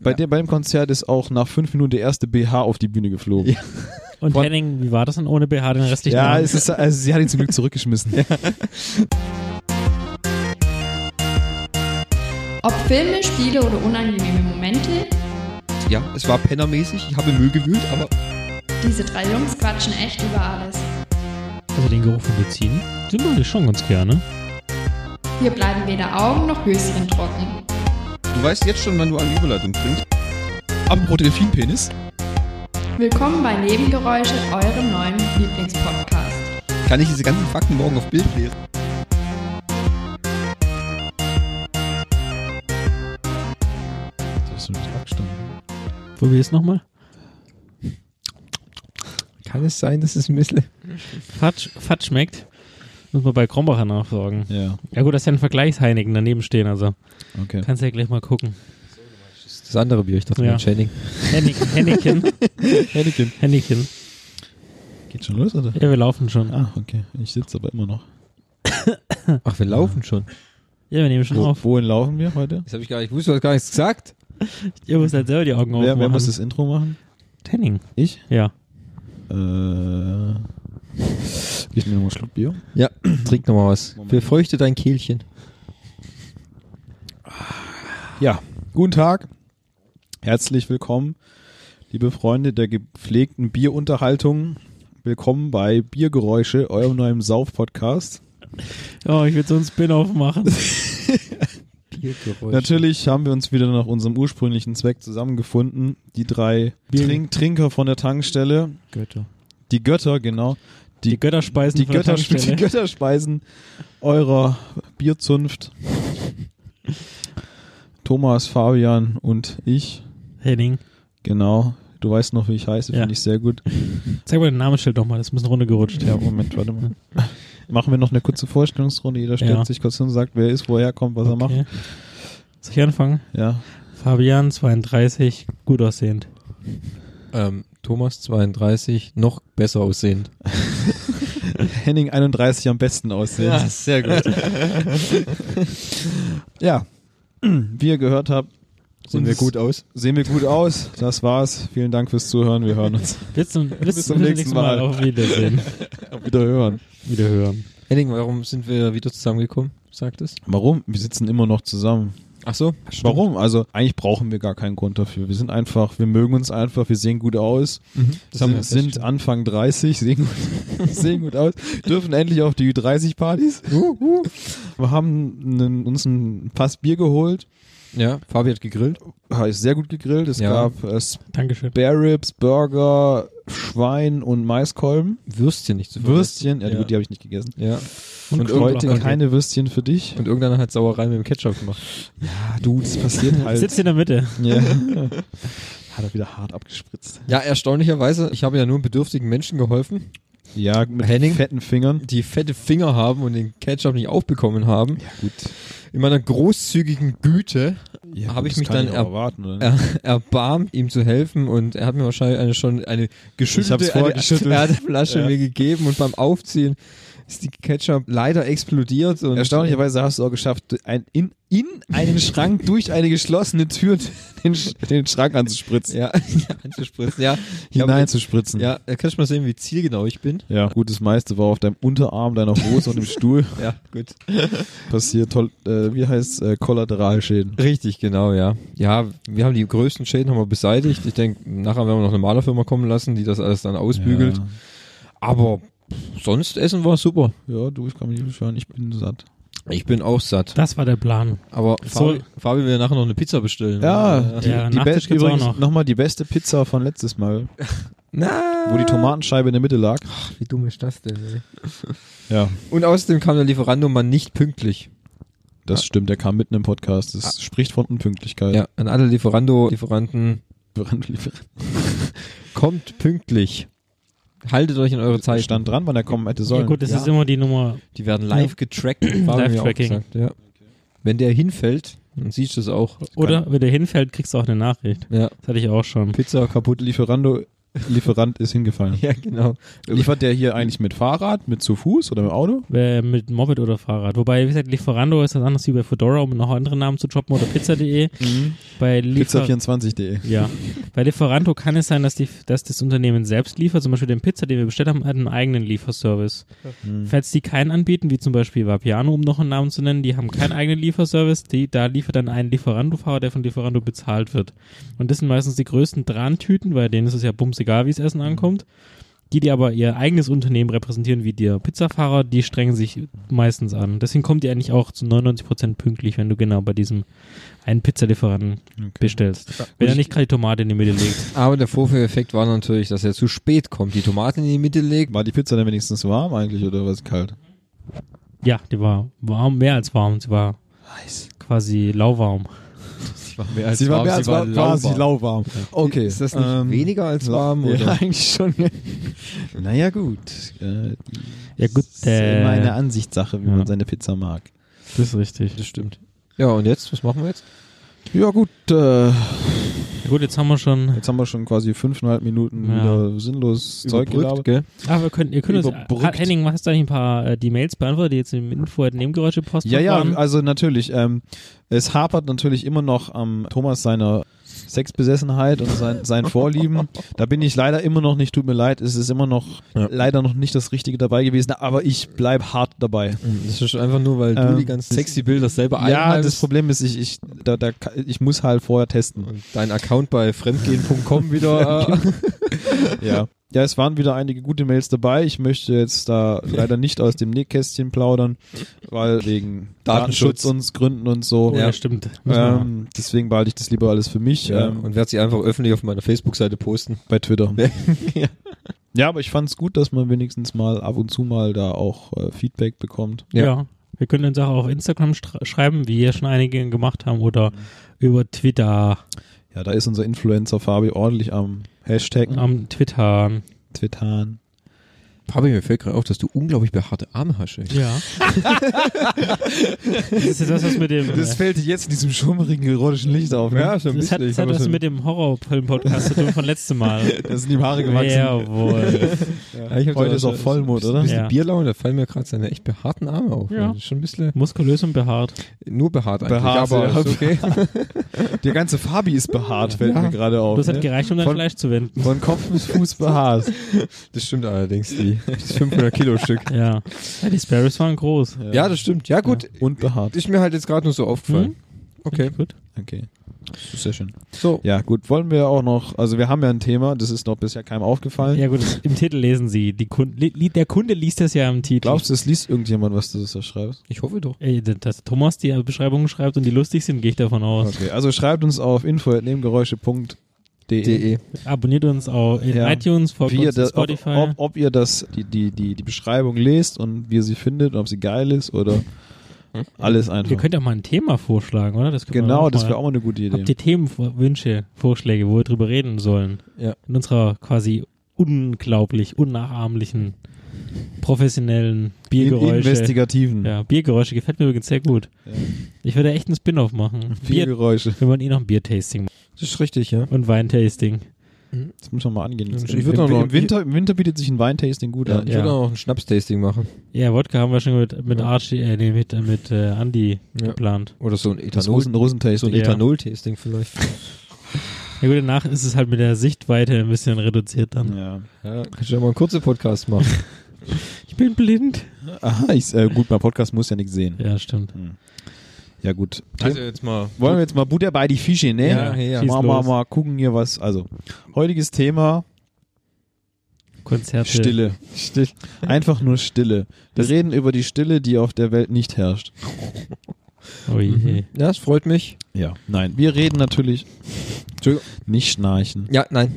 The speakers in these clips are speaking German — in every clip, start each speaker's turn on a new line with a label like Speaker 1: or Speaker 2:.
Speaker 1: Bei, dem, bei dem Konzert ist auch nach fünf Minuten der erste BH auf die Bühne geflogen. Ja,
Speaker 2: Und
Speaker 1: Von-
Speaker 2: Henning, wie war das denn ohne BH den restlichen
Speaker 1: ja
Speaker 2: Abend?
Speaker 1: es ist, also sie hat ihn zum Glück zurückgeschmissen.
Speaker 3: Ob Filme, Spiele oder unangenehme Momente,
Speaker 4: Ja, es war pennermäßig, ich habe Müll gewühlt, aber
Speaker 3: diese drei Jungs quatschen echt über alles.
Speaker 2: Also den Geruch von Benzin, den mag ich schon ganz gerne.
Speaker 3: Hier bleiben weder Augen noch Höschen trocken.
Speaker 4: du weißt jetzt schon, wann du eine Überleitung bringst.
Speaker 1: Apropos Delfinpenis.
Speaker 3: Willkommen bei Nebengeräusche, eurem neuen Lieblingspodcast.
Speaker 4: Kann ich diese ganzen Fakten morgen auf Bild lesen?
Speaker 1: Das ist nicht abgestanden.
Speaker 2: Probier's nochmal.
Speaker 1: Kann es sein, dass es ein bisschen.
Speaker 2: Fatsch, Fatsch schmeckt. Muss man bei Krombacher nachfragen.
Speaker 1: Ja,
Speaker 2: Ja gut, das ist ja ein Vergleichsheinigen daneben stehen, also
Speaker 1: okay.
Speaker 2: kannst ja gleich mal gucken.
Speaker 5: Das andere Bier, ich dachte,
Speaker 2: Ja.
Speaker 5: ja. Channing.
Speaker 2: Hennig, Hennigchen,
Speaker 1: Henneken.
Speaker 2: Hennigchen.
Speaker 1: Geht schon los, oder?
Speaker 2: Ja, wir laufen schon.
Speaker 1: Ah, okay. Ich sitze aber immer noch.
Speaker 5: Ach, wir laufen schon.
Speaker 2: Ja, wir nehmen schon
Speaker 1: Wo,
Speaker 2: auf.
Speaker 1: wohin laufen wir heute?
Speaker 5: Das habe ich gar nicht gewusst, du hast gar nichts gesagt.
Speaker 2: Ihr müsst halt selber die Augen
Speaker 1: Wer,
Speaker 2: aufmachen.
Speaker 1: wer muss das Intro machen?
Speaker 2: Henning.
Speaker 1: Ich?
Speaker 2: Ja.
Speaker 1: Äh. Ich nehme mal einen Schluck Bier.
Speaker 5: Ja, trink nochmal was. Befeuchte dein Kehlchen.
Speaker 1: Ja, guten Tag. Herzlich willkommen, liebe Freunde der gepflegten Bierunterhaltung. Willkommen bei Biergeräusche, eurem neuen Sauf-Podcast.
Speaker 2: Oh, ich will so einen Spin-off machen.
Speaker 5: Biergeräusch.
Speaker 1: Natürlich haben wir uns wieder nach unserem ursprünglichen Zweck zusammengefunden. Die drei
Speaker 2: Bier-
Speaker 1: Trink Trinker von der Tankstelle,
Speaker 5: Götter.
Speaker 1: die Götter, genau.
Speaker 2: Die Götterspeisen
Speaker 1: Die,
Speaker 2: von der
Speaker 1: Götter,
Speaker 2: Tankstelle.
Speaker 1: die Götterspeisen eurer Bierzunft. Thomas, Fabian und ich,
Speaker 2: Henning.
Speaker 1: genau. Du weißt noch, wie ich heiße,
Speaker 2: Ja.
Speaker 1: finde ich sehr gut.
Speaker 2: Zeig mal den Namensschild nochmal, das ist ein bisschen runtergerutscht.
Speaker 1: Ja, Moment, warte mal. Machen wir noch eine kurze Vorstellungsrunde. Jeder stellt
Speaker 2: Ja.
Speaker 1: sich kurz hin und sagt, wer ist, woher kommt, was er macht.
Speaker 2: Okay. Soll ich anfangen?
Speaker 1: Ja.
Speaker 2: Fabian, 32, gut aussehend.
Speaker 5: Ähm, Thomas 32, noch besser aussehend.
Speaker 1: Henning 31 am besten aussehen. Ja.
Speaker 5: sehr gut.
Speaker 1: Wie ihr gehört habt,
Speaker 5: Sehen wir
Speaker 1: uns-
Speaker 5: gut aus?
Speaker 1: Sehen wir gut aus. Das war's. Vielen Dank fürs Zuhören. Wir hören uns.
Speaker 2: Bis zum, bis, bis zum nächsten Mal. Auf Wiedersehen.
Speaker 1: Wieder hören.
Speaker 2: Wiederhören.
Speaker 5: Henning, warum sind wir wieder zusammengekommen? Sagt es.
Speaker 1: Warum? Wir sitzen immer noch zusammen.
Speaker 5: Ach so.
Speaker 1: Warum? Also eigentlich brauchen wir gar keinen Grund dafür. Wir sind einfach, wir mögen uns einfach, wir sehen gut aus,
Speaker 5: Das haben wir
Speaker 1: sind, sind Anfang 30, sehen gut, sehen gut aus, dürfen endlich auf die 30-Partys. uh. Wir haben einen, uns einen Pass Bier geholt,
Speaker 5: Ja, Fabi hat gegrillt.
Speaker 1: hat sehr gut gegrillt. Es
Speaker 5: Ja.
Speaker 1: gab äh,
Speaker 2: Dankeschön.
Speaker 1: Spare Ribs, Burger, Schwein und Maiskolben.
Speaker 5: Würstchen nicht zu
Speaker 1: Würstchen, ja,
Speaker 5: Ja.
Speaker 1: gut, die habe ich nicht gegessen.
Speaker 5: Ja.
Speaker 2: Und
Speaker 5: Und,
Speaker 2: Knoblauch.
Speaker 1: Heute
Speaker 5: irgendwann,
Speaker 1: keine Würstchen für dich.
Speaker 5: und irgendeiner hat Sauerei mit dem Ketchup gemacht.
Speaker 1: Ah, du, das passiert
Speaker 2: Sitzt in der Mitte.
Speaker 1: Ja. Hat er wieder hart abgespritzt.
Speaker 5: Ja, erstaunlicherweise, ich habe ja nur bedürftigen Menschen geholfen,
Speaker 1: Ja, mit
Speaker 5: Henning?
Speaker 1: fetten Fingern.
Speaker 5: die fette Finger haben und den Ketchup nicht aufbekommen haben.
Speaker 1: Ja, gut.
Speaker 5: In meiner großzügigen Güte
Speaker 1: Ja, gut,
Speaker 5: Habe ich
Speaker 1: das
Speaker 5: mich
Speaker 1: kann
Speaker 5: dann
Speaker 1: auch
Speaker 5: er-
Speaker 1: erwarten, oder?
Speaker 5: er, erbarmt, ihm zu helfen und er hat mir wahrscheinlich eine, schon eine
Speaker 1: hab's
Speaker 5: geschüttelte
Speaker 1: vorher
Speaker 5: eine,
Speaker 1: geschüttelt.
Speaker 5: er hat eine Flasche
Speaker 1: Ja.
Speaker 5: mir gegeben und beim Aufziehen ist die Ketchup leider explodiert. Und
Speaker 1: Erstaunlicherweise hast du auch geschafft, ein, in, in einen Schrank durch eine geschlossene Tür den, Sch- den Schrank anzuspritzen.
Speaker 5: Ja, ja, anzuspritzen. Ja, ich hab-
Speaker 1: Hineinzuspritzen.
Speaker 5: Ja, da kannst du mal sehen, wie zielgenau ich bin.
Speaker 1: ja, gut, das meiste war auf deinem Unterarm, deiner Hose und dem Stuhl
Speaker 5: Ja, gut.
Speaker 1: passiert. Toll, äh, wie heißt äh, Kollateralschäden?
Speaker 5: Richtig, genau, ja. Ja, wir haben die größten Schäden haben wir beseitigt. Ich denke, nachher werden wir noch eine Malerfirma kommen lassen, die das alles dann ausbügelt. Aber sonst Essen war super.
Speaker 1: Ja. ja, du, ich kann mich nicht beschweren, ich bin satt.
Speaker 5: Ich bin auch satt.
Speaker 2: Das war der Plan.
Speaker 5: Aber
Speaker 2: So-
Speaker 5: Fabi, Fabi will ja nachher noch eine Pizza bestellen. Äh,
Speaker 1: Ja, die,
Speaker 2: Ja,
Speaker 1: die
Speaker 2: Nachtisch
Speaker 1: beste,
Speaker 2: gibt's auch
Speaker 1: übrigens
Speaker 2: noch.
Speaker 1: nochmal die beste Pizza von letztes Mal,
Speaker 5: Na,
Speaker 1: wo die Tomatenscheibe in der Mitte lag.
Speaker 5: Wie dumm ist das denn? Ey?
Speaker 1: Ja,
Speaker 5: Und außerdem kam der Lieferando mal nicht pünktlich.
Speaker 1: das stimmt, der kam mitten im Podcast. Das spricht von Unpünktlichkeit.
Speaker 5: Ja, an alle Lieferando-Lieferanten,
Speaker 1: Lieferant
Speaker 5: kommt pünktlich. Haltet euch in eure Zeit.
Speaker 1: stand dran, wann er kommen hätte sollen.
Speaker 2: Ja, gut, das
Speaker 5: Ja.
Speaker 2: ist immer die Nummer.
Speaker 5: Die werden live getrackt. Fabi hat mir auch
Speaker 2: Live-Tracking.
Speaker 5: gesagt, Ja. Wenn der hinfällt, dann siehst du es auch.
Speaker 2: Oder wenn der hinfällt, kriegst du auch eine Nachricht.
Speaker 5: Ja.
Speaker 2: Das hatte ich auch schon.
Speaker 5: Pizza kaputt.
Speaker 1: Lieferando Lieferant ist hingefallen.
Speaker 5: Ja, genau.
Speaker 1: Liefert der hier eigentlich mit Fahrrad, mit zu Fuß oder mit Auto?
Speaker 2: Äh, mit Moped oder Fahrrad. Wobei, wie gesagt, Lieferando ist was anderes wie bei Fedora, um noch andere Namen zu droppen oder Pizza.de. Bei Liefer
Speaker 1: Pizza24.de.
Speaker 2: ja. Bei Lieferando kann es sein, dass, die, dass das Unternehmen selbst liefert. Zum Beispiel den Pizza, den wir bestellt haben, hat einen eigenen Lieferservice. Falls die keinen anbieten, wie zum Beispiel Vapiano, um noch einen Namen zu nennen, die haben keinen eigenen Lieferservice. Die, da liefert dann ein Lieferando-Fahrer, der von Lieferando bezahlt wird. Und das sind meistens die größten Drahntüten, weil denen ist es ja bums egal, wie das Essen ankommt. Die, die aber ihr eigenes Unternehmen repräsentieren, wie der Pizzafahrer, die strengen sich meistens an. Deswegen kommt ihr eigentlich auch zu 99% pünktlich, wenn du genau bei diesem einen Pizzalieferanten bestellst. Wenn er nicht gerade die Tomate in die Mitte legt.
Speaker 5: Aber der Vorführeffekt war natürlich, dass er zu spät kommt, die Tomaten in die Mitte legt.
Speaker 1: War die Pizza denn wenigstens warm eigentlich oder war es kalt?
Speaker 2: Ja, die war warm, mehr als warm. Sie war quasi lauwarm.
Speaker 5: Sie Ähm, war mehr als
Speaker 1: sie war mehr als warm, quasi lauwarm. Okay. ähm,
Speaker 5: Ist das nicht weniger als warm?
Speaker 1: Ja,
Speaker 5: Oder?
Speaker 1: eigentlich schon. naja, gut. Äh,
Speaker 2: Ja gut,
Speaker 1: das ist
Speaker 2: äh,
Speaker 1: immer eine Ansichtssache, wie
Speaker 2: ja.
Speaker 1: man seine Pizza mag.
Speaker 2: das ist richtig.
Speaker 5: Das stimmt. Ja, und jetzt? Was machen wir jetzt?
Speaker 1: Ja, gut. Äh,
Speaker 2: Ja, gut, jetzt haben wir schon...
Speaker 1: jetzt haben wir schon quasi fünfeinhalb Minuten
Speaker 2: Ja.
Speaker 1: wieder sinnlos Zeug gelabert.
Speaker 5: Überbrückt, gell?
Speaker 2: Ah, wir können, ihr könnt uns...
Speaker 1: Überbrückt.
Speaker 2: Henning, hast du eigentlich ein paar äh, die Mails beantwortet, die jetzt im Info-Nebengeräusche-Post
Speaker 1: Ja, ja,
Speaker 2: waren?
Speaker 1: also natürlich. Ähm, es hapert natürlich immer noch am Thomas seiner Sexbesessenheit und sein, seinen Vorlieben. Da bin ich leider immer noch nicht, tut mir leid, es ist immer noch
Speaker 5: Ja.
Speaker 1: leider noch nicht das Richtige dabei gewesen, aber ich bleib hart dabei.
Speaker 5: Das ist einfach nur, weil
Speaker 1: Ähm,
Speaker 5: du die ganzen sexy Bilder selber
Speaker 1: Ja, das
Speaker 5: einhaltest
Speaker 1: Problem ist, ich, ich, da, da, ka- ich muss halt vorher testen.
Speaker 5: und dein Account bei fremdgehen.com wieder.
Speaker 1: genau.
Speaker 5: äh,
Speaker 1: Ja. Ja, es waren wieder einige gute Mails dabei. Ich möchte jetzt da leider nicht aus dem Nähkästchen plaudern, weil wegen
Speaker 5: Datenschutz.
Speaker 1: Datenschutz und Gründen und so.
Speaker 2: Oh, ja, stimmt. Müssen wir machen.
Speaker 1: Ähm, deswegen behalte ich das lieber alles für mich
Speaker 5: ja,
Speaker 1: ähm,
Speaker 5: und werde sie einfach öffentlich auf meiner Facebook-Seite posten.
Speaker 1: bei Twitter.
Speaker 5: Ja.
Speaker 1: Ja, aber ich fand es gut, dass man wenigstens mal ab und zu mal da auch äh, Feedback bekommt.
Speaker 5: Ja.
Speaker 2: Ja. Wir können uns auch auf Instagram stra- schreiben, wie ja schon einige gemacht haben, oder über Twitter,
Speaker 1: Ja, da ist unser Influencer Fabi ordentlich am Hashtag
Speaker 2: am Twitter.
Speaker 1: Twittern.
Speaker 5: Fabi, mir fällt gerade auf, dass du unglaublich behaarte Arme hast. ey.
Speaker 2: Ja. das ist jetzt was, was mit dem. äh,
Speaker 1: fällt dir jetzt in diesem schummrigen, erotischen Licht auf. ne? Ja,
Speaker 5: schon
Speaker 2: das hat, das hat was mit dem Horrorfilm-Podcast zu tun von letztem Mal.
Speaker 1: das sind die Haare gewachsen.
Speaker 2: Jawohl.
Speaker 5: Ja, ich hab
Speaker 1: Heute
Speaker 5: da
Speaker 1: ist auch
Speaker 5: schon-
Speaker 1: Vollmond,
Speaker 5: bisschen-
Speaker 1: oder?
Speaker 5: Bisschen
Speaker 2: Ja.
Speaker 5: Bierlaune, da fallen mir gerade seine echt behaarten Arme auf.
Speaker 2: Ja.
Speaker 5: Das ist Schon ein bisschen
Speaker 2: Muskulös und behaart.
Speaker 5: nur behaart eigentlich,
Speaker 1: Behaart,
Speaker 5: aber
Speaker 1: ja.
Speaker 5: ist okay.
Speaker 1: Der ganze Fabi ist behaart, fällt
Speaker 5: Ja.
Speaker 1: mir gerade auf.
Speaker 2: Das hat
Speaker 1: ne?
Speaker 2: gereicht, um dein
Speaker 1: Von-
Speaker 2: Fleisch zu wenden.
Speaker 1: Von Kopf bis Fuß behaart.
Speaker 5: Das stimmt allerdings, die, das 500 Kilo Stück.
Speaker 2: Ja. ja. Die Sparrows waren groß.
Speaker 5: Ja, das stimmt. Ja gut,
Speaker 1: Und behaart.
Speaker 5: ist mir halt jetzt gerade nur so aufgefallen. Okay,
Speaker 2: Gut.
Speaker 1: Okay. Sehr schön.
Speaker 5: so.
Speaker 1: Ja, gut. Wollen wir auch noch, also wir haben ja ein Thema, das ist noch bisher keinem aufgefallen.
Speaker 2: Ja, gut. das- Im Titel lesen sie. Die Kun li li- der Kunde liest das ja im Titel.
Speaker 1: Glaubst du, es liest irgendjemand, was du da schreibst?
Speaker 5: Ich hoffe doch.
Speaker 2: Ey, Dass Thomas die Beschreibungen schreibt und die lustig sind, gehe ich davon aus.
Speaker 1: Okay, also schreibt uns auf info.nebengeräusche.de,
Speaker 5: De.
Speaker 2: Abonniert uns auf in
Speaker 1: Ja.
Speaker 2: iTunes, folgt
Speaker 1: wie ihr
Speaker 2: uns auf
Speaker 1: das, ob,
Speaker 2: Spotify.
Speaker 1: ob, ob ihr das, die, die, die, die Beschreibung lest und wie ihr sie findet und ob sie geil ist oder Hm? alles
Speaker 2: Ihr
Speaker 1: einfach.
Speaker 2: könnt auch mal ein Thema vorschlagen, oder? Das können wir
Speaker 1: Genau,
Speaker 2: auch
Speaker 1: das
Speaker 2: mal-
Speaker 1: wäre auch mal eine gute Idee.
Speaker 2: Habt ihr Themenwünsche, Vorschläge, wo wir drüber reden sollen?
Speaker 5: Ja.
Speaker 2: In unserer quasi unglaublich, unnachahmlichen, professionellen Biergeräusche.
Speaker 1: Investigativen.
Speaker 2: ja, Biergeräusche gefällt mir übrigens sehr gut.
Speaker 1: Ja.
Speaker 2: Ich würde echt einen Spin-off machen. Bier,
Speaker 1: Biergeräusche.
Speaker 2: wir wollen eh noch ein Biertasting machen
Speaker 5: Das ist richtig, ja.
Speaker 2: und Weintasting.
Speaker 1: Das muss man mal angehen.
Speaker 5: Ich
Speaker 1: Im-
Speaker 5: würd
Speaker 1: im,
Speaker 5: auch noch-
Speaker 1: im, Winter, Im Winter bietet sich ein Weintasting gut
Speaker 5: Ja,
Speaker 1: an.
Speaker 5: ich
Speaker 2: Ja.
Speaker 5: würde auch noch ein Schnaps-Tasting machen.
Speaker 2: Ja, Wodka haben wir schon mit, mit Archie, äh, nee, mit, äh, mit äh, Andy
Speaker 5: Ja.
Speaker 2: geplant.
Speaker 5: Oder so ein
Speaker 1: Das
Speaker 5: Ethanol.
Speaker 1: Russen, Russentasting.
Speaker 2: Ja.
Speaker 5: Ethanol-Tasting vielleicht.
Speaker 2: Ja gut, danach ist es halt mit der Sichtweite ein bisschen reduziert dann.
Speaker 1: Ja.
Speaker 5: Ja, kannst du ja mal einen kurzen Podcast machen.
Speaker 2: Ich bin blind.
Speaker 1: Aha, ich, äh, gut, mein Podcast muss ja nichts sehen.
Speaker 2: Ja, stimmt.
Speaker 1: Ja, gut.
Speaker 5: Also jetzt mal.
Speaker 1: Wollen wir jetzt mal Butter bei die Fische, ne?
Speaker 5: Ja, ja, ja.
Speaker 2: Schieß
Speaker 1: Mal, mal,
Speaker 2: los.
Speaker 1: mal gucken hier was. Also, heutiges Thema
Speaker 2: Konzerte.
Speaker 1: Stille. Still. Einfach nur Stille. Wir reden über die Stille, die auf der Welt nicht herrscht.
Speaker 2: Oh je.
Speaker 5: Mhm. Ja, das freut mich.
Speaker 1: Ja. Nein, wir reden natürlich
Speaker 5: Entschuldigung.
Speaker 1: nicht schnarchen.
Speaker 5: Ja, nein.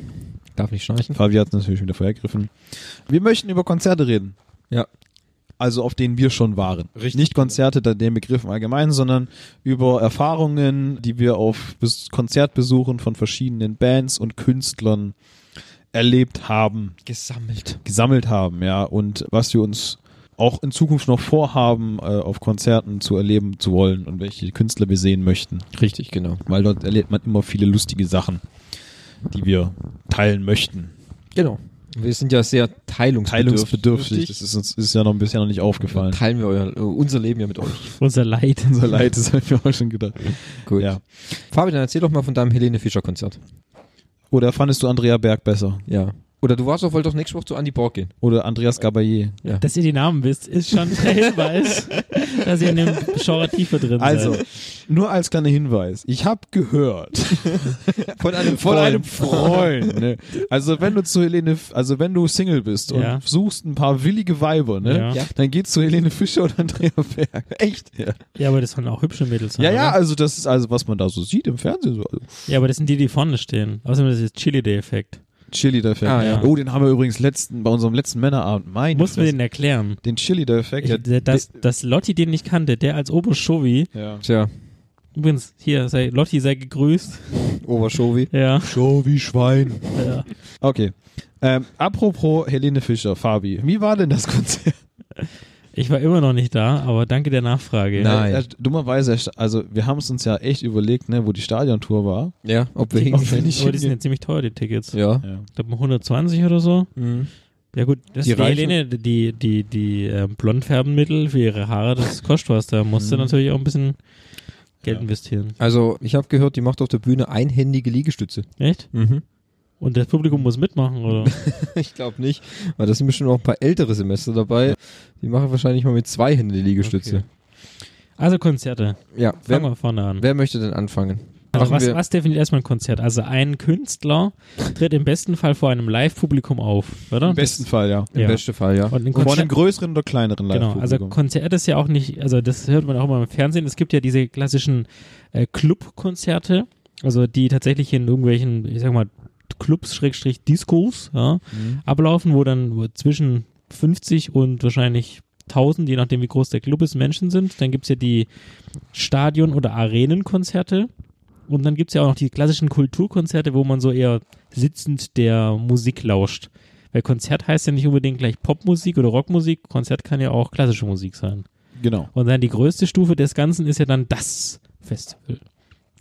Speaker 5: Darf nicht schnarchen.
Speaker 1: Fabi hat es natürlich wieder vorhergriffen. Wir möchten über Konzerte reden.
Speaker 5: Ja.
Speaker 1: Also auf denen wir schon waren. Richtig. Nicht Konzerte, da den Begriff im Allgemeinen, sondern über Erfahrungen, die wir auf Bes- Konzertbesuchen von verschiedenen Bands und Künstlern erlebt haben.
Speaker 5: Gesammelt.
Speaker 1: gesammelt haben, ja, und was wir uns auch in Zukunft noch vorhaben, äh, auf Konzerten zu erleben zu wollen und welche Künstler wir sehen möchten.
Speaker 5: Richtig, genau.
Speaker 1: Weil dort erlebt man immer viele lustige Sachen, die wir teilen möchten.
Speaker 5: Genau. Wir sind ja sehr
Speaker 1: Teilungsbedürftig.
Speaker 5: teilungsbedürftig.
Speaker 1: Das ist uns ist ja noch bisher noch nicht aufgefallen.
Speaker 5: Teilen wir euer, äh, unser Leben ja mit euch.
Speaker 2: Unser Leid.
Speaker 1: Unser Leid, das habe ich mir auch schon gedacht.
Speaker 5: Gut.
Speaker 1: Ja.
Speaker 5: Fabian, dann erzähl doch mal von deinem Helene Fischer Konzert.
Speaker 1: Oder fandest du Andrea Berg besser?
Speaker 5: Ja. Oder du warst doch, wollt doch nächste Woche zu Andy Borg gehen.
Speaker 1: Oder Andreas Gabayé?
Speaker 2: Dass ihr die Namen wisst, ist schon der Hinweis, dass ihr in dem Genre tiefer drin
Speaker 1: Also,
Speaker 2: seid.
Speaker 1: nur als kleiner Hinweis. Ich habe gehört
Speaker 5: Von einem
Speaker 1: von einem Freund. Ne? Also, wenn du zu Helene, F- also wenn du Single bist und
Speaker 2: Ja.
Speaker 1: suchst ein paar willige Weiber, ne?
Speaker 2: Ja.
Speaker 5: Ja.
Speaker 1: Dann geht's zu Helene Fischer und Andrea Berg. Echt? Ja,
Speaker 2: Ja, aber das sollen auch hübsche Mädels sein.
Speaker 1: ja, ja,
Speaker 2: oder?
Speaker 1: also das ist also, was man da so sieht im Fernsehen. So. Also,
Speaker 2: ja, aber das sind die, die vorne stehen. Außerdem das ist Chili Day Effekt.
Speaker 1: Cheerleader-Effekt.
Speaker 5: Ah,
Speaker 2: ja.
Speaker 1: Oh, den haben wir übrigens letzten, bei unserem letzten Männerabend. Meine
Speaker 2: Mussten wir
Speaker 1: Fresse.
Speaker 2: den erklären.
Speaker 1: den Cheerleader-Effekt.
Speaker 2: Ich, der- dass, dass Lotti den nicht kannte, der als Oberschowi.
Speaker 1: ja.
Speaker 5: Tja,
Speaker 2: Übrigens, hier, sei, Lotti sei gegrüßt.
Speaker 5: Oberschowi.
Speaker 2: Ja.
Speaker 1: Show wie Schwein.
Speaker 2: ja.
Speaker 1: Okay. Ähm, apropos Helene Fischer, Fabi, wie war denn das Konzert?
Speaker 2: Ich war immer noch nicht da, aber danke der Nachfrage.
Speaker 5: Na, Nein.
Speaker 1: Äh, dummerweise, also wir haben es uns ja echt überlegt, ne, wo die Stadiontour war.
Speaker 5: Ja, ob wir
Speaker 2: Die-
Speaker 5: hingehen.
Speaker 1: wenn ich
Speaker 2: aber die sind
Speaker 1: hingehe.
Speaker 2: ja ziemlich teuer, die Tickets.
Speaker 5: Ja.
Speaker 2: Ich glaube 120 oder so.
Speaker 5: Mhm.
Speaker 2: Ja gut, das
Speaker 5: Die
Speaker 2: die, die
Speaker 5: Reichen-
Speaker 2: Helene, die, die, die äh, Blondfärbenmittel für ihre Haare, das kostet was. Da musste
Speaker 5: Mhm.
Speaker 2: natürlich auch ein bisschen Geld
Speaker 1: Ja.
Speaker 2: investieren.
Speaker 5: Also, ich habe gehört, die macht auf der Bühne einhändige Liegestütze.
Speaker 2: Echt?
Speaker 5: Mhm.
Speaker 2: Und das Publikum muss mitmachen, oder?
Speaker 5: Ich glaube nicht, weil da sind bestimmt auch ein paar ältere Semester dabei. Die machen wahrscheinlich mal mit zwei Händen die Liegestütze.
Speaker 2: Also Konzerte.
Speaker 5: Ja,
Speaker 2: Fangen
Speaker 5: wer,
Speaker 2: wir vorne an.
Speaker 5: wer möchte denn anfangen?
Speaker 2: Also
Speaker 5: Machen
Speaker 2: was,
Speaker 5: wir-
Speaker 2: was definiert erstmal ein Konzert? Also ein Künstler tritt im besten Fall vor einem Live-Publikum auf, oder?
Speaker 1: Im besten Fall, ja.
Speaker 5: Im
Speaker 2: Ja.
Speaker 5: besten Fall, ja.
Speaker 2: Und ein
Speaker 1: Von
Speaker 2: Konzert
Speaker 1: einem größeren oder kleineren
Speaker 2: Genau, also
Speaker 1: Live-Publikum.
Speaker 2: Konzert ist ja auch nicht, also das hört man auch immer im Fernsehen. Es gibt ja diese klassischen äh, Club-Konzerte, also die tatsächlich in irgendwelchen, ich sag mal, Clubs, Schrägstrich, Discos ja,
Speaker 1: Mhm.
Speaker 2: ablaufen, wo dann wo zwischen 50 und wahrscheinlich 1000, je nachdem wie groß der Club ist, Menschen sind. Dann gibt's ja die Stadion- oder Arenenkonzerte. Und dann gibt's ja auch noch die klassischen Kulturkonzerte, wo man so eher sitzend der Musik lauscht. Weil Konzert heißt ja nicht unbedingt gleich Popmusik oder Rockmusik. Konzert kann ja auch klassische Musik sein.
Speaker 1: genau.
Speaker 2: Und dann die größte Stufe des Ganzen ist ja dann das Festival,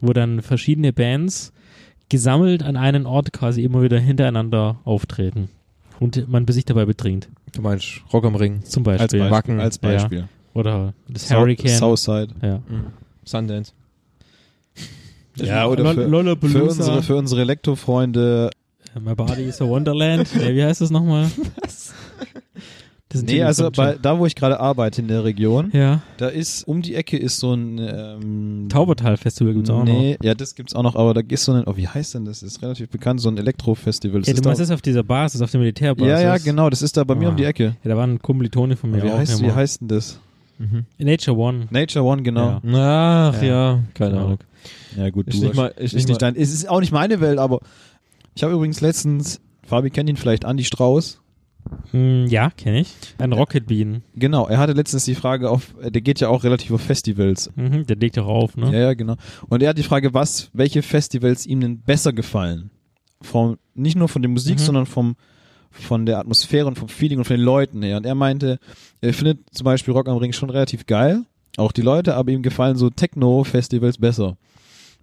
Speaker 2: wo dann verschiedene Bands gesammelt an einen Ort quasi immer wieder hintereinander auftreten. Und man sich dabei betrinkt,
Speaker 5: Du meinst Rock am Ring,
Speaker 2: zum
Speaker 1: Als
Speaker 2: Beispiel.
Speaker 1: Beispiel.
Speaker 5: Wacken.
Speaker 1: Als Beispiel.
Speaker 2: Oder das
Speaker 1: Sau-
Speaker 2: Hurricane.
Speaker 1: Southside.
Speaker 2: ja.
Speaker 5: Sundance.
Speaker 1: Ja, oder für-
Speaker 2: Lollapalooza.
Speaker 1: Für unsere, für unsere Elektrofreunde.
Speaker 2: My Body is a Wonderland. nee, wie heißt das nochmal? Das ist ein
Speaker 1: Nee,
Speaker 2: Titel
Speaker 1: also
Speaker 2: von
Speaker 1: bei,
Speaker 2: Jim.
Speaker 1: da, wo ich gerade arbeite in der Region,
Speaker 2: Ja,
Speaker 1: da ist um die Ecke ist so ein ähm,
Speaker 2: Taubertal-Festival gibt es auch noch.
Speaker 1: Nee, ja, das gibt's auch noch, aber da ist so ein, oh, wie heißt denn das? Das ist relativ bekannt, so ein Elektro-Festival. Das
Speaker 2: Ja, du
Speaker 1: ist da-
Speaker 2: meinst das auf dieser Basis, auf der Militärbasis?
Speaker 1: ja, ja, genau, das ist da bei mir
Speaker 2: Ah.
Speaker 1: um die Ecke.
Speaker 2: Ja, da waren Kommilitone von mir
Speaker 1: wie,
Speaker 2: auch.
Speaker 1: heißt, wie
Speaker 2: immer.
Speaker 1: heißt denn das?
Speaker 2: Nature One.
Speaker 1: Nature One, genau.
Speaker 2: Ja.
Speaker 5: Ach ja, keine
Speaker 2: Genau.
Speaker 5: Ahnung.
Speaker 1: Ja, gut,
Speaker 5: Ist nicht mal,
Speaker 1: ist nicht, dein, es ist auch nicht meine Welt, aber ich habe übrigens letztens, Fabi kennt ihn vielleicht, Andy Strauß.
Speaker 2: Hm, ja, kenne ich. Ein Rocket Bean.
Speaker 1: Genau, er hatte letztens die Frage auf, der geht ja auch relativ auf Festivals.
Speaker 2: Mhm, der legt auch auf, ne?
Speaker 1: Ja, ja, genau. Und er hat die Frage, was, welche Festivals ihm denn besser gefallen? Vom, nicht nur von der Musik,
Speaker 2: Mhm.
Speaker 1: sondern vom, von der Atmosphäre und vom Feeling und von den Leuten her. Und er meinte, er findet zum Beispiel Rock am Ring schon relativ geil, auch die Leute, aber ihm gefallen so Techno-Festivals besser.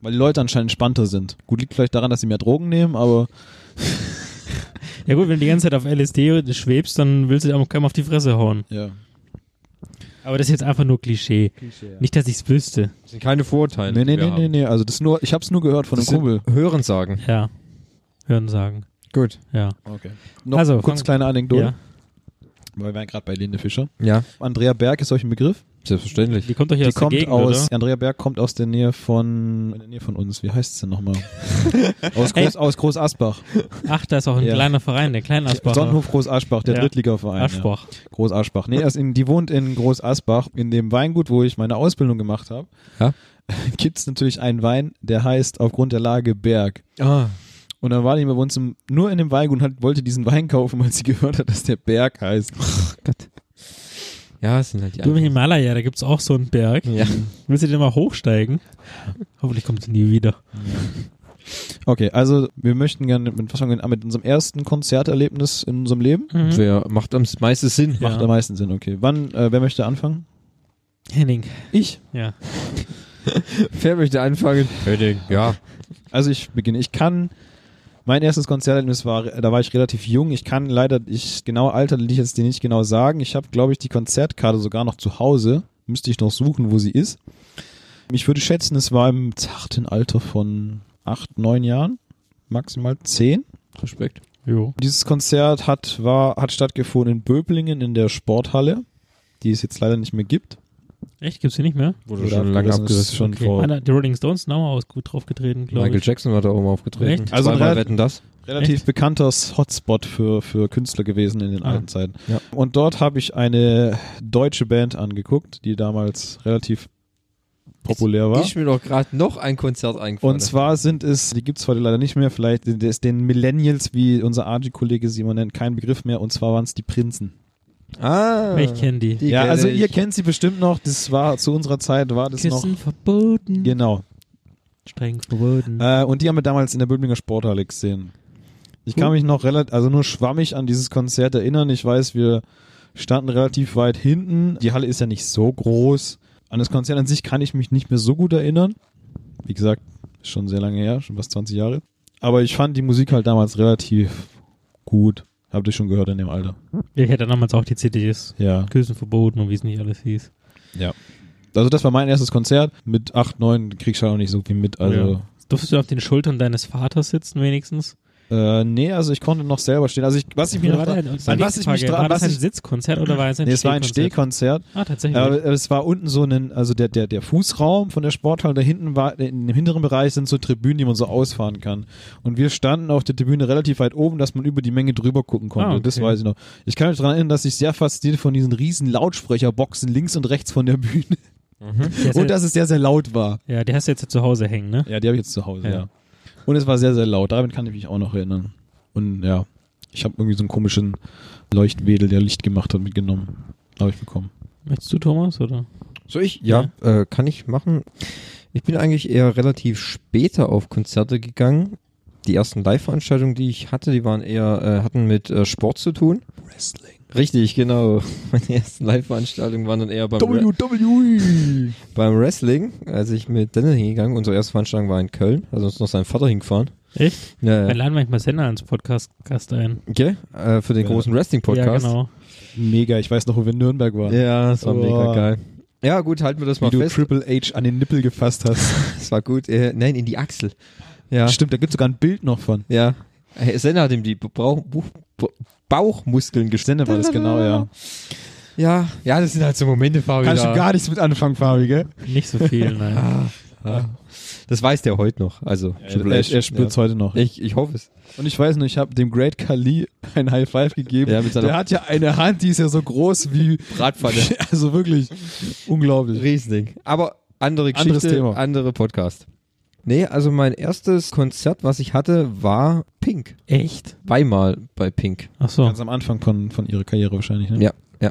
Speaker 1: Weil die Leute anscheinend entspannter sind. Gut, liegt vielleicht daran, dass sie mehr Drogen nehmen, aber
Speaker 2: Ja, gut, wenn du die ganze Zeit auf LSD schwebst, dann willst du dir auch keinem auf die Fresse hauen.
Speaker 1: ja.
Speaker 2: Aber das ist jetzt einfach nur Klischee. Nicht, dass ich's wüsste.
Speaker 5: Das sind keine Vorurteile.
Speaker 1: Nee, nee, nee, nee, nee. Also das nur, ich hab's nur gehört von
Speaker 5: Das
Speaker 1: einem Kumpel.
Speaker 5: sind Hören sagen.
Speaker 2: Ja. Hören sagen.
Speaker 5: Gut.
Speaker 2: Ja.
Speaker 1: Okay. Noch
Speaker 2: Also,
Speaker 1: kurz
Speaker 2: fang-
Speaker 1: kleine Anekdote,
Speaker 2: ja.
Speaker 1: weil wir waren gerade bei Linde Fischer.
Speaker 5: Ja,
Speaker 1: Andrea Berg ist euch ein Begriff.
Speaker 5: selbstverständlich.
Speaker 2: Die kommt doch hier
Speaker 1: Die
Speaker 2: aus
Speaker 1: kommt
Speaker 2: der Gegend,
Speaker 1: aus,
Speaker 2: oder?
Speaker 1: Andrea Berg kommt aus der Nähe von, in der Nähe von uns, wie heißt es denn nochmal? aus,
Speaker 2: Hey.
Speaker 1: Groß, aus Großasbach.
Speaker 2: Ach, da ist auch ein
Speaker 1: Ja.
Speaker 2: kleiner Verein, der Kleinasbach.
Speaker 1: Sonnenhof Großaschbach, der
Speaker 2: Ja.
Speaker 1: Drittligaverein.
Speaker 2: Aschbach.
Speaker 1: Ja. Großaschbach. Nee, also in, die wohnt in Großaschbach, in dem Weingut, wo ich meine Ausbildung gemacht habe.
Speaker 5: Ja.
Speaker 1: Gibt es natürlich einen Wein, der heißt aufgrund der Lage Berg.
Speaker 5: Ah,
Speaker 1: Und dann war die bei uns im, nur in dem Weingut und hat, wollte diesen Wein kaufen, weil sie gehört hat, dass der Berg heißt.
Speaker 5: ja, es sind halt die
Speaker 2: Du im
Speaker 5: anderen.
Speaker 2: Himalaya, da gibt's auch so einen Berg.
Speaker 5: Ja.
Speaker 2: Willst du den mal hochsteigen? Hoffentlich kommt sie nie wieder.
Speaker 1: Okay, also wir möchten gerne mit, was fangen wir an, mit unserem ersten Konzerterlebnis in unserem Leben.
Speaker 2: Mhm.
Speaker 5: Wer macht am meisten Sinn?
Speaker 2: Ja.
Speaker 1: Macht am meisten Sinn, okay. Wann, äh, wer möchte anfangen?
Speaker 2: Henning.
Speaker 1: Ich.
Speaker 2: Ja.
Speaker 5: Wer möchte anfangen? Redding. Ja.
Speaker 1: Also ich beginne. Ich kann Mein erstes Konzerterlebnis war, da war ich relativ jung. Ich kann leider, ich genau Alter will ich jetzt dir nicht genau sagen. Ich habe, glaube ich, die Konzertkarte sogar noch zu Hause. Müsste ich noch suchen, wo sie ist. Ich würde schätzen, es war im zarten Alter von acht, neun Jahren, maximal zehn.
Speaker 5: Respekt.
Speaker 2: Jo.
Speaker 1: Dieses Konzert hat, war, hat stattgefunden in Böblingen in der Sporthalle, die es jetzt leider nicht mehr gibt.
Speaker 2: Echt? Gibt's hier nicht mehr?
Speaker 5: Wurde
Speaker 1: Oder
Speaker 5: schon lange
Speaker 1: abgerissen, ist
Speaker 5: abgerissen.
Speaker 1: Schon
Speaker 2: Okay.
Speaker 1: vor
Speaker 2: Einer, die Rolling Stones sind auch mal aus, gut draufgetreten, glaube ich.
Speaker 5: Michael Jackson war da oben aufgetreten.
Speaker 2: Echt?
Speaker 1: Also
Speaker 5: Also Zweimal
Speaker 1: relat-
Speaker 5: wetten das.
Speaker 1: relativ
Speaker 2: Echt?
Speaker 1: bekannter Hotspot für, für Künstler gewesen in den
Speaker 2: Ah.
Speaker 1: alten Zeiten.
Speaker 5: Ja.
Speaker 1: Und dort habe ich eine deutsche Band angeguckt, die damals relativ populär war.
Speaker 4: Ist mir doch gerade noch ein Konzert eingefallen.
Speaker 1: Und zwar sind es, die gibt's heute leider nicht mehr, vielleicht sind es den Millennials, wie unser AG-Kollege Simon nennt, kein Begriff mehr, und zwar waren es die Prinzen.
Speaker 4: ah,
Speaker 2: Ich kenne die.
Speaker 4: die
Speaker 1: ja,
Speaker 4: kenn
Speaker 1: also
Speaker 4: ich.
Speaker 1: ihr kennt sie bestimmt noch, das war zu unserer Zeit, war das
Speaker 2: Küssen
Speaker 1: noch.
Speaker 2: verboten.
Speaker 1: Genau.
Speaker 2: Streng verboten.
Speaker 1: Äh, und die haben wir damals in der Böblinger Sporthalle gesehen. Ich kann mich noch relativ, also nur schwammig an dieses Konzert erinnern. Ich weiß, wir standen relativ weit hinten. Die Halle ist ja nicht so groß. An das Konzert an sich kann ich mich nicht mehr so gut erinnern. Wie gesagt, ist schon sehr lange her, schon fast 20 Jahre. Aber ich fand die Musik halt damals relativ gut. Habt ihr schon gehört in dem Alter?
Speaker 2: Ja, ich hatte damals auch die CDs.
Speaker 1: Ja.
Speaker 2: Küssen verboten und wie es nicht alles hieß.
Speaker 1: Also das war mein erstes Konzert. Mit 8, 9 kriegst du halt auch nicht so viel mit. Also
Speaker 2: Durftest du auf den Schultern deines Vaters sitzen wenigstens?
Speaker 1: äh, nee, also ich konnte noch selber stehen. Also ich, was ich mir noch
Speaker 2: war,
Speaker 1: dran-
Speaker 2: der, und
Speaker 1: an
Speaker 2: die
Speaker 1: was ich mich
Speaker 2: Frage,
Speaker 1: dran,
Speaker 2: war das
Speaker 1: was
Speaker 2: ein
Speaker 1: ich,
Speaker 2: Sitzkonzert oder war es ein
Speaker 1: Nee, es war ein
Speaker 2: Stehkonzert?
Speaker 1: Stehkonzert.
Speaker 2: Ah, tatsächlich.
Speaker 1: Aber es war unten so ein, also der, der, der Fußraum von der Sporthalle, da hinten war, in dem hinteren Bereich sind so Tribünen, die man so ausfahren kann. Und wir standen auf der Tribüne relativ weit oben, dass man über die Menge drüber gucken konnte.
Speaker 2: Ah, okay.
Speaker 1: Das weiß ich noch. Ich kann mich daran erinnern, dass ich sehr fasziniert von diesen riesen Lautsprecherboxen links und rechts von der Bühne.
Speaker 2: Der ist
Speaker 1: Und
Speaker 2: ja,
Speaker 1: dass es sehr, sehr laut war.
Speaker 2: ja, die hast du jetzt ja zu Hause hängen, ne?
Speaker 1: Ja, die habe ich jetzt zu Hause,
Speaker 2: Ja.
Speaker 1: ja. Und es war sehr, sehr laut. Daran kann ich mich auch noch erinnern. Und ja, ich habe irgendwie so einen komischen Leuchtwedel, der Licht gemacht hat, mitgenommen. Habe ich bekommen.
Speaker 2: Möchtest du, Thomas, oder?
Speaker 5: So ich? Ja, Äh, kann ich machen. Ich bin eigentlich eher relativ später auf Konzerte gegangen. Die ersten Live-Veranstaltungen, die ich hatte, die waren eher, äh, hatten mit äh, Sport zu tun.
Speaker 1: Wrestling.
Speaker 5: Richtig, genau. Meine ersten Live-Veranstaltungen waren dann eher
Speaker 1: Äh,
Speaker 5: beim, Wre-
Speaker 1: WWE.
Speaker 5: beim Wrestling, als ich mit Dennis hingegangen. Unsere erste Veranstaltung war in Köln, also uns noch sein Vater hingefahren.
Speaker 2: Echt?
Speaker 5: Ja,
Speaker 2: Wir
Speaker 5: ja.
Speaker 2: laden manchmal Sender ans Podcast-Gast ein.
Speaker 5: Okay, äh, für den
Speaker 1: Ja.
Speaker 5: großen Wrestling-Podcast.
Speaker 2: Ja, genau.
Speaker 1: Mega, ich weiß noch, wo wir in Nürnberg waren.
Speaker 5: Ja, das war
Speaker 1: Oh.
Speaker 5: mega geil. Ja, gut, halten wir das
Speaker 1: Wie
Speaker 5: mal
Speaker 1: du
Speaker 5: fest.
Speaker 1: Triple H an den Nippel gefasst hast.
Speaker 5: Das war gut. Äh, nein, in die Achsel. Ja.
Speaker 1: Stimmt, da gibt es sogar ein Bild noch von.
Speaker 5: Ja. Herr Senna hat ihm die Bauch, Buch, Bauch- Bauchmuskeln gestellt.
Speaker 1: Sende war das genau, ja.
Speaker 5: Ja. Ja, das sind halt so Momente, Fabi.
Speaker 1: Kannst
Speaker 5: da.
Speaker 1: du gar nichts mit anfangen, Fabi, gell?
Speaker 2: Nicht so viel, nein.
Speaker 5: Ah, ah. Das weiß der heute noch. Also,
Speaker 1: Er, er, er spürt's heute noch.
Speaker 5: ja. ich, ich hoffe es.
Speaker 1: Und ich weiß noch, ich habe dem Great Kali ein High Five gegeben.
Speaker 5: Ja, mit seiner-
Speaker 1: Der hat ja eine Hand, die ist ja so groß wie.
Speaker 5: Radpfanne.
Speaker 1: Also wirklich unglaublich.
Speaker 5: Riesending. Aber andere Geschichte,
Speaker 1: Anderes Thema.
Speaker 5: andere Podcast. Nee, also mein erstes Konzert, was ich hatte, war Pink.
Speaker 2: Echt?
Speaker 5: Weimar bei Pink.
Speaker 2: Ach so.
Speaker 1: Ganz am Anfang von, von ihrer Karriere wahrscheinlich, ne?
Speaker 5: Ja.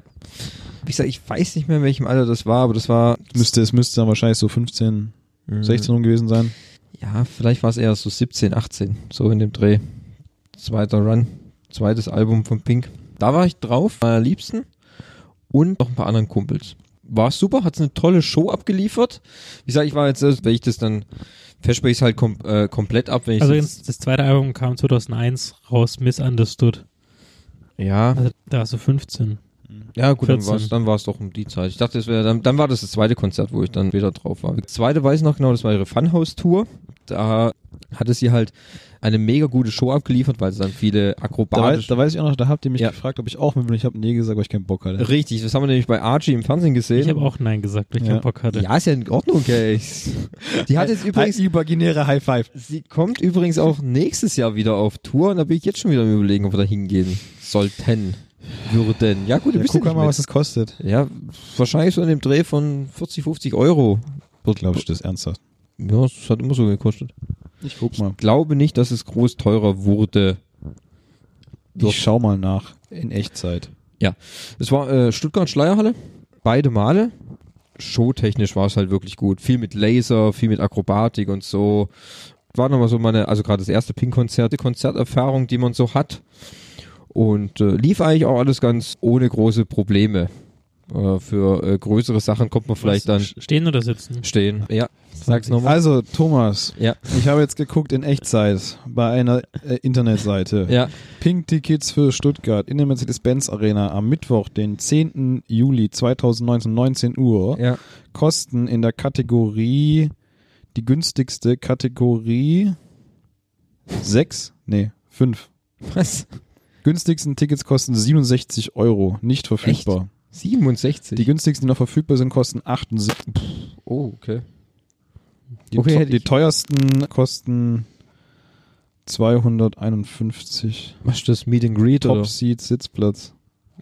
Speaker 5: Wie gesagt, ich weiß nicht mehr, in welchem Alter das war, aber das war
Speaker 1: Müsste, es müsste dann wahrscheinlich so 15, 16 rum gewesen sein.
Speaker 5: Ja, vielleicht war es eher so 17, 18, so in dem Dreh. Zweiter Run, zweites Album von Pink. Da war ich drauf, am liebsten und noch ein paar anderen Kumpels. War super, hat eine tolle Show abgeliefert. Wie gesagt, ich war jetzt, erst, wenn ich das dann, fäsche ich es halt kom äh, komplett ab, wenn ich
Speaker 2: Also
Speaker 5: das,
Speaker 2: ins- das zweite Album kam 2001 raus, Misunderstood.
Speaker 5: ja,
Speaker 2: Also da warst du 15.
Speaker 5: ja gut, dann
Speaker 2: 14.
Speaker 5: war es dann war's doch um die Zeit. Ich dachte, das wäre dann, dann war das das zweite Konzert, wo ich dann wieder drauf war. Das zweite weiß ich noch genau, das war ihre Funhouse-Tour. Da hatte sie halt eine mega gute Show abgeliefert, weil sie dann viele
Speaker 1: Da,
Speaker 5: akrobatische
Speaker 1: weiß, da weiß ich auch noch, da habt ihr mich
Speaker 5: Ja.
Speaker 1: gefragt, ob ich auch mit will. Ich habe nee gesagt, weil ich keinen Bock hatte.
Speaker 5: Richtig, das haben wir nämlich bei Archie im Fernsehen gesehen.
Speaker 2: Ich habe auch Nein gesagt, weil ich
Speaker 1: Ja.
Speaker 2: keinen Bock hatte.
Speaker 5: ja, ist ja in Ordnung, ey. Die hat jetzt übrigens,
Speaker 1: imaginäre High Five.
Speaker 5: sie kommt übrigens auch nächstes Jahr wieder auf Tour und da bin ich jetzt schon wieder am überlegen, ob wir da hingehen sollten, würden. Ja, gut, du
Speaker 1: Ja,
Speaker 5: bist
Speaker 1: guck
Speaker 5: ja
Speaker 1: mal, was
Speaker 5: nicht
Speaker 1: es kostet.
Speaker 5: mit. Ja, wahrscheinlich so in dem Dreh von 40, 50 Euro.
Speaker 1: Glaubst du das ernsthaft?
Speaker 5: Ja, das hat immer so gekostet.
Speaker 1: Ich guck mal.
Speaker 5: Glaube nicht, dass es groß teurer wurde. Doch.
Speaker 1: Ich schau mal nach. In Echtzeit.
Speaker 5: Es war äh, Stuttgart-Schleierhalle, beide Male. Showtechnisch war es halt wirklich gut. Viel mit Laser, viel mit Akrobatik und so. War nochmal so meine, also gerade das erste Pink-Konzert, die Konzerterfahrung, die man so hat. Und äh, lief eigentlich auch alles ganz ohne große Probleme. Äh, für äh, größere Sachen kommt man vielleicht dann
Speaker 2: Stehen oder sitzen?
Speaker 5: stehen. Ja, sag's nochmal.
Speaker 1: Also, Thomas,
Speaker 5: Ja.
Speaker 1: ich habe jetzt geguckt in Echtzeit bei einer äh, Internetseite.
Speaker 5: Ja,
Speaker 1: Pink Tickets für Stuttgart in der Mercedes-Benz Arena am Mittwoch, den 10. Juli 2019, 19 Uhr.
Speaker 5: ja.
Speaker 1: Kosten in der Kategorie, die günstigste Kategorie 6? Nee, 5.
Speaker 5: Was?
Speaker 1: Günstigsten Tickets kosten 67 Euro, nicht verfügbar.
Speaker 5: 67.
Speaker 1: Die günstigsten, die noch verfügbar sind, kosten 78.
Speaker 5: oh, okay.
Speaker 1: Die,
Speaker 5: Okay,
Speaker 1: teu-
Speaker 5: hätte
Speaker 1: die
Speaker 5: ich-
Speaker 1: teuersten kosten 251.
Speaker 5: Was ist das Meet and Greet
Speaker 1: Top
Speaker 5: oder?
Speaker 1: Seat Sitzplatz.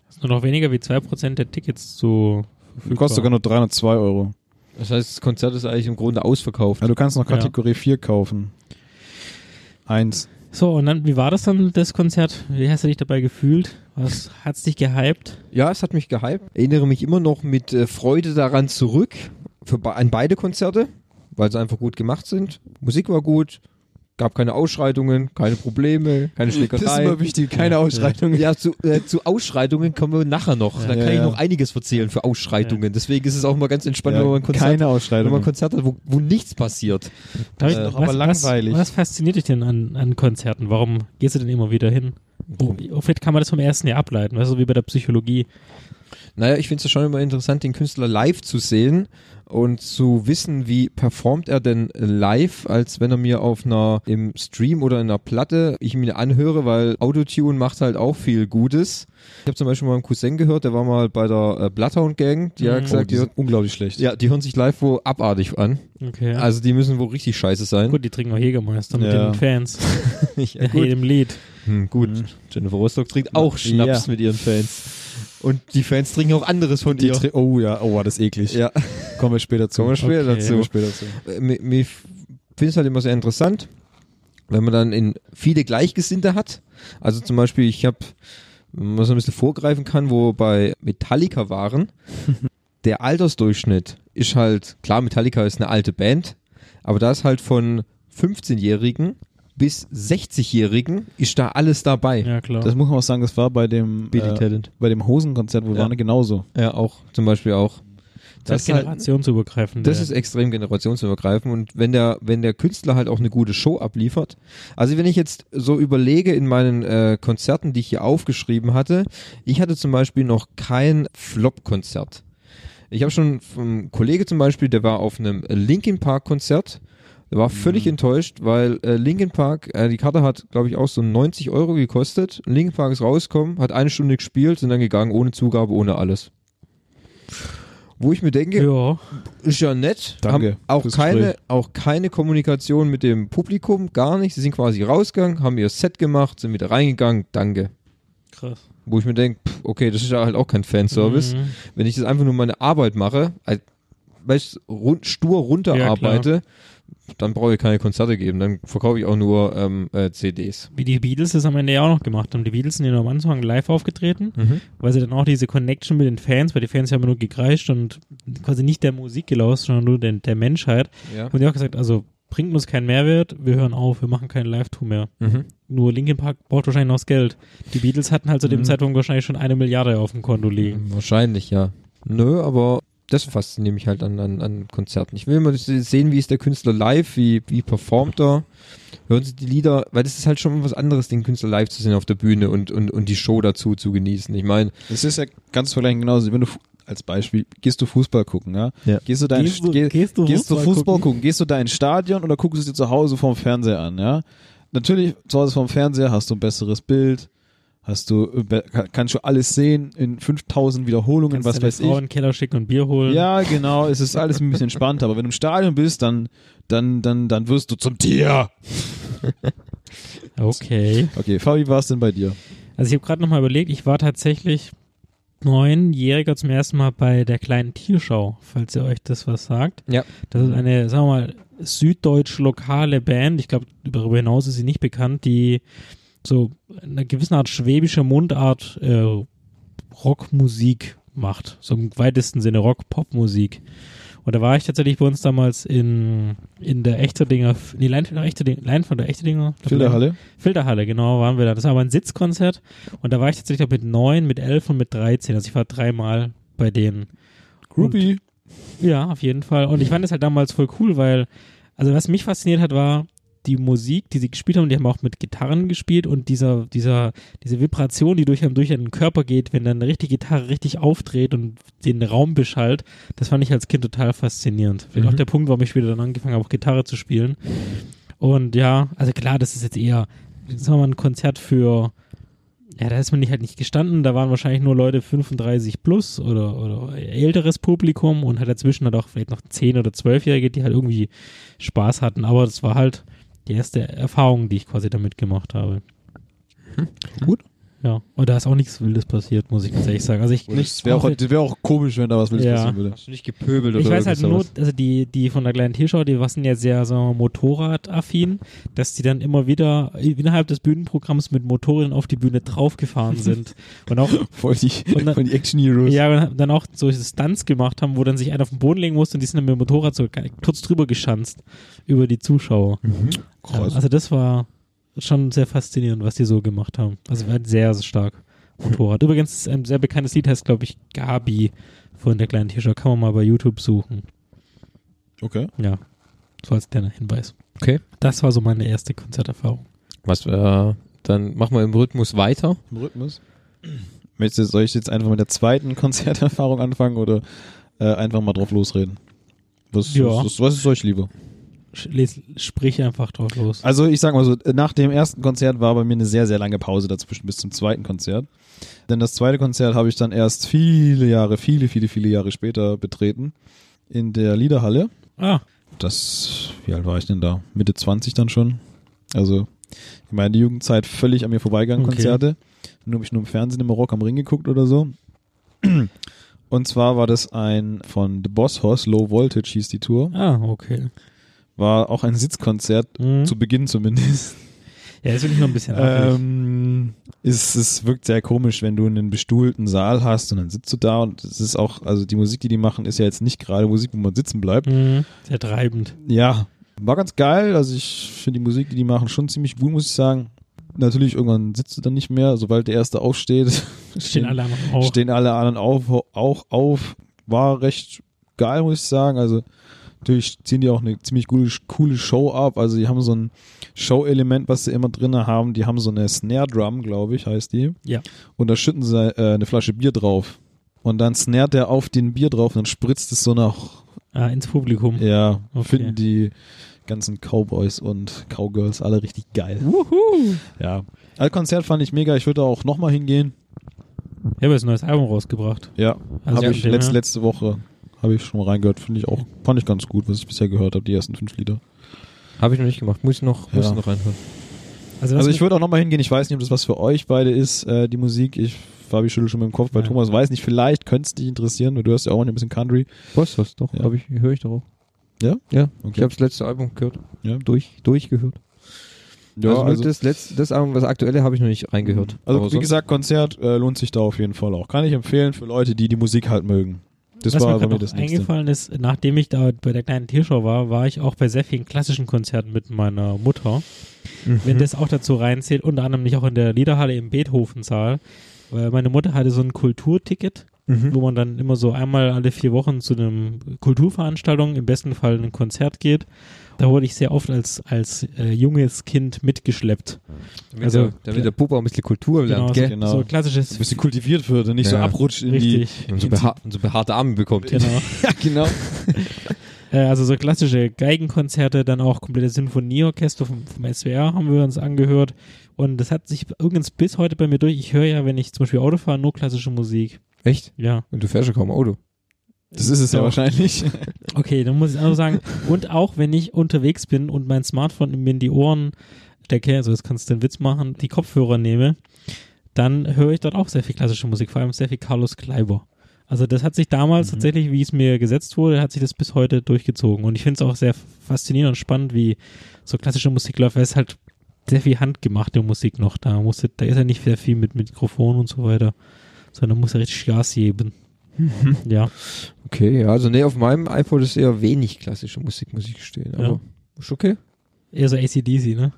Speaker 2: Ist nur noch weniger wie 2% der Tickets zu verfügbar.
Speaker 1: Kostet sogar nur 302 Euro.
Speaker 5: Das heißt, das Konzert ist eigentlich im Grunde ausverkauft.
Speaker 1: Ja, du kannst noch
Speaker 2: Ja.
Speaker 1: Kategorie 4 kaufen. Eins.
Speaker 2: So, und dann, wie war das dann, das Konzert? Wie hast du dich dabei gefühlt? Was hat's dich gehypt?
Speaker 5: Ja, es hat mich gehypt. Erinnere mich immer noch mit äh, Freude daran zurück für, be- an beide Konzerte, weil sie einfach gut gemacht sind. Musik war gut, gab keine Ausschreitungen, keine Probleme, keine Schlägereien.
Speaker 1: wichtig, keine Ausschreitung.
Speaker 5: Ja, zu, äh, zu Ausschreitungen kommen wir nachher noch. Da
Speaker 1: Ja,
Speaker 5: kann ich
Speaker 1: ja.
Speaker 5: noch einiges verzählen für Ausschreitungen. Deswegen ist es auch mal ganz entspannt, wenn man ein Konzert,
Speaker 1: keine
Speaker 5: wenn man
Speaker 1: Ausschreitung.
Speaker 5: ein Konzert hat, wo, wo nichts passiert.
Speaker 2: Darf ich-
Speaker 5: Äh,
Speaker 1: aber langweilig.
Speaker 2: Was, was fasziniert dich denn an, an Konzerten? Warum gehst du denn immer wieder hin? Wo, vielleicht kann man das vom ersten Jahr ableiten, weißt du, so wie bei der Psychologie.
Speaker 5: Naja, ich finde es ja schon immer interessant, den Künstler live zu sehen und zu wissen, wie performt er denn live, als wenn er mir auf einer im Stream oder in einer Platte ich mir anhöre, weil Autotune macht halt auch viel Gutes. Ich habe zum Beispiel mal einen Cousin gehört, der war mal bei der äh, Bloodhound Gang, die hat
Speaker 2: Mhm.
Speaker 1: Oh,
Speaker 5: gesagt,
Speaker 1: die
Speaker 5: die, hört-
Speaker 1: sind unglaublich schlecht.
Speaker 5: ja, die hören sich live wo abartig an.
Speaker 2: Okay.
Speaker 5: Also die müssen wohl richtig scheiße sein.
Speaker 2: gut, die trinken auch Jägermeister mit
Speaker 1: Ja.
Speaker 2: den Fans.
Speaker 5: ja,
Speaker 2: Nach jedem Lied.
Speaker 5: Hm, gut. Jennifer Rostock trinkt auch Schnaps
Speaker 1: Ja.
Speaker 5: mit ihren Fans. Und die Fans trinken auch anderes von
Speaker 1: Die
Speaker 5: ihr.
Speaker 1: Tri- oh ja, oh, das ist eklig.
Speaker 5: Ja,
Speaker 1: Kommen wir später zu.
Speaker 5: kommen wir später
Speaker 2: Okay.
Speaker 5: dazu.
Speaker 1: Kommen wir später zu.
Speaker 5: Äh, mi- mir finde es halt immer sehr interessant, wenn man dann in viele Gleichgesinnte hat. Also zum Beispiel, ich habe, wenn man so ein bisschen vorgreifen kann, wo bei Metallica waren, der Altersdurchschnitt ist halt, klar, Metallica ist eine alte Band, aber da ist halt von 15-Jährigen bis 60-Jährigen ist da alles dabei.
Speaker 2: Ja, klar.
Speaker 1: Das muss man auch sagen, das war bei dem, äh,
Speaker 5: Talent.
Speaker 1: bei dem Hosenkonzert, wo wir
Speaker 5: Ja.
Speaker 1: waren, genauso.
Speaker 5: Ja, auch, zum Beispiel auch.
Speaker 2: das ist
Speaker 5: halt-
Speaker 2: generationsübergreifend.
Speaker 5: Das ist extrem generationsübergreifend und wenn der, wenn der Künstler halt auch eine gute Show abliefert. Also wenn ich jetzt so überlege in meinen äh, Konzerten, die ich hier aufgeschrieben hatte, ich hatte zum Beispiel noch kein Flop-Konzert. Ich habe schon einen Kollege zum Beispiel, der war auf einem Linkin Park-Konzert. Der war völlig enttäuscht, weil äh, Linkin Park, äh, die Karte hat, glaube ich, auch so 90 Euro gekostet. Linkin Park ist rausgekommen, hat eine Stunde gespielt, sind dann gegangen, ohne Zugabe, ohne alles. Wo ich mir denke,
Speaker 2: ja.
Speaker 5: ist ja nett.
Speaker 1: Danke
Speaker 5: Haben auch
Speaker 1: fürs
Speaker 5: keine,
Speaker 1: Gespräch.
Speaker 5: auch keine Kommunikation mit dem Publikum, gar nicht. Sie sind quasi rausgegangen, haben ihr Set gemacht, sind wieder reingegangen, danke.
Speaker 2: Krass.
Speaker 5: Wo ich mir denke, okay, das ist ja halt auch kein Fanservice.
Speaker 2: Mhm.
Speaker 5: Wenn ich jetzt einfach nur meine Arbeit mache, als, weißt, rund, stur runterarbeite, dann brauche ich keine Konzerte geben. Dann verkaufe ich auch nur ähm, äh, CDs.
Speaker 2: Wie die Beatles das am Ende ja auch noch gemacht haben. Die Beatles sind ja am Anfang live aufgetreten,
Speaker 1: Mhm.
Speaker 2: weil sie dann auch diese Connection mit den Fans, weil die Fans haben immer nur gekreischt und quasi nicht der Musik gelauscht, sondern nur den, der Menschheit.
Speaker 5: Ja.
Speaker 2: Haben die auch gesagt, also bringt uns keinen Mehrwert, wir hören auf, wir machen keine Live-Tour mehr.
Speaker 5: Mhm.
Speaker 2: Nur Linkin Park braucht wahrscheinlich noch das Geld. Die Beatles hatten halt zu dem Zeitpunkt wahrscheinlich schon eine Milliarde auf dem Konto liegen.
Speaker 5: Wahrscheinlich, ja. Nö, aber das fasziniert mich halt an, an, an Konzerten. Ich will immer se- sehen, wie ist der Künstler live, wie, wie performt er. Hören Sie die Lieder, weil das ist halt schon was anderes, den Künstler live zu sehen auf der Bühne und, und, und die Show dazu zu genießen. Ich meine,
Speaker 1: Es ist ja ganz vergleichend genauso, wenn du fu- als Beispiel, gehst du Fußball gucken, ja?
Speaker 5: Ja.
Speaker 1: Gehst du dein
Speaker 2: Gehst du-
Speaker 1: geh-
Speaker 2: gehst du
Speaker 1: gehst
Speaker 2: Fußball
Speaker 1: du Fußball
Speaker 2: gucken?
Speaker 1: gucken, gehst du dein Stadion oder guckst du es dir zu Hause vom Fernseher an, ja? Natürlich zu Hause vom Fernseher hast du ein besseres Bild, hast du äh, be- kann- kannst du alles sehen in 5000 Wiederholungen,
Speaker 2: Kannst
Speaker 1: Mhm. was
Speaker 2: deine
Speaker 1: weiß
Speaker 2: Frau
Speaker 1: ich.
Speaker 2: in den Keller schicken und Bier holen.
Speaker 1: Ja, genau, es ist alles ein bisschen entspannter, aber wenn du im Stadion bist, dann dann dann dann wirst du zum Tier.
Speaker 2: Okay.
Speaker 1: Okay, Fabi, wie war es denn bei dir?
Speaker 2: Also ich habe gerade nochmal überlegt, ich war tatsächlich neunjähriger zum ersten Mal bei der kleinen Tierschau, falls ihr euch das was sagt.
Speaker 5: Ja.
Speaker 2: Das ist eine, sagen wir mal, süddeutsch-lokale Band. Ich glaube, darüber hinaus ist sie nicht bekannt, die so eine gewisse Art schwäbischer Mundart äh, Rockmusik macht. So im weitesten Sinne Rock-Pop-Musik. Und da war ich tatsächlich bei uns damals in, in der Echterdinger, nee, Leinfelder, Echterdinger, Leinfelder, Echterdinger?
Speaker 1: Filterhalle?
Speaker 2: Filterhalle, genau, waren wir da. Das war aber ein Sitzkonzert und da war ich tatsächlich auch mit neun, mit elf und mit 13. Also ich war dreimal bei denen.
Speaker 1: Groupie.
Speaker 2: Ja, auf jeden Fall. Und ich fand das halt damals voll cool, weil, also was mich fasziniert hat, war die Musik, die sie gespielt haben. Die haben auch mit Gitarren gespielt und dieser, dieser, diese Vibration, die durch, durch den Körper geht, wenn dann eine richtige Gitarre richtig aufdreht und den Raum beschallt, das fand ich als Kind total faszinierend. Vielleicht
Speaker 1: Mhm.
Speaker 2: auch der Punkt, warum ich später dann angefangen habe, auch Gitarre zu spielen. Und ja, also klar, das ist jetzt eher, sagen wir mal, ein Konzert für, ja, da ist man nicht halt nicht gestanden, da waren wahrscheinlich nur Leute 35 plus oder, oder älteres Publikum und halt dazwischen halt auch vielleicht noch 10 oder 12-Jährige, die halt irgendwie Spaß hatten, aber das war halt die erste Erfahrung, die ich quasi damit gemacht habe.
Speaker 1: Mhm.
Speaker 5: Gut.
Speaker 2: Ja, und da ist auch nichts Wildes passiert, muss ich ganz ehrlich sagen. Also ich,
Speaker 1: Nichts. Wäre auch, wär auch komisch, wenn da was Wildes
Speaker 2: Ja.
Speaker 1: passieren würde.
Speaker 5: Hast du nicht gepöbelt
Speaker 2: Ich
Speaker 5: oder
Speaker 2: weiß halt
Speaker 5: irgend
Speaker 2: nur,
Speaker 5: sowas?
Speaker 2: also die, die von der kleinen T-Show, die waren ja sehr, sagen wir mal, motorradaffin, dass die dann immer wieder innerhalb des Bühnenprogramms mit Motoren auf die Bühne draufgefahren sind. und auch,
Speaker 1: Voll die,
Speaker 2: Und dann-
Speaker 1: voll die Action Heroes.
Speaker 2: ja, und dann auch solche Stunts gemacht haben, wo dann sich einer auf den Boden legen musste und die sind dann mit dem Motorrad so kurz drüber geschanzt über die Zuschauer.
Speaker 1: Mhm.
Speaker 2: Ja,
Speaker 1: Kreuz.
Speaker 2: also das war schon sehr faszinierend, was die so gemacht haben. Also war sehr, sehr stark. Motorrad. Übrigens, ein sehr bekanntes Lied heißt, glaube ich, Gabi von der kleinen T-Shirt. Kann man mal bei YouTube suchen.
Speaker 1: Okay.
Speaker 2: Ja, so als kleiner Hinweis.
Speaker 5: Okay.
Speaker 2: Das war so meine erste Konzerterfahrung.
Speaker 5: Was, äh, dann machen wir im Rhythmus weiter.
Speaker 1: Im Rhythmus. Möchtest du- Soll ich jetzt einfach mit der zweiten Konzerterfahrung anfangen oder äh, einfach mal drauf losreden? Was,
Speaker 2: Ja.
Speaker 1: was, was, was ist euch lieber?
Speaker 2: Sch- Les, sprich einfach drauf los.
Speaker 1: Also ich sag mal so, nach dem ersten Konzert war bei mir eine sehr, sehr lange Pause dazwischen bis zum zweiten Konzert. Denn das zweite Konzert habe ich dann erst viele Jahre, viele, viele, viele Jahre später betreten. In der Liederhalle.
Speaker 2: Ah,
Speaker 1: Das, wie alt war ich denn da? Mitte 20 dann schon. Also, ich meine, die Jugendzeit völlig an mir vorbeigegangen,
Speaker 2: Okay.
Speaker 1: Konzerte. Nur habe ich nur im Fernsehen immer Rock am Ring geguckt oder so. Und zwar war das ein von The Boss Hoss, Low Voltage hieß die Tour.
Speaker 2: ah, okay.
Speaker 1: War auch ein Sitzkonzert,
Speaker 2: Mhm.
Speaker 1: zu Beginn zumindest.
Speaker 2: Ja, jetzt bin ich noch ein bisschen ähm,
Speaker 1: Ähm, es, es wirkt sehr komisch, wenn du einen bestuhlten Saal hast und dann sitzt du da und es ist auch, also die Musik, die die machen, ist ja jetzt nicht gerade Musik, wo man sitzen bleibt.
Speaker 2: mhm. Sehr treibend.
Speaker 1: Ja, war ganz geil. Also ich finde die Musik, die die machen, schon ziemlich gut, muss ich sagen. Natürlich, irgendwann sitzt du dann nicht mehr. Sobald der Erste aufsteht,
Speaker 2: Stehen alle am Rauch.
Speaker 1: stehen alle anderen auf, auch auf. War recht geil, muss ich sagen. Also natürlich ziehen die auch eine ziemlich gute, coole Show ab. Also die haben so ein Show-Element, was sie immer drin haben. Die haben so eine Snare-Drum, glaube ich, heißt die.
Speaker 2: Ja.
Speaker 1: Und da schütten sie äh, eine Flasche Bier drauf. Und dann snared der auf den Bier drauf und dann spritzt es so nach
Speaker 2: Ah, ins Publikum.
Speaker 1: ja,
Speaker 2: Okay.
Speaker 1: finden die ganzen Cowboys und Cowgirls alle richtig geil.
Speaker 2: Hm? Wuhu!
Speaker 1: Ja. Als Konzert fand ich mega, ich würde da auch nochmal hingehen.
Speaker 2: Ich habe jetzt ein neues Album rausgebracht.
Speaker 1: Ja,
Speaker 2: Also
Speaker 1: habe
Speaker 2: ja,
Speaker 1: ich
Speaker 2: stimmt,
Speaker 1: letzt,
Speaker 2: ja.
Speaker 1: letzte Woche habe ich schon mal reingehört, finde ich auch, fand ich ganz gut, was ich bisher gehört habe, die ersten fünf Lieder.
Speaker 5: Habe ich noch nicht gemacht. Muss ich noch, muss
Speaker 1: Ja.
Speaker 5: ich noch reinhören.
Speaker 2: Also, das
Speaker 1: Also ich
Speaker 2: mit-
Speaker 1: würde auch nochmal hingehen, ich weiß nicht, ob das was für euch beide ist, äh, die Musik. Ich, Fabi schüttelt schon mit dem Kopf, bei
Speaker 2: Nein.
Speaker 1: Thomas weiß nicht, vielleicht könnte es dich interessieren, weil du hörst ja auch mal ein bisschen Country.
Speaker 5: Was, was, doch.
Speaker 1: Ja.
Speaker 5: Hab ich, höre ich doch auch.
Speaker 1: Ja?
Speaker 5: Ja.
Speaker 1: Okay.
Speaker 5: Ich habe das letzte Album gehört.
Speaker 1: Ja.
Speaker 5: Durch, durchgehört.
Speaker 1: Ja,
Speaker 5: nur
Speaker 1: also,
Speaker 5: das letzte, das Album, das aktuelle, habe ich noch nicht reingehört. Aber
Speaker 1: also wie
Speaker 5: sonst-
Speaker 1: gesagt, Konzert äh, lohnt sich da auf jeden Fall auch. Kann ich empfehlen für Leute, die die Musik halt mögen. Das
Speaker 2: was
Speaker 1: war
Speaker 2: mir
Speaker 1: bei
Speaker 2: gerade
Speaker 1: mir
Speaker 2: noch
Speaker 1: das nächste.
Speaker 2: eingefallen ist, nachdem ich da bei der kleinen Tiershow war, war ich auch bei sehr vielen klassischen Konzerten mit meiner Mutter.
Speaker 1: Mhm.
Speaker 2: Wenn das auch dazu reinzählt, unter anderem nicht auch in der Liederhalle im Beethovensaal. Weil meine Mutter hatte so ein Kulturticket,
Speaker 1: Mhm.
Speaker 2: wo man dann immer so einmal alle vier Wochen zu einem Kulturveranstaltung, im besten Fall ein Konzert geht. Da wurde ich sehr oft als, als äh, junges Kind mitgeschleppt.
Speaker 5: Damit,
Speaker 2: Also-
Speaker 5: also, der, damit der Puppe auch ein bisschen Kultur lernt,
Speaker 2: so,
Speaker 5: gell?
Speaker 1: genau.
Speaker 2: so klassisches
Speaker 1: ein bisschen kultiviert wird und nicht so
Speaker 5: Ja.
Speaker 1: abrutscht in
Speaker 2: richtig.
Speaker 5: Und so, beha und so behaarte Arme bekommt.
Speaker 2: Genau.
Speaker 1: die. Ja, genau.
Speaker 2: Äh, also so klassische Geigenkonzerte, dann auch komplette Sinfonieorchester vom, vom SWR haben wir uns angehört. Und das hat sich übrigens bis heute bei mir durch. Ich höre ja, wenn ich zum Beispiel Auto fahre, nur klassische Musik.
Speaker 5: Echt?
Speaker 2: Ja.
Speaker 5: Und du fährst ja kaum Auto.
Speaker 1: Das ist es ja
Speaker 2: Ja.
Speaker 1: wahrscheinlich.
Speaker 2: Okay, dann muss ich auch noch sagen. Und auch wenn ich unterwegs bin und mein Smartphone mir in die Ohren stecke, also jetzt kannst du den Witz machen, die Kopfhörer nehme, dann höre ich dort auch sehr viel klassische Musik, vor allem sehr viel Carlos Kleiber. Also das hat sich damals tatsächlich, wie es mir gesetzt wurde, hat sich das bis heute durchgezogen. Und ich finde es auch sehr faszinierend und spannend, wie so klassische Musik läuft, weil es halt sehr viel handgemachte Musik noch da musste. Da ist ja nicht sehr viel mit Mikrofon und so weiter, sondern muss ja richtig Gas geben. Ja.
Speaker 5: Okay, ja, also nee, auf meinem iPod ist eher wenig klassische Musik, muss ich gestehen.
Speaker 2: Ja.
Speaker 5: Aber ist okay.
Speaker 2: Eher so ACDC, ne?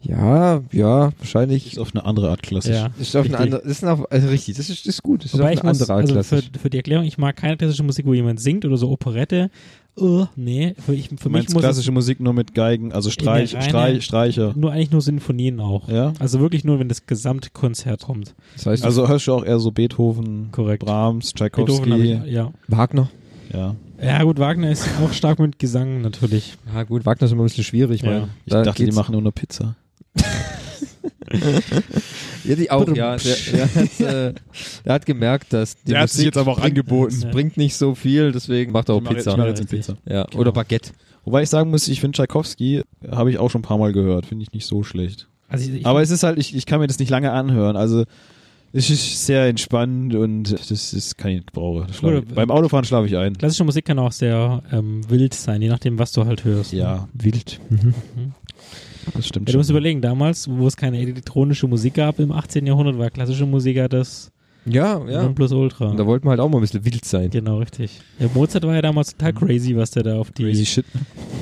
Speaker 5: Ja, ja, wahrscheinlich.
Speaker 1: Ist auf eine andere Art klassisch.
Speaker 2: Ja.
Speaker 5: Ist auf eine
Speaker 2: Richtig.
Speaker 5: andere, das ist auf, also richtig, das ist, das ist gut. Das ist
Speaker 2: Wobei
Speaker 5: auf
Speaker 2: ich
Speaker 5: eine
Speaker 2: muss,
Speaker 5: andere Art
Speaker 2: also für,
Speaker 5: klassisch.
Speaker 2: für die Erklärung, ich mag keine klassische Musik, wo jemand singt oder so Operette. Uh, nee, für, ich, für
Speaker 1: Du
Speaker 2: mich
Speaker 1: meinst
Speaker 2: muss es
Speaker 1: klassische Musik nur mit Geigen, also Streich,
Speaker 2: reine-
Speaker 1: Streich, Streicher.
Speaker 2: nur eigentlich nur Sinfonien auch.
Speaker 1: Ja?
Speaker 2: Also wirklich nur, wenn das Gesamtkonzert kommt.
Speaker 5: Das heißt, also
Speaker 1: Also hörst du auch eher so Beethoven,
Speaker 2: Korrekt.
Speaker 1: Brahms,
Speaker 2: Beethoven hab
Speaker 1: Tchaikovsky.
Speaker 2: ich, ja.
Speaker 5: Wagner.
Speaker 1: Ja.
Speaker 2: ja gut, Wagner ist auch stark mit Gesang natürlich.
Speaker 5: Ja, gut, Wagner ist immer ein bisschen schwierig,
Speaker 2: Ja.
Speaker 5: weil
Speaker 1: Ich
Speaker 5: da
Speaker 1: dachte, die
Speaker 5: geht's-
Speaker 1: machen nur eine Pizza.
Speaker 5: Ja, die auch, ja. Der, der, hat, äh, der hat gemerkt, dass die Musik bringt,
Speaker 1: angeboten.
Speaker 5: bringt nicht so viel, deswegen macht er auch
Speaker 1: Ich mache jetzt,
Speaker 5: Pizza.
Speaker 1: ich mach jetzt eine Pizza.
Speaker 5: ja, oder Baguette.
Speaker 1: Wobei ich sagen muss, ich finde Tchaikovsky, habe ich auch schon ein paar Mal gehört, finde ich nicht so schlecht.
Speaker 2: Also ich, ich,
Speaker 1: Aber es ist halt, ich, ich kann mir das nicht lange anhören, also es ist sehr entspannend und das ist, kann ich nicht brauche. Das schlafe
Speaker 2: Oder-
Speaker 1: ich- Beim Autofahren schlafe ich ein.
Speaker 2: klassische Musik kann auch sehr ähm, wild sein, je nachdem, was du halt hörst.
Speaker 1: Ja, Mhm.
Speaker 5: Wild.
Speaker 1: das stimmt
Speaker 2: Ja, du musst
Speaker 1: schon.
Speaker 2: überlegen, damals, wo es keine elektronische Musik gab im 18. Jahrhundert, war klassische Musik ja das
Speaker 5: Ja, ja.
Speaker 2: Nonplusultra.
Speaker 5: Und da wollten wir halt auch mal ein bisschen wild sein.
Speaker 2: Genau, richtig. Ja, Mozart war ja damals
Speaker 5: Mhm.
Speaker 2: total crazy, was der da auf die,
Speaker 1: Crazy shit.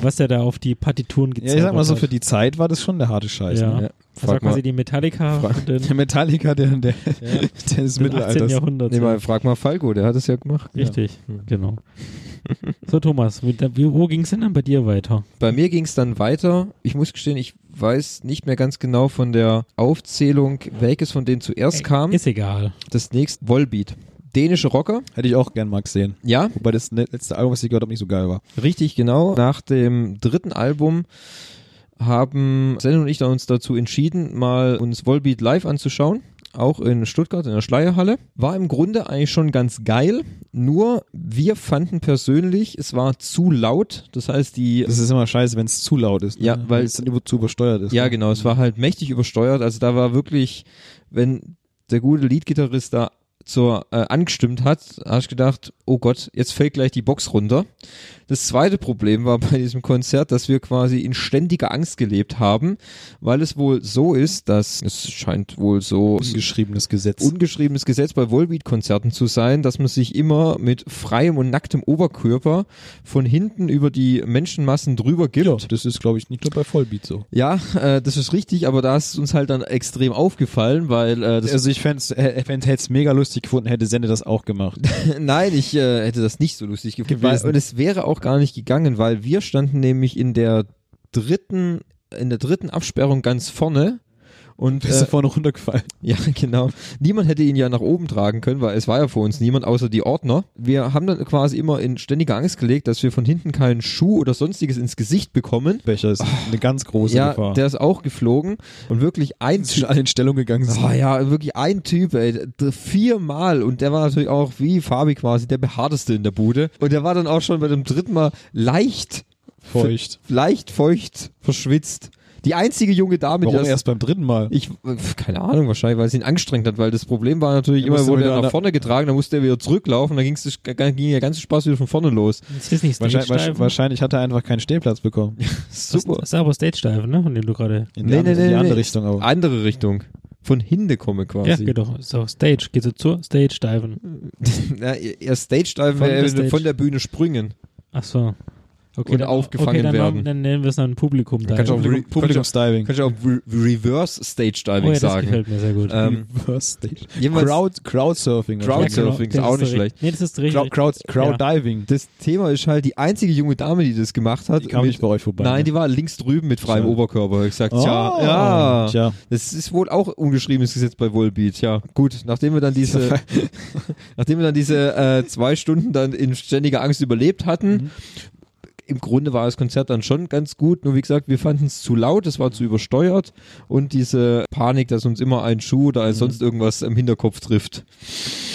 Speaker 2: was der da auf die Partituren gezaubert
Speaker 1: Ja, ich sag mal so,
Speaker 2: hat.
Speaker 1: für die Zeit war das schon der harte Scheiß.
Speaker 2: Ja.
Speaker 1: Ne?
Speaker 5: Ja.
Speaker 2: das war
Speaker 5: Frag mal,
Speaker 2: quasi die Metallica
Speaker 5: Frag-
Speaker 2: und den,
Speaker 1: Der Metallica, der, der, der des
Speaker 2: des 18.
Speaker 1: Mittelalters.
Speaker 2: Jahrhunderts.
Speaker 5: nee, mal, frag mal Falco, der hat es ja gemacht.
Speaker 2: Richtig, genau. So, Thomas, mit der, wie- wo ging es denn dann bei dir weiter?
Speaker 5: Bei mir ging es dann weiter. Ich muss gestehen, ich weiß nicht mehr ganz genau von der Aufzählung, welches von denen zuerst kam.
Speaker 2: Ist egal.
Speaker 5: Das nächste Volbeat. Dänische Rocker.
Speaker 1: Hätte ich auch gern mal gesehen.
Speaker 5: Ja,
Speaker 1: Wobei das ne- letzte Album, was ich gehört habe, nicht so geil war.
Speaker 5: Richtig, genau. Nach dem dritten Album haben Sven und ich da uns dazu entschieden, mal uns Volbeat live anzuschauen. Auch in Stuttgart in der Schleierhalle. War im Grunde eigentlich schon ganz geil. Nur wir fanden persönlich, es war zu laut. Das heißt, die.
Speaker 1: Das ist immer scheiße, wenn es zu laut ist.
Speaker 5: Ja,
Speaker 1: ne?
Speaker 5: weil-
Speaker 1: Wenn es dann über, zu übersteuert ist.
Speaker 5: Ja,
Speaker 1: ne?
Speaker 5: genau. Es war halt mächtig übersteuert. Also da war wirklich, wenn der gute Leadgitarrist da zur äh, angestimmt hat, habe ich gedacht, oh Gott, jetzt fällt gleich die Box runter. Das zweite Problem war bei diesem Konzert, dass wir quasi in ständiger Angst gelebt haben, weil es wohl so ist, dass es scheint wohl so
Speaker 1: Ungeschriebenes Gesetz.
Speaker 5: ungeschriebenes Gesetz bei Volbeat-Konzerten zu sein, dass man sich immer mit freiem und nacktem Oberkörper von hinten über die Menschenmassen drüber gibt.
Speaker 1: ja, das ist, glaube ich, nicht nur bei Vollbeat so.
Speaker 5: Ja, äh, das ist richtig, aber da ist uns halt dann extrem aufgefallen, weil äh, das
Speaker 1: also ich fände es mega lustig gefunden, hätte Sende das auch gemacht.
Speaker 5: nein, ich äh, hätte das nicht so lustig gefunden. Weil,
Speaker 1: Gewesen.
Speaker 5: und es wäre auch gar nicht gegangen, weil wir standen nämlich in der dritten, in der dritten Absperrung ganz vorne und
Speaker 1: Bist
Speaker 5: äh,
Speaker 1: du vorne runtergefallen?
Speaker 5: Ja, genau. Niemand hätte ihn ja nach oben tragen können, weil es war ja vor uns niemand, außer die Ordner. Wir haben dann quasi immer in ständige Angst gelegt, dass wir von hinten keinen Schuh oder sonstiges ins Gesicht bekommen.
Speaker 1: Becher ist eine ganz große
Speaker 5: Ja,
Speaker 1: Gefahr.
Speaker 5: der ist auch geflogen und wirklich ein
Speaker 1: schon alle in Stellung gegangen sind.
Speaker 5: Ah ja, wirklich ein Typ, ey, d- viermal und der war natürlich auch wie Fabi quasi der behaarteste in der Bude und der war dann auch schon bei dem dritten Mal leicht,
Speaker 1: Feucht.
Speaker 5: leicht feucht, verschwitzt. Die einzige junge Dame,
Speaker 1: Warum
Speaker 5: die das,
Speaker 1: erst beim dritten Mal?
Speaker 5: ich pf, keine Ahnung wahrscheinlich, weil es ihn angestrengt hat, weil das Problem war natürlich
Speaker 1: Er
Speaker 5: immer,
Speaker 1: musste
Speaker 5: wurde
Speaker 1: wieder
Speaker 5: er
Speaker 1: an
Speaker 5: nach
Speaker 1: der-
Speaker 5: vorne getragen, dann musste er wieder zurücklaufen, dann ging's, das- ging der ganze Spaß wieder von vorne los.
Speaker 2: Ist das nicht
Speaker 1: Wahrscheinlich,
Speaker 2: Stage-Steifen?
Speaker 1: wahrscheinlich hat er einfach keinen Stehplatz bekommen.
Speaker 5: Super.
Speaker 2: Das ist aber Stage-Steifen, ne, von dem du gerade...
Speaker 1: In die, andere, in die andere Richtung aber.
Speaker 5: Andere Richtung. Von Hinde komme quasi.
Speaker 2: Ja, geht doch. Ist auch Stage. Geht so zur Stage-Steifen.
Speaker 5: Na, er stage
Speaker 2: Von der
Speaker 5: dive
Speaker 2: Stage.
Speaker 5: äh, von der Bühne springen.
Speaker 2: Ach so. Okay,
Speaker 5: Oder
Speaker 2: dann,
Speaker 5: aufgefangen
Speaker 2: okay, dann,
Speaker 5: werden.
Speaker 2: Dann nennen wir es dann Publikum da.
Speaker 5: Kannst du auch
Speaker 2: Oh,
Speaker 5: Publikum-
Speaker 1: Publikumsdiving.
Speaker 5: Kannst du auch Re Reverse Stage Diving
Speaker 2: ja, das
Speaker 5: sagen.
Speaker 2: gefällt mir sehr gut.
Speaker 5: Ähm,
Speaker 1: Reverse Stage.
Speaker 5: jedenfalls-
Speaker 1: Crowd, Crowdsurfing.
Speaker 5: Crowd-
Speaker 1: wahrscheinlich.
Speaker 5: Crowdsurfing ist
Speaker 2: genau. das
Speaker 5: auch
Speaker 2: der
Speaker 5: nicht
Speaker 2: richt-
Speaker 5: schlecht.
Speaker 2: Nee, das ist richtig.
Speaker 1: Crowd, Crowd, Crowdiving.
Speaker 5: das Thema ist halt, die einzige junge Dame, die das gemacht hat.
Speaker 1: Die kam
Speaker 5: mit-
Speaker 1: nicht bei euch vorbei.
Speaker 5: Nein,
Speaker 1: ne?
Speaker 5: die war links drüben mit freiem
Speaker 1: Schade.
Speaker 5: Oberkörper. Ich gesagt,
Speaker 1: Oh,
Speaker 5: ja, ja.
Speaker 1: Tja.
Speaker 5: Das ist wohl auch ungeschriebenes Gesetz bei Volbeat, ja. Gut, nachdem wir dann diese, nachdem wir dann diese äh, zwei Stunden dann in ständiger Angst überlebt hatten, im Grunde war das Konzert dann schon ganz gut. Nur wie gesagt, wir fanden es zu laut, es war zu übersteuert und diese Panik, dass uns immer ein Schuh oder sonst irgendwas im Hinterkopf trifft.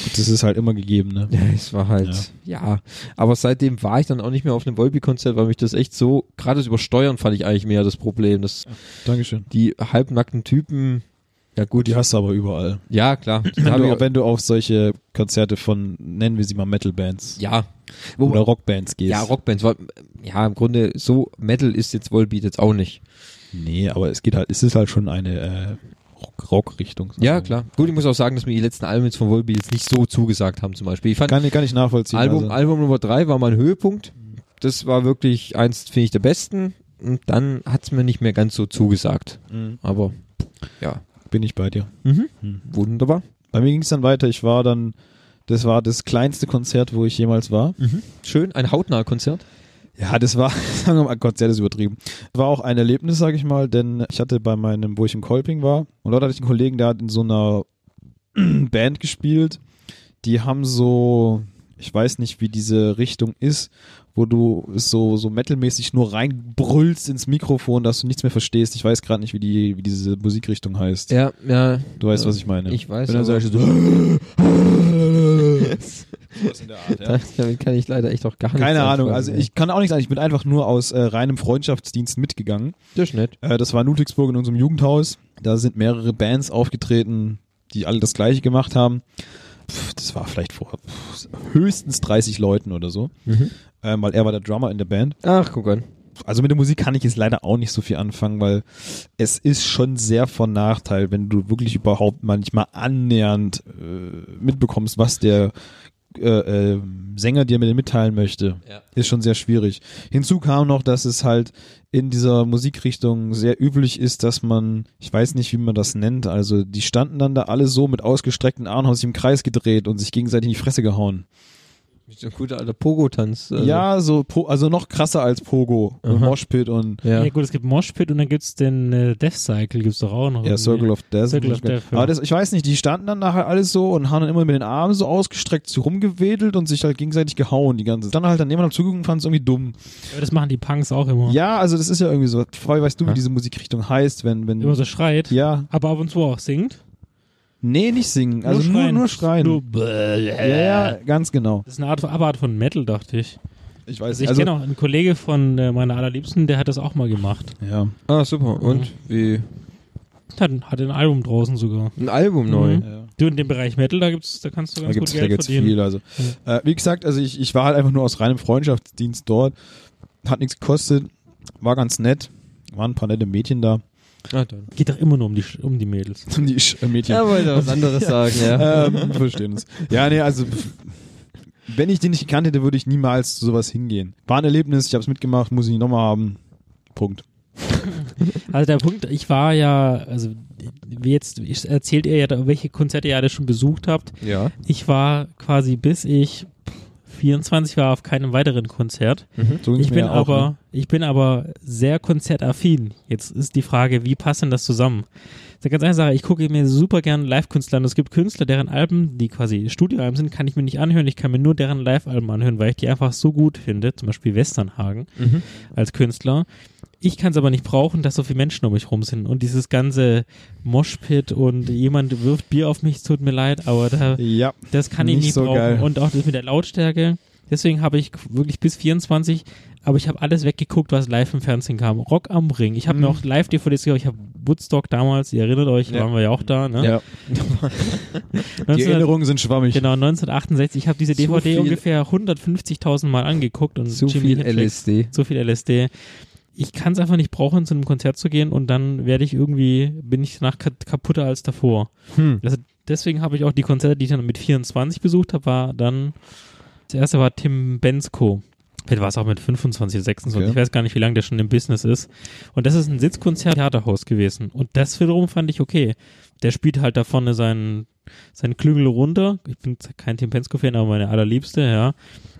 Speaker 1: Gut, das ist halt immer gegeben, ne?
Speaker 5: Ja, es war halt, ja. Aber seitdem war ich dann auch nicht mehr auf einem Volbeat-Konzert, weil mich das echt so, gerade das Übersteuern fand ich eigentlich mehr das Problem, dass
Speaker 1: Dankeschön.
Speaker 5: die halbnackten Typen, ja gut,
Speaker 1: Die hast du aber überall.
Speaker 5: ja klar. Die
Speaker 1: Wenn
Speaker 5: haben ja-
Speaker 1: du, wenn du auf solche Konzerte von, nennen wir sie mal Metal-Bands
Speaker 5: Ja.
Speaker 1: oder Rockbands gehst.
Speaker 5: Oh. ja, Rockbands, weil, äh, ja, im Grunde so Metal ist jetzt Volbeat jetzt auch nicht.
Speaker 1: Nee, aber es geht halt, es ist halt schon eine äh, Rock- Rock-Richtung. sagen
Speaker 5: Ja,
Speaker 1: wir.
Speaker 5: klar. Gut, ich muss auch sagen, dass mir die letzten Alben jetzt von Volbeat jetzt nicht so zugesagt haben zum Beispiel. Ich fand
Speaker 1: Kann, ich- kann ich nachvollziehen.
Speaker 5: Album,
Speaker 1: also.
Speaker 5: Album Nummer drei war mein Höhepunkt. Das war wirklich eins, finde ich, der besten. Und dann hat es mir nicht mehr ganz so zugesagt.
Speaker 1: Mhm.
Speaker 5: Aber
Speaker 1: Bin ich bei dir.
Speaker 5: wunderbar.
Speaker 1: Bei mir ging es dann weiter. Ich war dann, das war das kleinste Konzert, wo ich jemals war.
Speaker 5: Mhm. Schön, ein hautnahe Konzert.
Speaker 1: Ja, das war, sagen wir mal, Gott, sehr das übertrieben. War auch ein Erlebnis, sage ich mal, denn ich hatte bei meinem, wo ich im Kolping war, und dort hatte ich einen Kollegen, der hat in so einer Band gespielt. Die haben so, ich weiß nicht, wie diese Richtung ist, wo du es so, so metalmäßig nur reinbrüllst ins Mikrofon, dass du nichts mehr verstehst. Ich weiß gerade nicht, wie, die, wie diese Musikrichtung heißt.
Speaker 5: Ja, ja.
Speaker 1: Du weißt, was ich meine.
Speaker 5: Ich weiß.
Speaker 1: Wenn dann
Speaker 5: aber-
Speaker 1: sagst du so, was in der Art, ja.
Speaker 5: Damit kann ich leider echt auch gar nichts
Speaker 1: Keine Ahnung,
Speaker 5: anfangen,
Speaker 1: also
Speaker 5: ja.
Speaker 1: ich kann auch nichts sagen. Ich bin einfach nur aus äh, reinem Freundschaftsdienst mitgegangen.
Speaker 5: Das ist nett.
Speaker 1: Äh, das war in Ludwigsburg in unserem Jugendhaus. Da sind mehrere Bands aufgetreten, die alle das Gleiche gemacht haben. Pff, das war vielleicht vor pff, höchstens 30 Leuten oder so,
Speaker 5: Mhm.
Speaker 1: ähm, weil er war der Drummer in der Band.
Speaker 5: Ach, guck an.
Speaker 1: Also mit der Musik kann ich jetzt leider auch nicht so viel anfangen, weil es ist schon sehr von Nachteil, wenn du wirklich überhaupt manchmal annähernd äh, mitbekommst, was der äh, äh, Sänger dir mit mitteilen möchte.
Speaker 5: Ja.
Speaker 1: Ist schon sehr schwierig. Hinzu kam noch, dass es halt in dieser Musikrichtung sehr üblich ist, dass man, ich weiß nicht, wie man das nennt, also die standen dann da alle so mit ausgestreckten Armen, haben sich im Kreis gedreht und sich gegenseitig in die Fresse gehauen.
Speaker 5: So ein guter alter Pogo-Tanz. also.
Speaker 1: Ja, so, po- also noch krasser als Pogo, und
Speaker 5: Aha.
Speaker 1: Moshpit und
Speaker 5: Ja.
Speaker 2: Ja. gut, es gibt Moshpit und dann gibt's den äh, Death Cycle, gibt's doch auch noch.
Speaker 1: Ja,
Speaker 2: irgendwie.
Speaker 1: Circle of Death.
Speaker 2: Oh Circle of Death, ja.
Speaker 1: Aber das, ich weiß nicht, die standen dann nachher alles so und haben dann immer mit den Armen so ausgestreckt so rumgewedelt und sich halt gegenseitig gehauen die ganze Dann halt dann jemand zugeguckt und fand es irgendwie dumm.
Speaker 2: Aber das machen die Punks auch immer.
Speaker 1: Ja, also das ist ja irgendwie so. Vorher weißt du, wie
Speaker 5: Ja.
Speaker 1: diese Musikrichtung heißt, wenn, wenn.
Speaker 2: Immer so schreit,
Speaker 1: Ja.
Speaker 2: aber ab und zu auch singt.
Speaker 1: Nee, nicht singen. Also nur, nur schreien.
Speaker 2: Nur bläh.
Speaker 1: ja, ja, ganz genau.
Speaker 2: Das ist eine Art, Abart von Metal, dachte ich.
Speaker 1: Ich weiß
Speaker 2: Also ich kenne auch einen Kollege von äh, meiner allerliebsten, der hat das auch mal gemacht.
Speaker 1: Ja.
Speaker 5: Ah,
Speaker 1: Mhm.
Speaker 5: super. Und wie?
Speaker 2: Hat, hat ein Album draußen sogar.
Speaker 5: Ein Album neu.
Speaker 2: Mhm.
Speaker 1: ja.
Speaker 2: Du in dem Bereich Metal, da gibt's, da kannst du
Speaker 1: Da
Speaker 2: ganz
Speaker 1: gibt
Speaker 2: gut
Speaker 1: es
Speaker 2: Geld
Speaker 1: gibt's
Speaker 2: verdienen.
Speaker 1: viel. Also, äh, wie gesagt, also ich, ich war halt einfach nur aus reinem Freundschaftsdienst dort. Hat nichts gekostet. War ganz nett. Waren ein paar nette Mädchen da.
Speaker 5: Ah, dann.
Speaker 2: Geht doch immer nur um die, Sch- um die Mädels.
Speaker 1: Die Sch- äh, Mädchen.
Speaker 5: wollte was anderes sagen, ja.
Speaker 1: ähm, verstehen uns. Ja, nee, also pff, wenn ich den nicht gekannt hätte, würde ich niemals zu sowas hingehen. War ein Erlebnis, ich habe es mitgemacht, muss ich nicht nochmal haben. Punkt.
Speaker 2: Also der Punkt, ich war ja, also wie jetzt ich- erzählt ihr ja, da, welche Konzerte ihr alle schon besucht habt.
Speaker 5: Ja.
Speaker 2: Ich war quasi bis ich 24 war auf keinem weiteren Konzert.
Speaker 1: So ging's
Speaker 2: Mhm. Ich
Speaker 1: mir
Speaker 2: bin
Speaker 1: ja auch,
Speaker 2: aber,
Speaker 1: ne?
Speaker 2: ich bin aber sehr konzertaffin. Jetzt ist die Frage, wie passt denn das zusammen? Das ist eine ganz einfache Sache. Ich gucke mir super gerne Live-Künstler an. Es gibt Künstler, deren Alben, die quasi Studioalben sind, kann ich mir nicht anhören. Ich kann mir nur deren Live-Alben anhören, weil ich die einfach so gut finde. Zum Beispiel Westernhagen
Speaker 5: Mhm.
Speaker 2: als Künstler. Ich kann es aber nicht brauchen, dass so viele Menschen um mich rum sind. Und dieses ganze Moshpit und jemand wirft Bier auf mich, es tut mir leid, aber da,
Speaker 1: ne? Ja,
Speaker 2: das kann ich
Speaker 1: Nicht
Speaker 2: nicht
Speaker 1: so
Speaker 2: brauchen.
Speaker 1: geil.
Speaker 2: Und auch das mit der Lautstärke. Deswegen habe ich wirklich bis 24, aber ich habe alles weggeguckt, was live im Fernsehen kam. Rock am Ring. Ich habe mir auch Live-DVDs gekauft. Ich habe Woodstock damals, ihr erinnert euch,
Speaker 1: Mhm. Ja.
Speaker 2: waren wir ja auch da. Ne?
Speaker 1: Ja. die
Speaker 2: 1900
Speaker 1: Erinnerungen sind schwammig.
Speaker 2: Genau, 1968. Ich habe diese
Speaker 5: Zu
Speaker 2: DVD
Speaker 5: viel-
Speaker 2: ungefähr 150.000 Mal angeguckt. Und
Speaker 5: Zu
Speaker 2: Jimi
Speaker 5: viel
Speaker 2: Hendrix-
Speaker 5: LSD.
Speaker 2: so viel LSD. Ich kann es einfach nicht brauchen, zu einem Konzert zu gehen und dann werde ich irgendwie, bin ich danach ka- kaputter als davor.
Speaker 1: Hm.
Speaker 2: Also deswegen habe ich auch die Konzerte, die ich dann mit 24 besucht habe, war dann, das erste war Tim Bensko. Vielleicht war es auch mit 25, 26,
Speaker 1: Okay.
Speaker 2: ich weiß gar nicht, wie lange der schon im Business ist. Und das ist ein Sitzkonzert im Theaterhaus gewesen. Und das wiederum fand ich okay. Der spielt halt da vorne seinen, seinen Klüngel runter. Ich bin kein Tim Bensko-Fan, aber meine allerliebste, ja.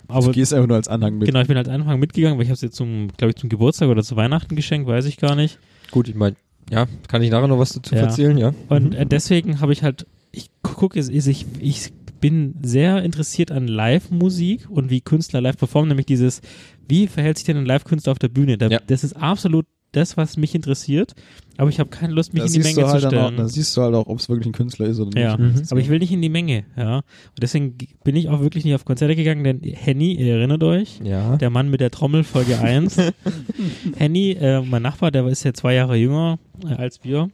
Speaker 1: Du
Speaker 2: Aber
Speaker 1: gehst einfach nur als Anhang mit.
Speaker 2: Genau, ich bin halt Anfang mitgegangen, weil ich habe es jetzt zum, glaube ich, zum Geburtstag oder zu Weihnachten geschenkt, weiß ich gar nicht.
Speaker 5: Gut, ich meine, ja, kann ich nachher noch was dazu
Speaker 2: Ja.
Speaker 5: erzählen, ja?
Speaker 1: Mhm.
Speaker 2: Und äh, deswegen habe ich halt, ich gucke, ich, ich, ich bin sehr interessiert an Live-Musik und wie Künstler live performen, nämlich dieses, wie verhält sich denn ein Live-Künstler auf der Bühne? Da,
Speaker 5: Ja.
Speaker 2: Das ist absolut das, was mich interessiert, aber ich habe keine Lust, mich
Speaker 1: Da
Speaker 2: in die
Speaker 1: siehst
Speaker 2: Menge
Speaker 1: du halt
Speaker 2: zu
Speaker 1: dann auch,
Speaker 2: stellen.
Speaker 1: da siehst du halt auch, ob es wirklich ein Künstler ist oder
Speaker 2: Ja,
Speaker 1: nicht.
Speaker 2: aber ich will nicht in die Menge, ja. Und deswegen g- bin ich auch wirklich nicht auf Konzerte gegangen, denn Henny, ihr erinnert euch,
Speaker 5: Ja.
Speaker 2: Der Mann mit der Trommel, Folge 1. Henny, äh, mein Nachbar, der ist ja zwei Jahre jünger äh, als wir.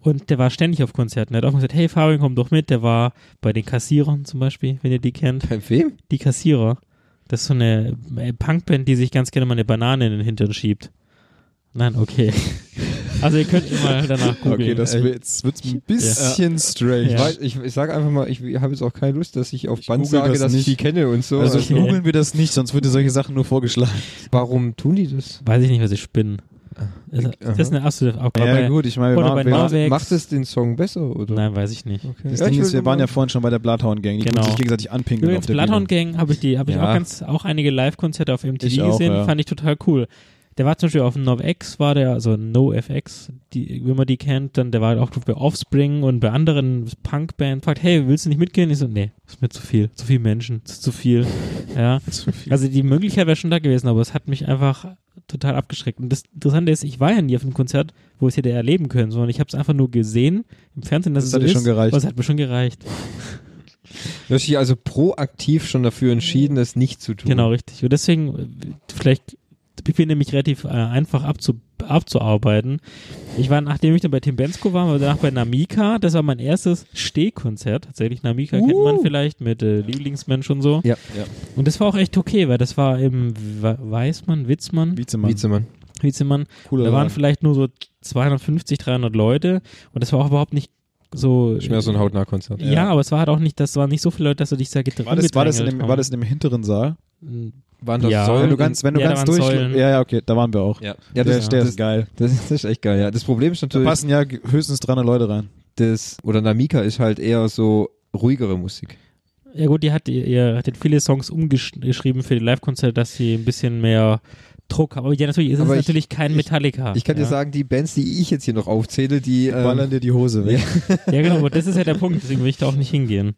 Speaker 2: Und der war ständig auf Konzerten. Der hat auch gesagt, hey Fabian, komm doch mit. Der war bei den Kassierern zum Beispiel, wenn ihr die kennt.
Speaker 5: Bei wem?
Speaker 2: Die Kassierer. Das ist so eine äh, Punkband, die sich ganz gerne mal eine Banane in den Hintern schiebt. Nein, okay. Also ihr könnt immer danach googeln.
Speaker 1: Okay, das
Speaker 5: Äh,
Speaker 1: wird jetzt wird's ein bisschen strange.
Speaker 5: Ich,
Speaker 2: Ja.
Speaker 5: weiß, ich, ich sage einfach mal, ich habe jetzt auch keine Lust, dass ich auf
Speaker 1: Ich
Speaker 5: Band
Speaker 1: google
Speaker 5: sage,
Speaker 1: das
Speaker 5: dass ich
Speaker 1: nicht.
Speaker 5: die kenne und so.
Speaker 1: Also
Speaker 5: Also,
Speaker 2: Okay.
Speaker 1: googeln wir das nicht, sonst würde solche Sachen nur vorgeschlagen.
Speaker 5: warum tun die das?
Speaker 2: Weiß ich nicht, was ich spinne. Also, das ist eine absolute
Speaker 1: Äh, Ja,
Speaker 2: Aufgabe.
Speaker 1: aber gut, ich meine, wir
Speaker 2: Oder bei
Speaker 1: waren, wir,
Speaker 2: Norwegen. Norwegs.
Speaker 5: Macht es den Song besser, oder?
Speaker 2: Nein, weiß ich nicht.
Speaker 5: Okay.
Speaker 1: das
Speaker 5: Ja,
Speaker 1: Ding
Speaker 5: ich
Speaker 1: ist, wir
Speaker 5: will
Speaker 1: waren
Speaker 5: mal-
Speaker 1: ja vorhin schon bei der Bloodhound Gang. Die
Speaker 2: Genau.
Speaker 1: mussten sich gegenseitig anpinkeln auf
Speaker 2: Übrigens,
Speaker 1: der
Speaker 2: Bloodhound
Speaker 1: Bloodhound Bühne.
Speaker 2: Gang habe ich, die- hab ich
Speaker 5: Ja.
Speaker 2: auch ganz auch einige Live-Konzerte auf MTV
Speaker 1: Ich auch,
Speaker 2: gesehen,
Speaker 1: ja.
Speaker 2: fand ich total cool. Der war zum Beispiel auf dem NovX, war der, also NoFX, die, wenn man die kennt, dann der war auch bei Offspring und bei anderen Punkband. Fragt, hey, willst du nicht mitgehen? Ich so, nee, ist mir zu viel, zu viel Menschen, ist zu viel. Ja. Also die Möglichkeit wäre schon da gewesen, aber es hat mich einfach total abgeschreckt. Und das Interessante ist, ich war ja nie auf einem Konzert, wo ich es hätte erleben können, sondern ich habe es einfach nur gesehen im Fernsehen, dass
Speaker 1: Das
Speaker 2: es
Speaker 1: hat
Speaker 2: so
Speaker 1: dir
Speaker 2: ist.
Speaker 1: schon gereicht.
Speaker 2: aber es hat mir schon gereicht.
Speaker 5: Du hast dich also proaktiv schon dafür entschieden, das nicht zu tun.
Speaker 2: Genau, richtig. Und deswegen, äh, vielleicht, ich bin nämlich relativ äh, einfach abzu, abzuarbeiten. Ich war, nachdem ich dann bei Tim Bensko war, war danach bei Namika. Das war mein erstes Stehkonzert. Tatsächlich, Namika kennt man vielleicht mit äh, Lieblingsmensch und so.
Speaker 5: Ja.
Speaker 1: Uh. Ja.
Speaker 2: Und das war auch echt okay, weil das war im We- Weißmann, Witzmann,
Speaker 1: Wiezemann.
Speaker 5: Wiezemann.
Speaker 2: Witzemann.
Speaker 1: Cooler
Speaker 2: Da waren
Speaker 1: Laden.
Speaker 2: vielleicht nur so 250, 300 Leute. Und das war auch überhaupt nicht so. äh,
Speaker 5: Ist mehr so ein Hautnah-Konzert.
Speaker 2: ja, aber es war halt auch nicht, das waren nicht so viele Leute, dass du dich da gedrängt
Speaker 1: war das, war, das in dem, war das in dem hinteren Saal?
Speaker 5: Waren das
Speaker 2: Ja.
Speaker 5: Säulen?
Speaker 2: Wenn
Speaker 1: Wenn du ganz, wenn du
Speaker 2: Ja, da
Speaker 1: ganz
Speaker 2: waren
Speaker 1: durch.
Speaker 2: Säulen.
Speaker 1: Ja, ja, okay, da waren wir auch.
Speaker 5: ja. ja,
Speaker 1: der,
Speaker 5: das,
Speaker 1: der
Speaker 5: das,
Speaker 1: ist geil.
Speaker 5: das ist echt geil, ja. Das Problem ist
Speaker 1: Da
Speaker 5: natürlich,
Speaker 1: passen ja ge- höchstens 300 Leute rein.
Speaker 5: das, oder Namika ist halt eher so ruhigere Musik.
Speaker 2: Ja gut, die hat, ihr, ihr hattet viele Songs umgeschrieben für die Live-Konzerte, dass sie ein bisschen mehr Druck haben. Aber ja, natürlich ist
Speaker 5: Aber
Speaker 2: es
Speaker 5: ich-
Speaker 2: natürlich kein Metallica.
Speaker 5: Ich kann
Speaker 2: ja.
Speaker 5: dir sagen, die Bands, die ich jetzt hier noch aufzähle, die,
Speaker 1: Ballern
Speaker 5: ähm,
Speaker 1: dir die Hose weg.
Speaker 2: Ja genau, aber das ist ja der Punkt, deswegen will ich da auch nicht hingehen.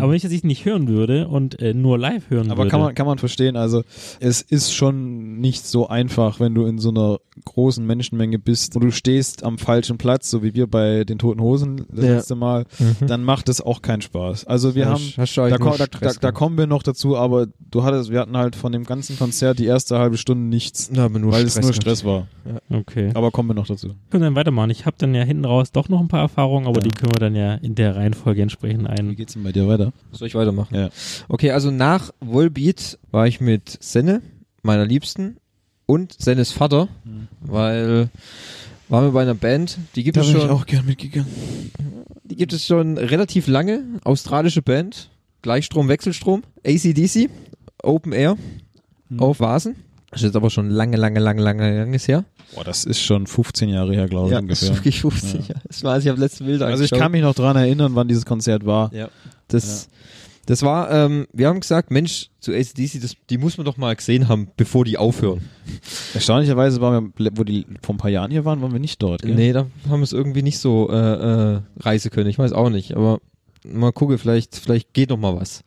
Speaker 2: Aber nicht, dass ich es nicht hören würde und äh, nur live hören
Speaker 1: Aber
Speaker 2: würde.
Speaker 1: kann man, kann man verstehen. Also, es ist schon nicht so einfach, wenn du in so einer großen Menschenmenge bist und du stehst am falschen Platz, so wie wir bei den Toten Hosen das
Speaker 5: Ja. Mhm.
Speaker 1: letzte Mal, dann macht es auch keinen Spaß. Also, wir
Speaker 5: Ja,
Speaker 1: haben,
Speaker 5: hast du eigentlich
Speaker 1: da,
Speaker 5: nur
Speaker 1: ko da, da,
Speaker 5: Stress
Speaker 1: da
Speaker 5: gemacht.
Speaker 1: kommen wir noch dazu, aber du hattest, wir hatten halt von dem ganzen Konzert die erste halbe Stunde nichts,
Speaker 5: na, aber nur
Speaker 1: weil es
Speaker 5: Stress
Speaker 1: nur
Speaker 5: gehabt.
Speaker 1: Stress war.
Speaker 2: okay.
Speaker 1: Aber kommen wir noch dazu.
Speaker 2: Können wir dann weitermachen. Ich habe dann ja hinten raus doch noch ein paar Erfahrungen, aber die können wir dann ja in der Reihenfolge entsprechend
Speaker 1: Wie
Speaker 2: ein.
Speaker 1: geht's denn bei dir weiter?
Speaker 5: Soll ich weitermachen?
Speaker 1: Ja.
Speaker 5: Okay, also nach Volbeat war ich mit Senne, meiner Liebsten, und Sennes Vater,
Speaker 1: Mhm.
Speaker 5: weil waren wir bei einer Band, die gibt, es schon,
Speaker 1: auch gern mitgegangen.
Speaker 5: die gibt es schon relativ lange, australische Band, Gleichstrom, Wechselstrom, ACDC, Open Air,
Speaker 1: Mhm.
Speaker 5: auf Vasen. Das ist jetzt aber schon lange, lange, lange, lange, langes her.
Speaker 1: Boah, das ist schon 15 Jahre her, glaube ich,
Speaker 5: das
Speaker 1: ungefähr.
Speaker 5: ist wirklich 50 Jahre. Das war, ich habe letzte Bilder
Speaker 1: Also ich
Speaker 5: angeschaut.
Speaker 1: kann mich noch dran erinnern, wann dieses Konzert war.
Speaker 5: Das, das war, ähm, wir haben gesagt, Mensch, zu ACDC, das, die muss man doch mal gesehen haben, bevor die aufhören.
Speaker 1: Erstaunlicherweise waren wir, wo die vor ein paar Jahren hier waren, waren wir nicht dort. Gell?
Speaker 5: Nee, da haben wir es irgendwie nicht so äh, äh, reißen können. Ich weiß auch nicht, aber mal gucke, vielleicht, vielleicht geht noch mal was.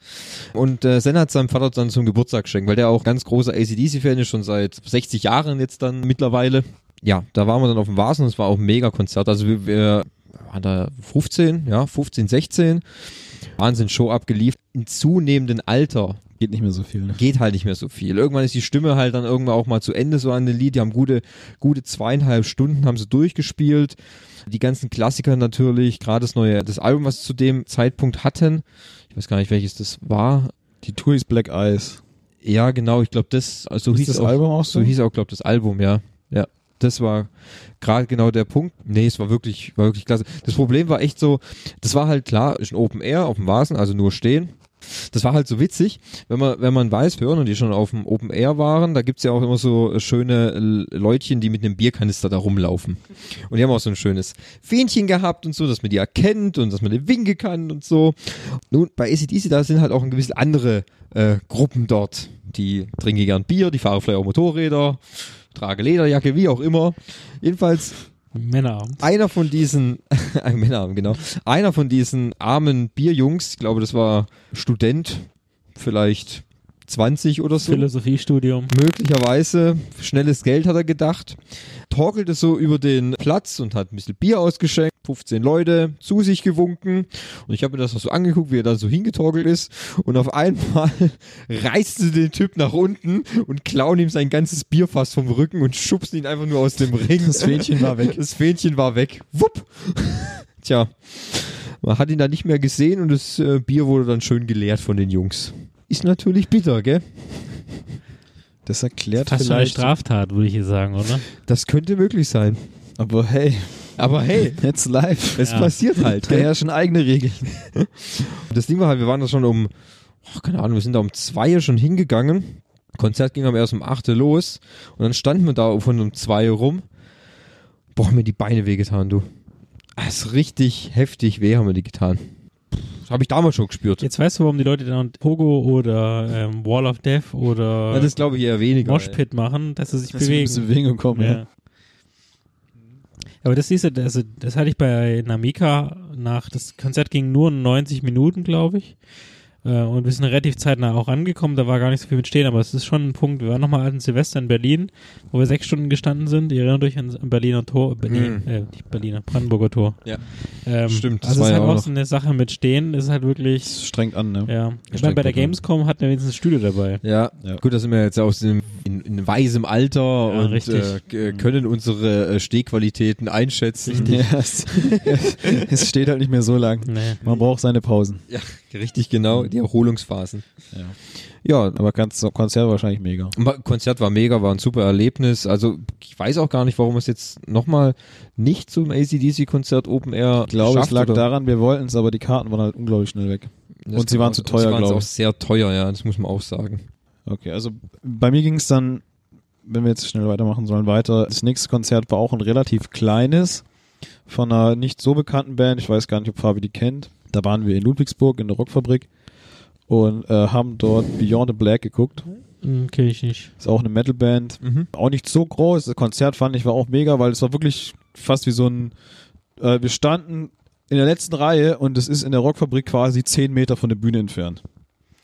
Speaker 5: Und äh, Senna hat seinem Vater dann zum Geburtstag geschenkt, weil der auch ganz großer ACDC-Fan ist, schon seit 60 Jahren jetzt dann mittlerweile. Ja, da waren wir dann auf dem Vasen und es war auch ein Mega-Konzert. Also wir, wir waren da 15, ja, 15, 16. Wahnsinn-Show abgeliefert. In zunehmendem Alter
Speaker 1: Geht nicht mehr so viel. Ne?
Speaker 5: geht halt nicht mehr so viel. Irgendwann ist die Stimme halt dann irgendwann auch mal zu Ende so an den Lied. Die haben gute, gute zweieinhalb Stunden haben sie durchgespielt. Die ganzen Klassiker natürlich, gerade das neue, das Album, was sie zu dem Zeitpunkt hatten. Ich weiß gar nicht, welches das war.
Speaker 1: Die Tour ist Black Eyes.
Speaker 5: Ja, genau, ich glaube, das, also
Speaker 1: Ist
Speaker 5: hieß
Speaker 1: das
Speaker 5: auch,
Speaker 1: Album auch so?
Speaker 5: so hieß auch, glaube das Album, ja. Ja. Das war gerade genau der Punkt. Nee, es war wirklich, war wirklich klasse. Das Problem war echt so, das war halt klar, ist ein Open Air auf dem Vasen, also nur stehen. Das war halt so witzig, wenn man, wenn man weiß, hören und die schon auf dem Open Air waren, da gibt's ja auch immer so äh, schöne L- Leutchen, die mit einem Bierkanister da rumlaufen. Und die haben auch so ein schönes Fähnchen gehabt und so, dass man die erkennt und dass man den Winke kann und so. Nun, bei ACDC, da sind halt auch ein gewisse andere äh, Gruppen dort. Die trinken gern Bier, die fahren vielleicht auch Motorräder, trage Lederjacke, wie auch immer. Jedenfalls
Speaker 2: Männer.
Speaker 5: einer von diesen, ein Männerarm, genau, einer von diesen armen Bierjungs, ich glaube, das war Student, vielleicht 20 oder so.
Speaker 2: Philosophiestudium.
Speaker 5: Möglicherweise, schnelles Geld hat er gedacht, torkelte so über den Platz und hat ein bisschen Bier ausgeschenkt, 15 Leute zu sich gewunken und ich habe mir das noch so angeguckt, wie er da so hingetorkelt ist und auf einmal reißt sie den Typ nach unten und klauen ihm sein ganzes Bierfass vom Rücken und schubsen ihn einfach nur aus dem Ring.
Speaker 1: Das Fähnchen war weg.
Speaker 5: Das Fähnchen war weg. Wupp. Tja, man hat ihn dann nicht mehr gesehen und das äh, Bier wurde dann schön geleert von den Jungs. Ist natürlich bitter, gell?
Speaker 1: Das erklärt
Speaker 2: Fast schon eine
Speaker 1: vielleicht.
Speaker 2: Straftat, würde ich hier sagen, oder?
Speaker 5: Das könnte möglich sein.
Speaker 1: aber hey,
Speaker 5: Aber hey,
Speaker 1: jetzt live.
Speaker 5: es
Speaker 2: Ja.
Speaker 5: passiert halt.
Speaker 1: Da
Speaker 5: Gell?
Speaker 1: herrschen eigene Regeln.
Speaker 5: Das Ding war halt, wir waren da schon um, ach, keine Ahnung, wir sind da um zwei schon hingegangen. Konzert ging aber erst um 8 los und dann standen wir da von um 2 rum Boah, haben mir die Beine wehgetan, du. Das ist richtig heftig weh haben mir die getan. Das habe ich damals schon gespürt.
Speaker 2: Jetzt weißt du, warum die Leute dann Pogo oder ähm, Wall of Death oder
Speaker 5: Ja, das glaube ich eher weniger. ey.
Speaker 2: Moshpit machen, dass sie sich
Speaker 1: Dass wir ein
Speaker 2: bewegen.
Speaker 1: bisschen Bewegung kommen, ja.
Speaker 2: Ja. Aber das siehst du, also das hatte ich bei Namika nach, das Konzert ging nur 90 Minuten, glaube ich. Äh, Und wir sind relativ zeitnah auch angekommen, da war gar nicht so viel mit stehen, aber es ist schon ein Punkt. Wir waren nochmal an Silvester in Berlin, wo wir sechs Stunden gestanden sind. Ihr erinnert euch ans- am Berliner Tor, äh, nee,
Speaker 5: Mhm.
Speaker 2: äh, nicht Berliner, Brandenburger Tor.
Speaker 5: Ja.
Speaker 2: Ähm,
Speaker 5: Stimmt, das
Speaker 2: Also es
Speaker 5: war
Speaker 2: ist
Speaker 5: ja
Speaker 2: halt
Speaker 5: auch
Speaker 2: auch
Speaker 5: noch-
Speaker 2: so eine Sache mit Stehen, es ist halt wirklich,
Speaker 1: Das strengt an, ne?
Speaker 2: ja. Ich meine,
Speaker 5: steckt
Speaker 2: bei der
Speaker 5: gut an.
Speaker 2: Gamescom hatten wir wenigstens Stühle dabei.
Speaker 5: Ja.
Speaker 1: Ja.
Speaker 5: gut, da sind wir jetzt aus dem, in, in weisem Alter und
Speaker 2: richtig.
Speaker 5: äh, k- äh, können unsere äh, Stehqualitäten einschätzen.
Speaker 1: Ja, es, es steht halt nicht mehr so lang.
Speaker 2: Nee.
Speaker 1: Man braucht seine Pausen.
Speaker 5: Ja, richtig genau, die Erholungsphasen. Ja,
Speaker 1: Aber ganz Konzert wahrscheinlich mega.
Speaker 5: Ma- Konzert war mega, war ein super Erlebnis. Also ich weiß auch gar nicht, warum es jetzt nochmal nicht zum ACDC-Konzert Open Air
Speaker 1: Ich glaube,
Speaker 5: schafft,
Speaker 1: es lag
Speaker 5: oder?
Speaker 1: daran, wir wollten es, aber die Karten waren halt unglaublich schnell weg.
Speaker 5: Das
Speaker 1: und sie
Speaker 5: kann
Speaker 1: waren
Speaker 5: man-
Speaker 1: zu teuer,
Speaker 5: Sie waren
Speaker 1: glaube
Speaker 5: auch
Speaker 1: ich.
Speaker 5: sehr teuer, ja, das muss man auch sagen.
Speaker 1: Okay, also bei mir ging es dann, wenn wir jetzt schnell weitermachen sollen, weiter. Das nächste Konzert war auch ein relativ kleines von einer nicht so bekannten Band. Ich weiß gar nicht, ob Fabi die kennt. Da waren wir in Ludwigsburg in der Rockfabrik und äh, haben dort Beyond the Black geguckt.
Speaker 2: Hm, kenn ich nicht.
Speaker 1: Ist auch eine Metalband.
Speaker 5: Mhm.
Speaker 1: Auch nicht so groß. Das Konzert fand ich war auch mega, weil es war wirklich fast wie so ein. Äh, wir standen in der letzten Reihe und es ist in der Rockfabrik quasi 10 Meter von der Bühne entfernt.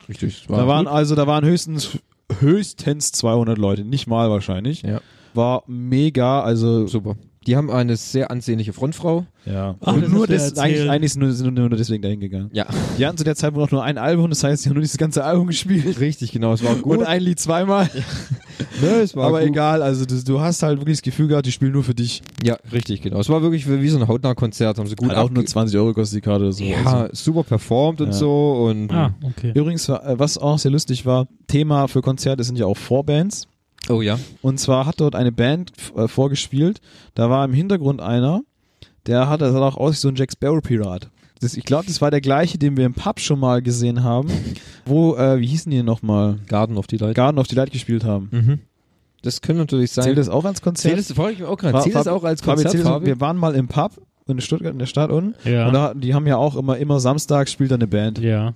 Speaker 5: Richtig.
Speaker 1: Da waren also, da waren höchstens höchstens 200 Leute, nicht mal wahrscheinlich.
Speaker 5: Ja.
Speaker 1: War mega, also
Speaker 5: super. Die haben eine sehr ansehnliche Frontfrau.
Speaker 1: ja.
Speaker 2: Ach,
Speaker 1: und
Speaker 2: das
Speaker 1: nur
Speaker 2: hast du
Speaker 1: das,
Speaker 2: ja
Speaker 1: eigentlich,
Speaker 2: erzählt.
Speaker 1: eigentlich sind nur- sind nur, nur deswegen dahin gegangen.
Speaker 5: Ja,
Speaker 1: Die hatten zu der Zeit noch nur ein Album, das heißt, sie haben nur dieses ganze Album gespielt.
Speaker 5: richtig, genau. Es war gut.
Speaker 1: Und ein Lied zweimal,
Speaker 5: ne, es war
Speaker 1: aber
Speaker 5: gut.
Speaker 1: egal, also du, du hast halt wirklich das Gefühl gehabt, die spielen nur für dich.
Speaker 5: Ja, richtig, genau. Es war wirklich wie wie so ein Hautnah-Konzert. Haben sie gut
Speaker 1: Hat auch nur
Speaker 5: abge-
Speaker 1: 20 Euro kostet die Karte oder so. Also.
Speaker 5: ja, super performt und
Speaker 1: Ja.
Speaker 5: so. Und
Speaker 2: Ah, okay.
Speaker 1: Übrigens, äh, was auch sehr lustig war, Thema für Konzerte sind ja auch Vorbands.
Speaker 5: Oh ja.
Speaker 1: Und zwar hat dort eine Band äh, vorgespielt. Da war im Hintergrund einer, der hat, das sah auch aus wie so ein Jack Sparrow Pirat. Das, ich glaube, das war der gleiche, den wir im Pub schon mal gesehen haben, wo, äh, wie hießen die nochmal?
Speaker 5: Garden of die Leute.
Speaker 1: Garden of Delight gespielt haben.
Speaker 5: Mhm. Das können natürlich sein.
Speaker 1: Zählt das auch als Konzert?
Speaker 5: Zählt das, wollte ich mir auch
Speaker 1: Fa-
Speaker 5: gerade. Zählt das
Speaker 1: Fabi-
Speaker 5: auch als
Speaker 1: Fabi,
Speaker 5: Konzert,
Speaker 1: zählt das-
Speaker 5: Fabi?
Speaker 1: Wir waren mal im Pub in Stuttgart, in der Stadt unten.
Speaker 2: Ja.
Speaker 1: Und da, die haben ja auch immer, immer samstags spielt da eine Band.
Speaker 2: ja.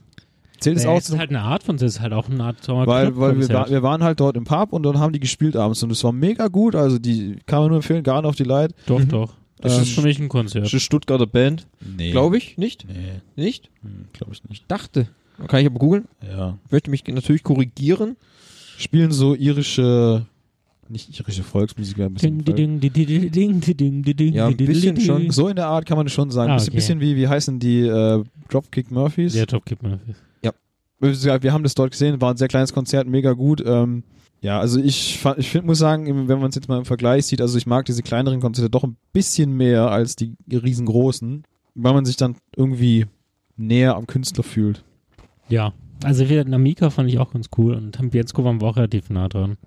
Speaker 1: Zählt das
Speaker 2: Naja,
Speaker 1: auch
Speaker 2: es
Speaker 1: zum
Speaker 2: ist halt eine Art von, es ist halt auch eine Art Sommer
Speaker 1: Weil, weil wir,
Speaker 2: Clubkonzert.
Speaker 1: wa- wir waren halt dort im Pub und dann haben die gespielt abends und es war mega gut. Also die kann man nur empfehlen, Garden of Delight.
Speaker 2: Doch, doch. Das
Speaker 1: Ähm,
Speaker 2: ist für mich ein Konzert.
Speaker 5: eine Stuttgarter Band.
Speaker 1: Nee.
Speaker 5: Glaube ich, nicht?
Speaker 1: Nee,
Speaker 5: Nicht?
Speaker 1: glaube Hm, ich nicht.
Speaker 5: Dachte. Kann ich aber googeln.
Speaker 1: Ja.
Speaker 5: Möchte mich natürlich korrigieren.
Speaker 1: Spielen so irische, nicht irische Volksmusik, wäre ein bisschen.
Speaker 2: Ding, di-
Speaker 1: Volk.
Speaker 2: ding, di- di- di- ding, di- ding, di- ding,
Speaker 5: Ja, ein
Speaker 2: di- di-
Speaker 5: bisschen
Speaker 2: di- di-
Speaker 5: schon.
Speaker 1: So in der Art kann man schon sagen.
Speaker 2: Ah,
Speaker 1: bisschen,
Speaker 2: okay.
Speaker 1: bisschen wie, wie heißen die äh, Dropkick Murphys? Äh,
Speaker 2: Der Top Kid Murphys.
Speaker 1: Wir haben das dort gesehen, war ein sehr kleines Konzert, mega gut. Ähm, ja, also ich, fa- ich find, muss sagen, im- wenn man es jetzt mal im Vergleich sieht, also ich mag diese kleineren Konzerte doch ein bisschen mehr als die riesengroßen, weil man sich dann irgendwie näher am Künstler fühlt.
Speaker 2: Ja. Also wieder Namika fand ich auch ganz cool und Tambiensko waren wir auch relativ nah dran.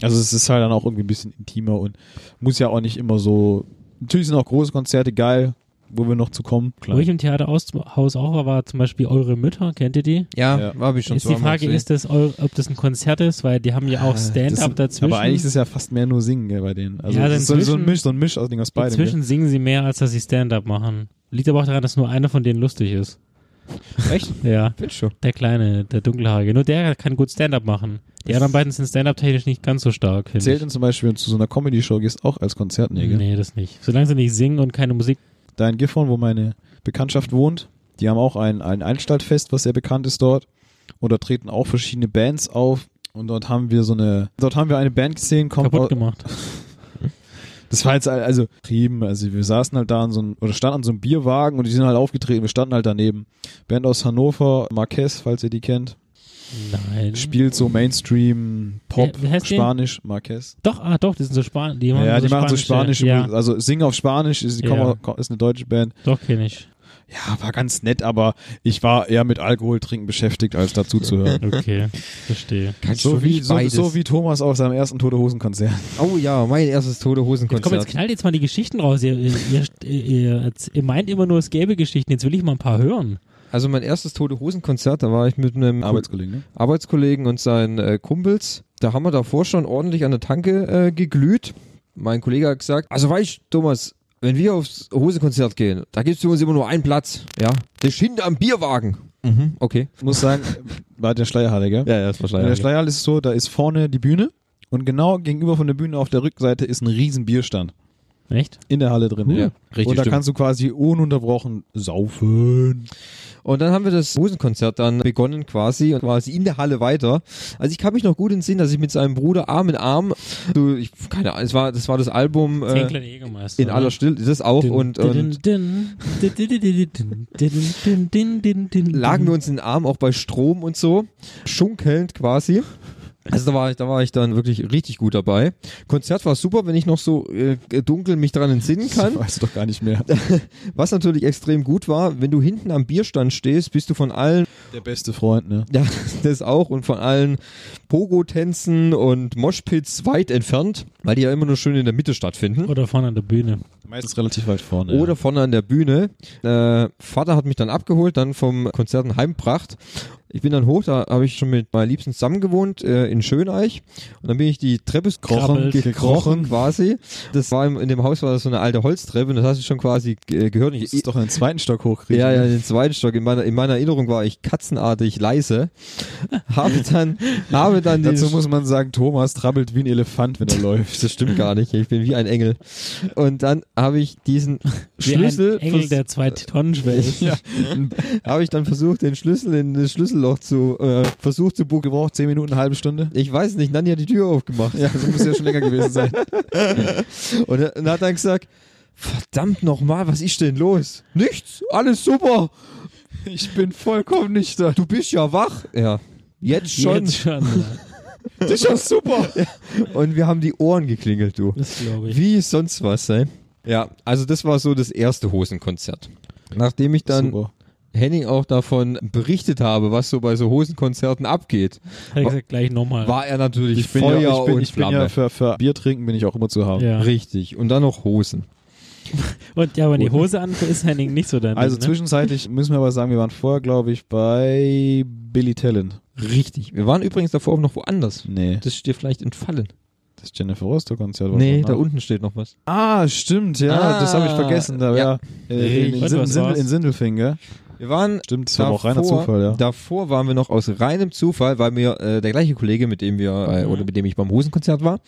Speaker 1: Also es ist halt dann auch irgendwie ein bisschen intimer und muss ja auch nicht immer so. Natürlich sind auch große Konzerte geil, wo wir noch zu kommen.
Speaker 2: Wo ich im Theaterhaus auch war, war zum Beispiel Eure Mütter, kennt ihr die?
Speaker 5: Ja,
Speaker 1: Ja.
Speaker 5: habe ich schon
Speaker 2: Ist die
Speaker 5: zweimal
Speaker 2: Frage,
Speaker 5: gesehen. Ah,
Speaker 2: ist das eu- ob das ein Konzert ist, weil die haben ja auch Stand-up dazwischen.
Speaker 1: Aber eigentlich ist es ja fast mehr nur Singen gell, bei denen. Also
Speaker 2: Ja,
Speaker 1: es ist so, so ein
Speaker 2: inzwischen-
Speaker 1: Misch, so ein Misch aus Ding aus beidem.
Speaker 2: Inzwischen singen sie mehr, als dass sie Stand-up machen. Liegt aber auch daran, dass nur einer von denen lustig ist.
Speaker 5: Echt?
Speaker 2: Ja,
Speaker 5: Findest du?
Speaker 2: der Kleine, der Dunkelhaarige. Nur der kann gut Stand-up machen. Die anderen beiden sind Stand-up-technisch nicht ganz so stark,
Speaker 1: gell.
Speaker 2: finde ich.
Speaker 1: Zählt denn zum Beispiel, wenn du zu so einer Comedy-Show gehst, auch als Konzert? Nee, gell?
Speaker 2: Nee, das nicht. Solange sie nicht singen und keine Musik.
Speaker 1: Da in Gifhorn, wo meine Bekanntschaft wohnt, die haben auch ein, ein Einstallfest, was sehr bekannt ist dort. Und da treten auch verschiedene Bands auf. Und dort haben wir so eine, dort haben wir eine Band gesehen, kommt
Speaker 2: kaputt
Speaker 1: aus,
Speaker 2: gemacht.
Speaker 1: Das war jetzt al- also trieben. Also wir saßen halt da an so einem, oder standen an so einem Bierwagen und die sind halt aufgetreten. Wir standen halt daneben. Band aus Hannover, Marquez, falls ihr die kennt,
Speaker 2: Nein.
Speaker 1: spielt so Mainstream, Pop,
Speaker 2: Mhm. Wie- wie heißt die?
Speaker 1: Spanisch, Marquez.
Speaker 2: doch, ah, doch, die sind so Spanisch. Die,
Speaker 1: Ja,
Speaker 2: machen
Speaker 1: die
Speaker 2: so
Speaker 1: machen so
Speaker 2: spanische-
Speaker 1: spanische,
Speaker 2: Ja,
Speaker 1: Musik. also singen auf Spanisch, ist, die kommen
Speaker 2: Ja.
Speaker 1: au- ist eine deutsche Band.
Speaker 2: doch, kenne ich.
Speaker 1: Ja, war ganz nett, aber ich war eher mit Alkohol trinken beschäftigt, als dazu zu hören.
Speaker 2: Okay, verstehe.
Speaker 5: Kannst
Speaker 1: so,
Speaker 5: du
Speaker 1: wie, so,
Speaker 5: beides.
Speaker 1: so wie Thomas auf seinem ersten Tote Hosen Konzert.
Speaker 5: oh ja, mein erstes Tote Hosen
Speaker 2: Jetzt komm, jetzt
Speaker 5: Konzert.
Speaker 2: knallt jetzt mal die Geschichten raus. Ihr, ihr, ihr, ihr, ihr meint immer nur, es gäbe Geschichten. Jetzt will ich mal ein paar hören.
Speaker 5: Also mein erstes Tote Hosen Konzert, da war ich mit einem
Speaker 1: Arbeitskollegen, ne?
Speaker 5: Arbeitskollegen und seinen äh, Kumpels. Da haben wir davor schon ordentlich an der Tanke äh, geglüht. mein Kollege hat gesagt, also weißt du, Thomas, wenn wir aufs Hose-Konzert gehen, da gibt's für uns immer nur einen Platz. Ja. Das ist hinten am Bierwagen. Mhm, okay.
Speaker 1: Ich muss sagen, war der Schleierhalle, gell?
Speaker 5: Ja, ja, ist
Speaker 1: In der Schleierhalle ist es so, da ist vorne die Bühne und genau gegenüber von der Bühne auf der Rückseite ist ein riesen Bierstand.
Speaker 2: Echt?
Speaker 1: In der Halle drin.
Speaker 5: Ja, richtig,
Speaker 1: Und da
Speaker 5: stimmt.
Speaker 1: kannst du quasi ununterbrochen saufen.
Speaker 5: Und dann haben wir das Hosenkonzert dann begonnen quasi und quasi in der Halle weiter. Also ich kann mich noch gut entsinnen, dass ich mit seinem Bruder Arm in Arm, so, ich, keine Ahnung, es war, das war das Album
Speaker 2: Zehn
Speaker 5: äh,
Speaker 2: kleine Jägermeister.
Speaker 5: in aller Stille, das auch und, und lagen
Speaker 2: Lagen
Speaker 5: wir uns in den Arm auch bei Strom und so, schunkelnd quasi. Also da war ich, da war ich dann wirklich richtig gut dabei. Konzert war super, wenn ich noch so äh, dunkel mich dran entsinnen kann.
Speaker 1: Ich weiß doch gar nicht mehr.
Speaker 5: Was natürlich extrem gut war, wenn du hinten am Bierstand stehst, bist du von allen
Speaker 1: Der beste Freund, ne?
Speaker 5: Ja, das auch und von allen Pogo-Tänzen und Moshpits weit entfernt, weil die ja immer nur schön in der Mitte stattfinden.
Speaker 2: Oder vorne an der Bühne.
Speaker 1: Meistens relativ weit vorne.
Speaker 5: Oder vorne an der Bühne. Äh, Vater hat mich dann abgeholt, dann vom Konzert in Heimbracht. Ich bin dann hoch, da habe ich schon mit meiner Liebsten zusammen gewohnt äh, in Schöneich. Und dann bin ich die Treppe gekrochen,
Speaker 2: Krabbelt.
Speaker 5: gekrochen quasi. Das war im, in dem Haus war das so eine alte Holztreppe und das hast du schon quasi äh, gehört.
Speaker 1: Du
Speaker 5: Ich,
Speaker 1: musst doch einen zweiten Stock hochkriegen.
Speaker 5: Ja, ja, den zweiten Stock. In meiner, in meiner Erinnerung war ich katzenartig leise. Habe dann, habe dann den.
Speaker 1: Dazu muss man sagen, Thomas trabbelt wie ein Elefant, wenn er läuft.
Speaker 5: das stimmt gar nicht. Ich bin wie ein Engel. Und dann habe ich diesen
Speaker 2: Wie
Speaker 5: Schlüssel,
Speaker 2: ein Engel, der zwei Tonnen schwer ist.
Speaker 5: Ja. habe ich dann versucht, den Schlüssel in das Schlüsselloch zu, äh, versucht zu buchen.
Speaker 1: Gebraucht 10 Minuten, eine halbe Stunde.
Speaker 5: Ich weiß nicht, Nanni hat die Tür aufgemacht.
Speaker 1: Ja, das muss ja schon länger gewesen sein.
Speaker 5: Und, er- und hat dann gesagt, verdammt nochmal, was ist denn los? Nichts, alles super.
Speaker 1: Ich bin vollkommen nicht da.
Speaker 5: Du bist ja wach. Ja. Jetzt schon.
Speaker 2: Jetzt schon. ja.
Speaker 1: Das ist ja super.
Speaker 5: Und wir haben die Ohren geklingelt, du.
Speaker 2: Das glaube ich.
Speaker 5: Wie sonst was, ey. Ja, also das war so das erste Hosenkonzert. Nachdem ich dann
Speaker 1: super.
Speaker 5: Henning auch davon berichtet habe, was so bei so Hosenkonzerten abgeht,
Speaker 2: Hat er gesagt, gleich nochmal.
Speaker 5: war er natürlich
Speaker 1: Ich bin
Speaker 5: Feuer
Speaker 1: ja, ich bin,
Speaker 5: und
Speaker 1: ich bin
Speaker 5: Flamme.
Speaker 1: ja für, für Bier trinken bin ich auch immer zu haben.
Speaker 2: Ja.
Speaker 5: Richtig. Und dann noch Hosen.
Speaker 2: Und ja, wenn die Hose an ist Henning nicht so dein
Speaker 1: Also
Speaker 2: Ding, ne?
Speaker 1: zwischenzeitlich müssen wir aber sagen, wir waren vorher, glaube ich, bei Billy Talent.
Speaker 5: Richtig. Wir waren übrigens davor noch woanders.
Speaker 1: Nee,
Speaker 5: Das ist dir vielleicht entfallen.
Speaker 1: das Jennifer Rostock Konzert war
Speaker 5: Nee,
Speaker 1: schon
Speaker 5: da
Speaker 1: nach.
Speaker 5: unten steht noch was.
Speaker 1: Ah, stimmt, ja,
Speaker 5: Ah,
Speaker 1: das habe ich vergessen. Da,
Speaker 5: ja.
Speaker 1: ja. äh, in,
Speaker 5: Richtig.
Speaker 1: in, Sin-
Speaker 2: Was
Speaker 1: Sindel,
Speaker 2: war's?
Speaker 1: in Sindelfing, gell?
Speaker 5: Wir waren
Speaker 1: Stimmt, das war aber
Speaker 5: davor,
Speaker 1: auch reiner Zufall, ja.
Speaker 5: davor waren wir noch aus reinem Zufall, weil mir äh, der gleiche Kollege, mit dem wir
Speaker 1: Mhm.
Speaker 5: äh, oder mit dem ich beim Hosenkonzert war,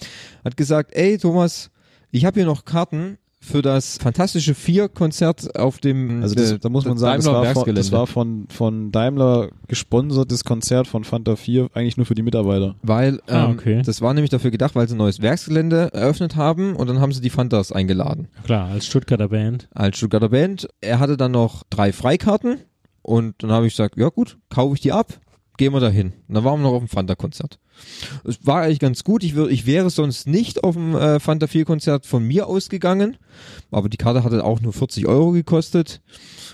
Speaker 5: hat gesagt, ey Thomas, ich habe hier noch Karten für das fantastische vier Konzert auf dem
Speaker 1: Also das,
Speaker 5: äh,
Speaker 1: da muss man sagen, das
Speaker 5: Daimler
Speaker 1: war, von, das
Speaker 5: Werksgelände."
Speaker 1: war von, von Daimler gesponsertes Konzert von Fanta 4, eigentlich nur für die Mitarbeiter.
Speaker 5: weil ähm,
Speaker 2: Ah, okay.
Speaker 5: das war nämlich dafür gedacht, weil sie ein neues Werksgelände eröffnet haben und dann haben sie die Fantas eingeladen
Speaker 2: Klar, als Stuttgarter Band.
Speaker 5: als Stuttgarter Band. Er hatte dann noch drei Freikarten und dann habe ich gesagt, ja gut, kaufe ich die ab, gehen wir dahin. Und dann waren wir noch auf dem Fanta-Konzert. Es war eigentlich ganz gut. Ich, wür- ich wäre sonst nicht auf dem äh, Fanta 4-Konzert von mir ausgegangen, aber die Karte hatte auch nur 40 Euro gekostet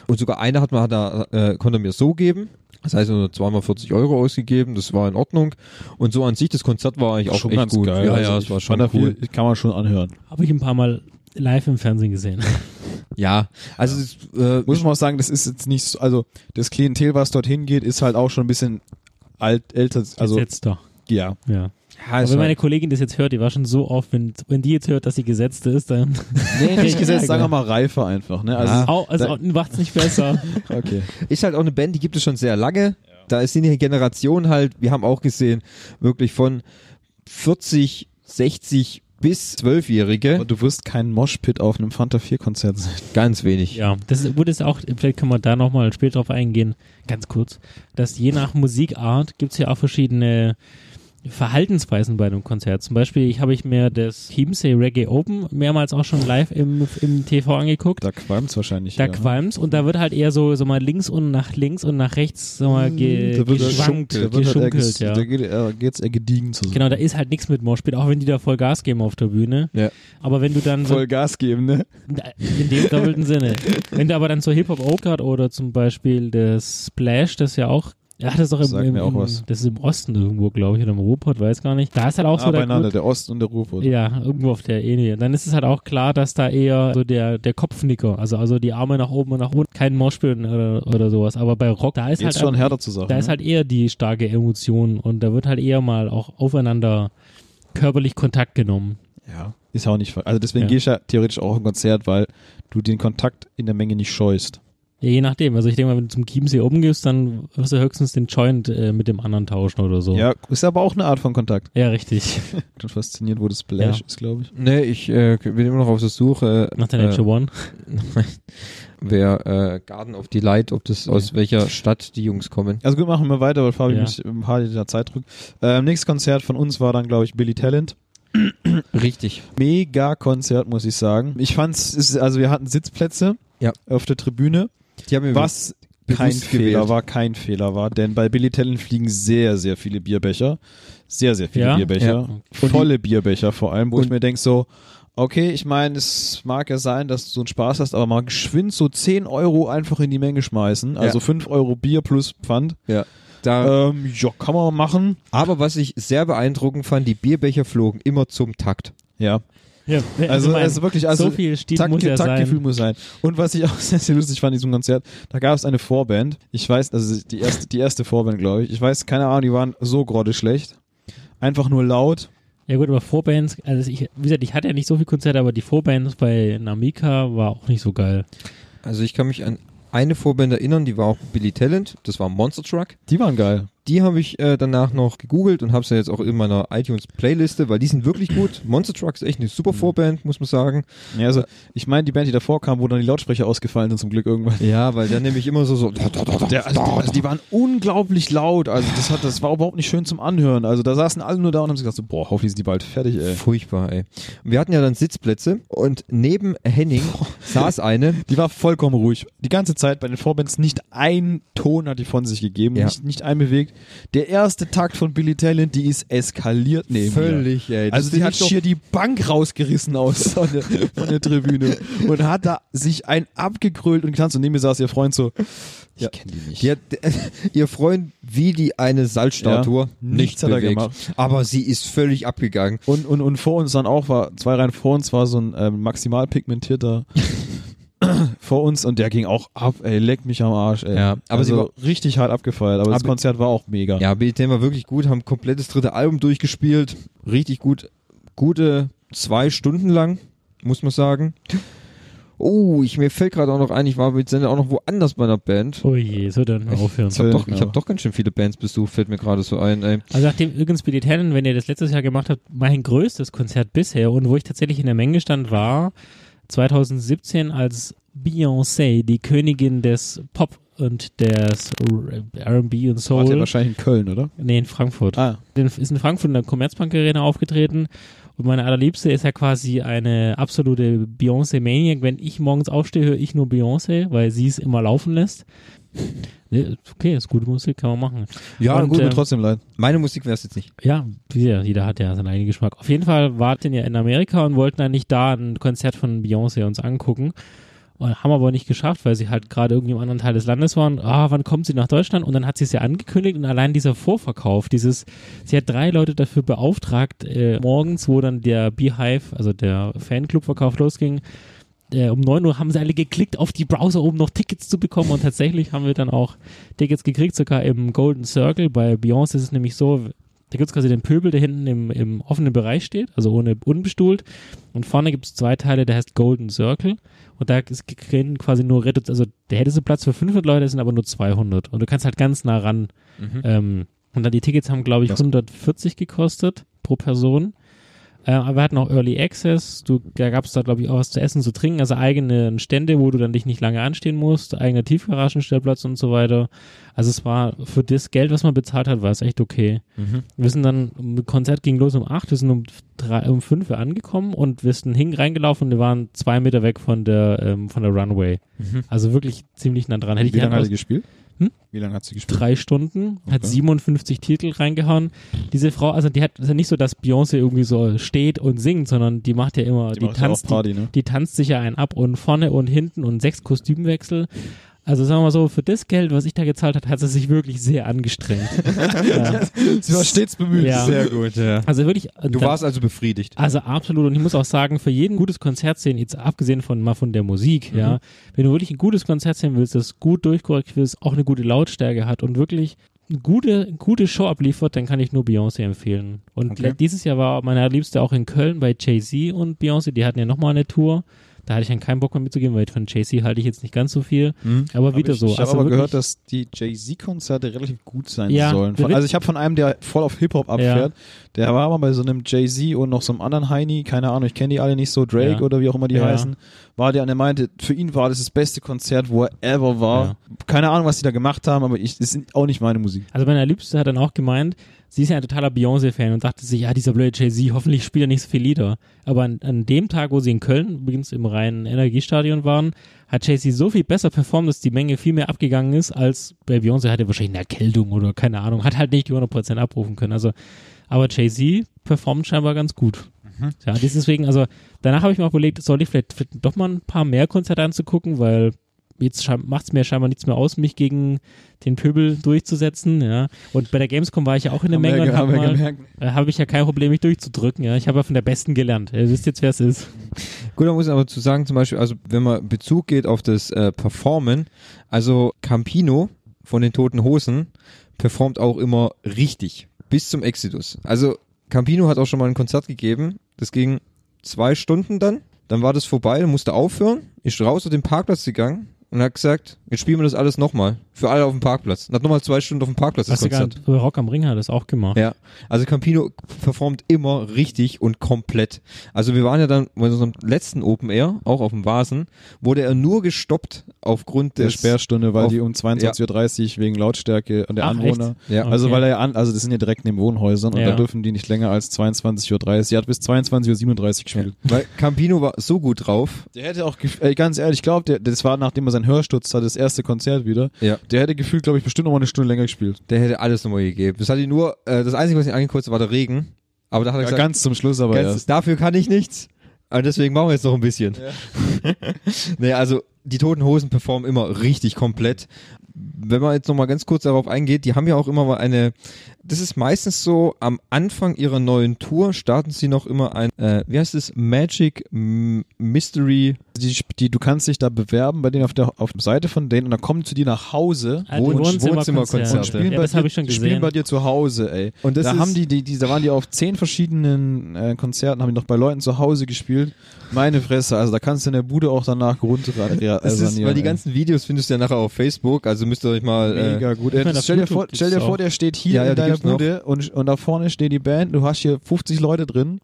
Speaker 5: und sogar eine hat man hat er, äh, konnte er mir so geben. Das heißt, nur zweimal 40 Euro ausgegeben, das war in Ordnung. Und so an sich, das Konzert war eigentlich auch echt gut. Ja, ja, es war schon
Speaker 1: Also, Fanta
Speaker 5: cool.
Speaker 1: 4 kann man schon anhören.
Speaker 2: Habe ich ein paar Mal live im Fernsehen gesehen.
Speaker 5: Ja, also es, äh,
Speaker 1: Muss man auch sagen, das ist jetzt nicht so, also das Klientel, was dorthin geht, ist halt auch schon ein bisschen alt, älter, also
Speaker 2: Gesetzt doch.
Speaker 1: ja.
Speaker 2: Ja.
Speaker 5: ja, es
Speaker 2: Aber wenn
Speaker 5: war-
Speaker 2: meine Kollegin das jetzt hört, die war schon so oft, wenn, wenn die jetzt hört, dass sie gesetzt ist, dann
Speaker 1: Nee, nicht gesetzt,
Speaker 2: Ja,
Speaker 1: sagen wir
Speaker 2: genau.
Speaker 1: mal reifer einfach, ne? Also,
Speaker 5: Ja.
Speaker 2: Au, also macht's nicht besser.
Speaker 1: okay.
Speaker 5: ist halt auch eine Band, die gibt es schon sehr lange. Da ist die Generation halt, wir haben auch gesehen, wirklich von 40, 60 bis
Speaker 1: Aber
Speaker 5: 12-Jährige.
Speaker 1: du wirst kein Moshpit auf einem Fanta 4 Konzert sein.
Speaker 5: Ganz wenig.
Speaker 2: ja, das wurde es auch, vielleicht können wir da nochmal später drauf eingehen, ganz kurz, dass je nach Musikart gibt's ja auch verschiedene Verhaltensweisen bei einem Konzert. Zum Beispiel ich habe ich mir das Chiemsee Reggae Open mehrmals auch schon live im, im TV angeguckt.
Speaker 1: Da qualmt's wahrscheinlich.
Speaker 2: Da
Speaker 1: ja.
Speaker 2: qualmt's und da wird halt eher so, so mal links und nach links und nach rechts so mal ge
Speaker 1: Hm, Da wird er
Speaker 2: geschwankt,
Speaker 1: schunkelt, da wird halt er
Speaker 2: geschunkelt,
Speaker 1: ges-
Speaker 2: ja.
Speaker 1: Da geht er, geht's eher gediegen zu
Speaker 2: Genau, da ist halt nichts mit Moshpit, auch wenn die da voll Gas geben auf der Bühne.
Speaker 5: Ja.
Speaker 2: Aber wenn du dann so
Speaker 1: Voll Gas geben, ne?
Speaker 2: in dem doppelten Sinne. Wenn du aber dann zur Hip-Hop Oakard oder zum Beispiel das Splash, das ja auch ja, das ist doch im,
Speaker 1: Sagt
Speaker 2: im,
Speaker 1: mir auch
Speaker 2: im-
Speaker 1: was.
Speaker 2: das ist im Osten irgendwo, glaube ich, oder im Ruhrpott, weiß gar nicht. Da ist halt auch
Speaker 1: ah,
Speaker 2: so der
Speaker 1: beieinander,
Speaker 2: Gru-
Speaker 1: der Osten und der Ruhrpott.
Speaker 2: ja, irgendwo auf der Ebene. Dann ist es halt auch klar, dass da eher so der, der Kopfnicker, also, also die Arme nach oben und nach unten, kein Moshpit oder, oder sowas. Aber bei Rock, da ist
Speaker 1: Jetzt
Speaker 2: halt
Speaker 1: schon härter ne? zu sagen.
Speaker 2: da ist halt eher die starke Emotion und da wird halt eher mal auch aufeinander körperlich Kontakt genommen.
Speaker 1: Ja. Ist ja auch nicht, ver- also deswegen
Speaker 2: Ja.
Speaker 1: gehst du ja theoretisch auch ein Konzert, weil du den Kontakt in der Menge nicht scheust.
Speaker 2: Ja, je nachdem. Also ich denke mal, wenn du zum Chiemsee oben gehst, dann wirst du höchstens den Joint äh, mit dem anderen tauschen oder so.
Speaker 1: Ja, ist aber auch eine Art von Kontakt.
Speaker 2: Ja, richtig.
Speaker 1: Ich bin fasziniert, wo das Splash
Speaker 2: Ja.
Speaker 1: ist, glaube ich.
Speaker 5: Nee, ich äh, bin immer noch auf der Suche. Äh,
Speaker 2: Nach der Nature One.
Speaker 5: äh, Wer äh, Garden of Delight, ob das aus welcher Stadt die Jungs kommen.
Speaker 1: Also gut, machen wir weiter, weil Fabi
Speaker 2: Ja.
Speaker 1: mich im Haar der Zeit drückt. Ähm, nächstes Konzert von uns war dann, glaube ich, Billy Talent.
Speaker 5: Richtig.
Speaker 1: Mega Konzert, muss ich sagen. Ich fand's, ist, also wir hatten Sitzplätze
Speaker 5: Ja.
Speaker 1: auf der Tribüne.
Speaker 5: Die haben was?
Speaker 1: Was
Speaker 5: bewusst
Speaker 1: kein Fehler
Speaker 5: gewählt.
Speaker 1: war, kein Fehler war, denn bei Billy Talent fliegen sehr, sehr viele Bierbecher. Sehr, sehr viele
Speaker 2: Ja?
Speaker 1: Bierbecher.
Speaker 2: Ja.
Speaker 1: Volle Bierbecher vor allem, wo ich
Speaker 5: Und-
Speaker 1: mir denk so, okay, ich meine, es mag ja sein, dass du einen Spaß hast, aber mal geschwind so 10 Euro einfach in die Menge schmeißen. Also
Speaker 5: Ja.
Speaker 1: 5 Euro Bier plus Pfand.
Speaker 5: Da,
Speaker 1: Ähm, ja, kann man machen.
Speaker 5: aber was ich sehr beeindruckend fand, die Bierbecher flogen immer zum Takt.
Speaker 1: Ja.
Speaker 2: Ja,
Speaker 1: Also,
Speaker 2: mein,
Speaker 1: also wirklich, also
Speaker 2: so viel Stil
Speaker 1: Takt-
Speaker 2: muss ja
Speaker 1: Taktgefühl
Speaker 2: sein.
Speaker 1: muss sein. Und was ich auch sehr, sehr lustig fand in diesem Konzert, da gab es eine Vorband. Ich weiß, also die erste, die erste Vorband, glaube ich. Ich weiß, keine Ahnung, die waren so grotteschlecht. Einfach nur laut.
Speaker 2: Ja gut, aber Vorbands, also ich, wie gesagt, ich hatte ja nicht so viel Konzerte, aber die Vorbands bei Namika war auch nicht so geil.
Speaker 5: Also ich kann mich an eine Vorband erinnern, die war auch Billy Talent, das war Monster Truck.
Speaker 1: Die waren geil.
Speaker 5: Die habe ich äh, danach noch gegoogelt und habe sie jetzt auch in meiner iTunes-Playliste, weil die sind wirklich gut. Monster Truck ist echt eine super Vorband, muss man sagen.
Speaker 1: Ja, also, ich meine, die Band, die davor kam, wo dann die Lautsprecher ausgefallen sind, zum Glück irgendwann.
Speaker 5: Ja, weil dann nämlich immer so so.
Speaker 1: Der, also, die, also die waren unglaublich laut. Also das hat, das war überhaupt nicht schön zum Anhören. Also da saßen alle nur da und haben sich gedacht so, boah, hoffentlich sind die bald fertig, ey.
Speaker 5: äh. Furchtbar, ey. Wir hatten ja dann Sitzplätze und neben Henning saß eine,
Speaker 1: Die war vollkommen ruhig. Die ganze Zeit bei den Vorbands nicht ein Ton hat die von sich gegeben,
Speaker 5: Ja.
Speaker 1: nicht, nicht einbewegt. Der erste Takt von Billy Talent, die ist eskaliert neben
Speaker 5: Völlig,
Speaker 1: ihr.
Speaker 5: ey. Das
Speaker 1: Also die
Speaker 5: bin
Speaker 1: hat
Speaker 5: ich doch-
Speaker 1: schier die Bank rausgerissen aus von der, von der Tribüne und hat da sich ein abgekrölt und getanzt und neben mir saß ihr Freund so, ich
Speaker 5: Ja.
Speaker 1: kenne die nicht.
Speaker 5: die hat, ihr Freund wie die eine Salzstatue
Speaker 1: Ja, nichts
Speaker 5: nicht
Speaker 1: hat er
Speaker 5: bewegt.
Speaker 1: gemacht.
Speaker 5: Aber sie ist völlig abgegangen.
Speaker 1: Und, und, und vor uns dann auch war, zwei Reihen vor uns war so ein ähm, maximal pigmentierter vor uns und der ging auch ab, ey, leck mich am Arsch, ey.
Speaker 5: Ja, aber sie
Speaker 1: also, richtig hart abgefeiert, aber das
Speaker 5: Aber-
Speaker 1: Konzert war auch mega.
Speaker 5: Ja, BTM war wirklich gut, haben komplettes dritte Album durchgespielt. Richtig gut. Gute zwei Stunden lang, muss man sagen. Oh, ich, mir fällt gerade auch noch ein, ich war mit Sender auch noch woanders bei einer Band.
Speaker 2: Oh je, so dann mal aufhören.
Speaker 5: Ich habe doch, ich
Speaker 1: genau.
Speaker 5: hab doch ganz schön viele Bands besucht, fällt mir gerade so ein. Ey.
Speaker 2: Also nachdem übrigens Billy Talent, wenn ihr das letztes Jahr gemacht habt, mein größtes Konzert bisher und wo ich tatsächlich in der Menge stand, war 2017 als Beyoncé, die Königin des Pop und des R&B und
Speaker 1: War der
Speaker 2: Soul.
Speaker 1: wahrscheinlich in Köln, oder?
Speaker 2: Nee, in Frankfurt.
Speaker 1: Ah,
Speaker 2: Den- Ist in Frankfurt in der Commerzbank Arena aufgetreten und meine allerliebste ist ja quasi eine absolute Beyoncé-Maniac. Wenn ich morgens aufstehe, höre ich nur Beyoncé, weil sie es immer laufen lässt. Nee, Okay, ist gute Musik, kann man machen.
Speaker 5: Ja,
Speaker 2: Und,
Speaker 1: gut, mir
Speaker 2: ähm,
Speaker 1: trotzdem leid.
Speaker 5: Meine Musik wäre es jetzt nicht.
Speaker 2: Ja, jeder, jeder hat ja seinen eigenen Geschmack. Auf jeden Fall warten ja in Amerika und wollten eigentlich da ein Konzert von Beyoncé uns angucken. Und haben aber nicht geschafft, weil sie halt gerade irgendwie im anderen Teil des Landes waren. Ah, wann kommt sie nach Deutschland? Und dann hat sie es ja angekündigt und allein dieser Vorverkauf, dieses, sie hat drei Leute dafür beauftragt, äh, morgens, wo dann der Beehive, also der Fanclub-Verkauf losging, äh, um 9 Uhr haben sie alle geklickt auf die Browser, um noch Tickets zu bekommen. Und tatsächlich haben wir dann auch Tickets gekriegt, sogar im Golden Circle. Bei Beyoncé ist es nämlich so, da gibt's quasi den Pöbel, der hinten im, im offenen Bereich steht, also ohne unbestuhlt. Und vorne gibt's zwei Teile, der heißt Golden Circle. Und da ist gekriegt quasi nur reduziert, also der hätte so Platz für 500 Leute, es sind aber nur 200. Und du kannst halt ganz nah ran. Ähm, und dann die Tickets haben, glaube ich,
Speaker 1: Mhm. Das-
Speaker 2: 140 gekostet pro Person. Äh, aber wir hatten auch Early Access. Du, da gab's da, glaube ich, auch was zu essen, zu trinken. Also eigene Stände, wo du dann dich nicht lange anstehen musst. Eigener Tiefgaragenstellplatz und so weiter. Also es war für das Geld, was man bezahlt hat, war es echt okay.
Speaker 1: Mhm.
Speaker 2: Wir sind dann, das Konzert ging los um 8, wir sind um, drei, um 5 Uhr angekommen und wir sind hing reingelaufen und wir waren zwei Meter weg von der, ähm, von der Runway. Also wirklich ziemlich nah dran. Hätte ich
Speaker 1: Mhm. Wie lange
Speaker 2: die Hand
Speaker 1: hat
Speaker 2: aus-
Speaker 1: sie gespielt?
Speaker 2: Hm?
Speaker 1: Wie lange hat sie gespielt?
Speaker 2: drei Stunden, hat
Speaker 1: Okay.
Speaker 2: 57 Titel reingehauen. Diese Frau, also die hat, ist ja nicht so, dass Beyoncé irgendwie so steht und singt, sondern die macht ja immer, die,
Speaker 1: macht ja
Speaker 2: tanzt,
Speaker 1: auch Party, ne?
Speaker 2: die, die tanzt sich ja einen ab und vorne und hinten und sechs Kostümwechsel. Also sagen wir mal so, für das Geld, was ich da gezahlt hat, hat sie sich wirklich sehr angestrengt. ja.
Speaker 1: Sie war stets bemüht.
Speaker 2: Ja.
Speaker 1: Sehr-
Speaker 5: gut, ja.
Speaker 2: Also wirklich.
Speaker 5: Du warst also befriedigt.
Speaker 2: Also absolut. Und ich muss auch sagen, für jeden gutes Konzert sehen, jetzt abgesehen von mal von der Musik, ja,
Speaker 1: Mhm.
Speaker 2: wenn du wirklich ein gutes Konzert sehen willst, das gut durchkorrekt ist, auch eine gute Lautstärke hat und wirklich gute, gute Show abliefert, dann kann ich nur Beyoncé empfehlen. Und
Speaker 5: Okay.
Speaker 2: dieses Jahr war meine Liebste auch in Köln bei Jay-Z und Beyoncé. Die hatten ja nochmal eine Tour. Da hatte ich dann keinen Bock mehr mitzugehen, weil von Jay-Z halte ich jetzt nicht ganz so viel. Aber wieder
Speaker 1: Mhm. ich,
Speaker 2: so.
Speaker 1: Ich habe
Speaker 2: Also
Speaker 1: aber
Speaker 2: wirklich-
Speaker 1: gehört, dass die Jay-Z-Konzerte relativ gut sein
Speaker 2: Ja,
Speaker 1: sollen.
Speaker 2: der Witz-
Speaker 1: Also ich habe von einem, der voll auf Hip-Hop abfährt, der war aber bei so einem Jay-Z und noch so einem anderen Heini, keine Ahnung, ich kenne die alle nicht so, Drake
Speaker 2: Ja.
Speaker 1: oder wie auch immer die
Speaker 2: Ja.
Speaker 1: heißen, war der und der meinte, für ihn war das das beste Konzert, wo er ever war.
Speaker 2: Ja.
Speaker 1: Keine Ahnung, was die da gemacht haben, aber ich, das sind auch nicht meine Musik.
Speaker 2: Also meine Liebste hat dann auch gemeint, sie ist ja ein totaler Beyoncé-Fan und dachte sich, ja, dieser blöde Jay-Z, hoffentlich spielt er nicht so viel Lieder. Aber an, an dem Tag, wo sie in Köln, übrigens im reinen Energiestadion waren, hat Jay-Z so viel besser performt, dass die Menge viel mehr abgegangen ist, als bei Beyoncé hatte wahrscheinlich eine Erkältung oder keine Ahnung, hat halt nicht die 100% abrufen können. Also, aber Jay-Z performt scheinbar ganz gut.
Speaker 1: Mhm.
Speaker 2: Ja, das ist deswegen, also danach habe ich mir auch überlegt, soll ich vielleicht, vielleicht doch mal ein paar mehr Konzerte anzugucken, weil jetzt macht es mir scheinbar nichts mehr aus, mich gegen den Pöbel durchzusetzen, ja. Und bei der Gamescom war ich ja auch in der
Speaker 1: Haben wir
Speaker 2: Menge
Speaker 1: ge-
Speaker 2: und
Speaker 1: haben
Speaker 2: habe
Speaker 1: wir
Speaker 2: mal,
Speaker 1: gemerkt.
Speaker 2: äh, habe ich ja kein Problem, mich durchzudrücken, ja. Ich habe ja von der Besten gelernt. Ihr wisst jetzt, wer es ist.
Speaker 5: Gut, da muss ich aber zu sagen, zum Beispiel, also wenn man Bezug geht auf das äh, Performen, also Campino von den Toten Hosen performt auch immer richtig bis zum Exodus. Also Campino hat auch schon mal ein Konzert gegeben, das ging zwei Stunden dann, dann war das vorbei, dann musste aufhören, ist raus auf den Parkplatz gegangen und hat gesagt, jetzt spielen wir das alles nochmal, für alle auf dem Parkplatz. Und hat nochmal zwei Stunden auf dem Parkplatz das
Speaker 2: Hast du gar
Speaker 5: Konzert.
Speaker 2: nicht, Rock am Ring hat das auch gemacht.
Speaker 5: Ja, also Campino performt immer richtig und komplett. Also wir waren ja dann bei unserem letzten Open Air, auch auf dem Vasen, wurde er nur gestoppt aufgrund
Speaker 1: Der
Speaker 5: des
Speaker 1: Sperrstunde, weil
Speaker 5: auf-
Speaker 1: die um 22.30 Uhr wegen Lautstärke und der
Speaker 2: Ach,
Speaker 1: Anwohner.
Speaker 2: echt?
Speaker 5: Ja,
Speaker 2: Okay.
Speaker 1: Also weil er an, also das sind ja direkt neben Wohnhäusern und
Speaker 2: Ja.
Speaker 1: da dürfen die nicht länger als 22.30 Uhr. Sie hat bis 22.37 Uhr gespielt.
Speaker 5: weil Campino war so gut drauf.
Speaker 1: Der hätte auch, gef- ey, ganz ehrlich, ich glaube, das war nachdem er seinen Hörsturz hatte, das erste Konzert wieder.
Speaker 5: Ja.
Speaker 1: Der hätte gefühlt, glaube ich, bestimmt noch mal eine Stunde länger gespielt.
Speaker 5: Der hätte alles nochmal gegeben. Das hat ihn nur, äh, das Einzige, was ihn angekotzt hat, war der Regen. Aber da hat er
Speaker 1: Ja,
Speaker 5: gesagt,
Speaker 1: ganz zum Schluss aber
Speaker 5: Ganz-
Speaker 1: erst.
Speaker 5: dafür kann ich nichts. Und deswegen machen wir jetzt noch ein bisschen. naja, also die Toten Hosen performen immer richtig komplett. Wenn man jetzt nochmal ganz kurz darauf eingeht, die haben ja auch immer mal eine, das ist meistens so, am Anfang ihrer neuen Tour starten sie noch immer ein, äh, wie heißt es, Magic M- Mystery
Speaker 1: Die, die, du kannst dich da bewerben bei denen auf der auf der Seite von denen und dann kommen zu dir nach Hause
Speaker 2: Alte
Speaker 5: Wohn-
Speaker 2: Wohnzimmerkonzerte.
Speaker 5: Wohnzimmerkonzerte.
Speaker 1: spielen,
Speaker 2: Äh, Ja,
Speaker 1: bei
Speaker 2: das
Speaker 1: dir,
Speaker 2: habe ich schon
Speaker 1: spielen
Speaker 2: gesehen.
Speaker 1: bei dir zu Hause, ey.
Speaker 5: Und das
Speaker 1: da
Speaker 5: ist-
Speaker 1: haben die, die, die, da waren die auf zehn verschiedenen äh, Konzerten, haben die noch bei Leuten zu Hause gespielt. Meine Fresse, also da kannst du in der Bude auch danach runter.
Speaker 5: Das ist, weil also die ganzen Videos findest du ja nachher auf Facebook, also müsst ihr euch mal. Äh,
Speaker 1: Mega gut. Äh,
Speaker 2: Ich meine,
Speaker 1: das
Speaker 2: auf
Speaker 1: stell dir
Speaker 2: YouTube
Speaker 1: vor,
Speaker 2: gibt's
Speaker 1: stell dir
Speaker 2: auch.
Speaker 1: vor, der steht hier
Speaker 5: Ja, ja,
Speaker 1: in
Speaker 5: die
Speaker 1: deiner
Speaker 5: gibt's noch.
Speaker 1: Bude und, und da vorne steht die Band. Du hast hier 50 Leute drin.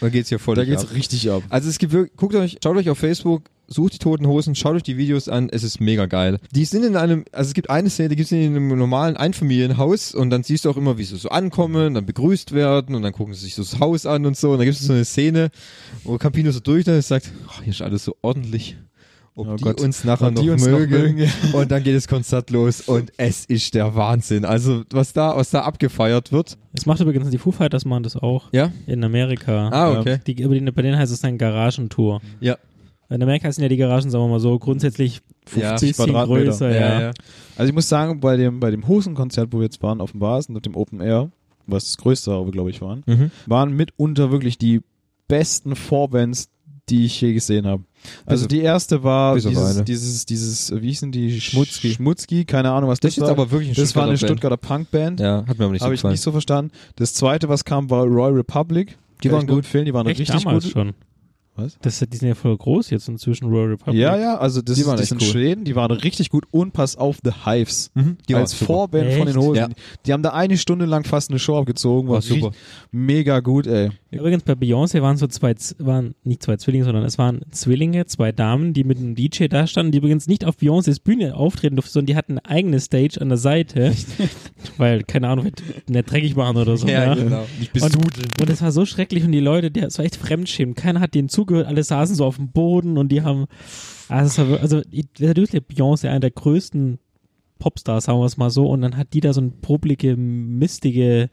Speaker 5: da geht's hier voll
Speaker 1: Da
Speaker 5: durch
Speaker 1: geht's
Speaker 5: ab.
Speaker 1: richtig ab.
Speaker 5: Also es gibt wirklich, guckt euch, schaut euch auf Facebook, sucht die Toten Hosen, schaut euch die Videos an, es ist mega geil. Die sind in einem, also es gibt eine Szene, die gibt es in einem normalen Einfamilienhaus und dann siehst du auch immer, wie sie so ankommen, dann begrüßt werden und dann gucken sie sich so das Haus an und so und dann gibt es so eine Szene, wo Campino so durch und sagt, oh, hier ist alles so ordentlich. Ob
Speaker 1: Oh
Speaker 5: die
Speaker 1: Gott.
Speaker 5: uns nachher
Speaker 1: Ob
Speaker 5: noch,
Speaker 1: die uns noch
Speaker 5: mögen.
Speaker 1: mögen, ja.
Speaker 5: und dann geht das Konzert los und es ist der Wahnsinn. Also was da, was da abgefeiert wird.
Speaker 2: Das macht übrigens die Foo Fighters machen das auch.
Speaker 5: Ja?
Speaker 2: In Amerika.
Speaker 5: Ah, okay.
Speaker 2: Die, über den, bei denen heißt es dann Garagentour.
Speaker 5: Ja.
Speaker 2: In Amerika sind ja die Garagen, sagen wir mal so, grundsätzlich
Speaker 1: 50
Speaker 2: bisschen
Speaker 1: Quadratmeter.
Speaker 2: größer, ja.
Speaker 5: ja, ja.
Speaker 1: Also ich muss sagen, bei dem, bei dem Hosenkonzert, wo wir jetzt waren, auf dem Basen und dem Open Air, was das größte, aber glaube ich, waren,
Speaker 5: Mhm.
Speaker 1: waren mitunter wirklich die besten Vorbands, die ich je gesehen habe. Also
Speaker 5: auf-
Speaker 1: die erste war
Speaker 5: bis auf
Speaker 1: dieses,
Speaker 5: eine.
Speaker 1: dieses, dieses, äh, wie hießen die?
Speaker 5: Schmutzki.
Speaker 1: Schmutzki, keine Ahnung, was
Speaker 5: Das
Speaker 1: das,
Speaker 5: ist jetzt
Speaker 1: war.
Speaker 5: aber wirklich ein
Speaker 1: das war eine
Speaker 5: Stuttgarter
Speaker 1: Stuttgarter Punkband.
Speaker 5: Ja, hat mir aber nicht so
Speaker 1: Habe ich
Speaker 5: gefallen.
Speaker 1: nicht so verstanden. Das zweite, was kam, war Royal Republic.
Speaker 5: Die
Speaker 1: Kann
Speaker 5: waren
Speaker 1: ich nur
Speaker 5: gut.
Speaker 1: Empfehlen. Die waren
Speaker 2: Echt
Speaker 1: richtig
Speaker 2: damals
Speaker 1: gut.
Speaker 2: schon.
Speaker 1: Was?
Speaker 2: Das, die sind ja voll groß jetzt inzwischen, Royal Republic.
Speaker 1: Ja, ja, also das,
Speaker 5: Die
Speaker 1: die,
Speaker 5: waren
Speaker 1: die
Speaker 5: echt
Speaker 1: sind
Speaker 5: cool.
Speaker 1: Schweden, die waren richtig gut und pass auf The Hives.
Speaker 5: Mhm, die
Speaker 1: als
Speaker 5: waren super.
Speaker 1: Vorband von den
Speaker 2: Echt?
Speaker 1: Hosen.
Speaker 5: Ja.
Speaker 1: Die haben da eine Stunde lang fast eine Show abgezogen. War,
Speaker 5: War super.
Speaker 1: richtig- Mega gut, ey.
Speaker 2: Übrigens bei Beyoncé waren so zwei, Z- waren nicht zwei Zwillinge, sondern es waren Zwillinge, zwei Damen, die mit einem DJ da standen, die übrigens nicht auf Beyoncés Bühne auftreten durften, sondern die hatten eine eigene Stage an der Seite, weil, keine Ahnung, nicht dreckig machen oder so. ne?
Speaker 5: Ja,
Speaker 2: ja.
Speaker 5: genau. Ich bin
Speaker 2: Und, und es war so schrecklich und die Leute, der, es war echt fremdschämen. Keiner hat denen zugehört, alle saßen so auf dem Boden und die haben, also, es war, wir- also ich- natürlich ist Beyoncé einer der größten Popstars, sagen wir es mal so, und dann hat die da so ein publike, mistige,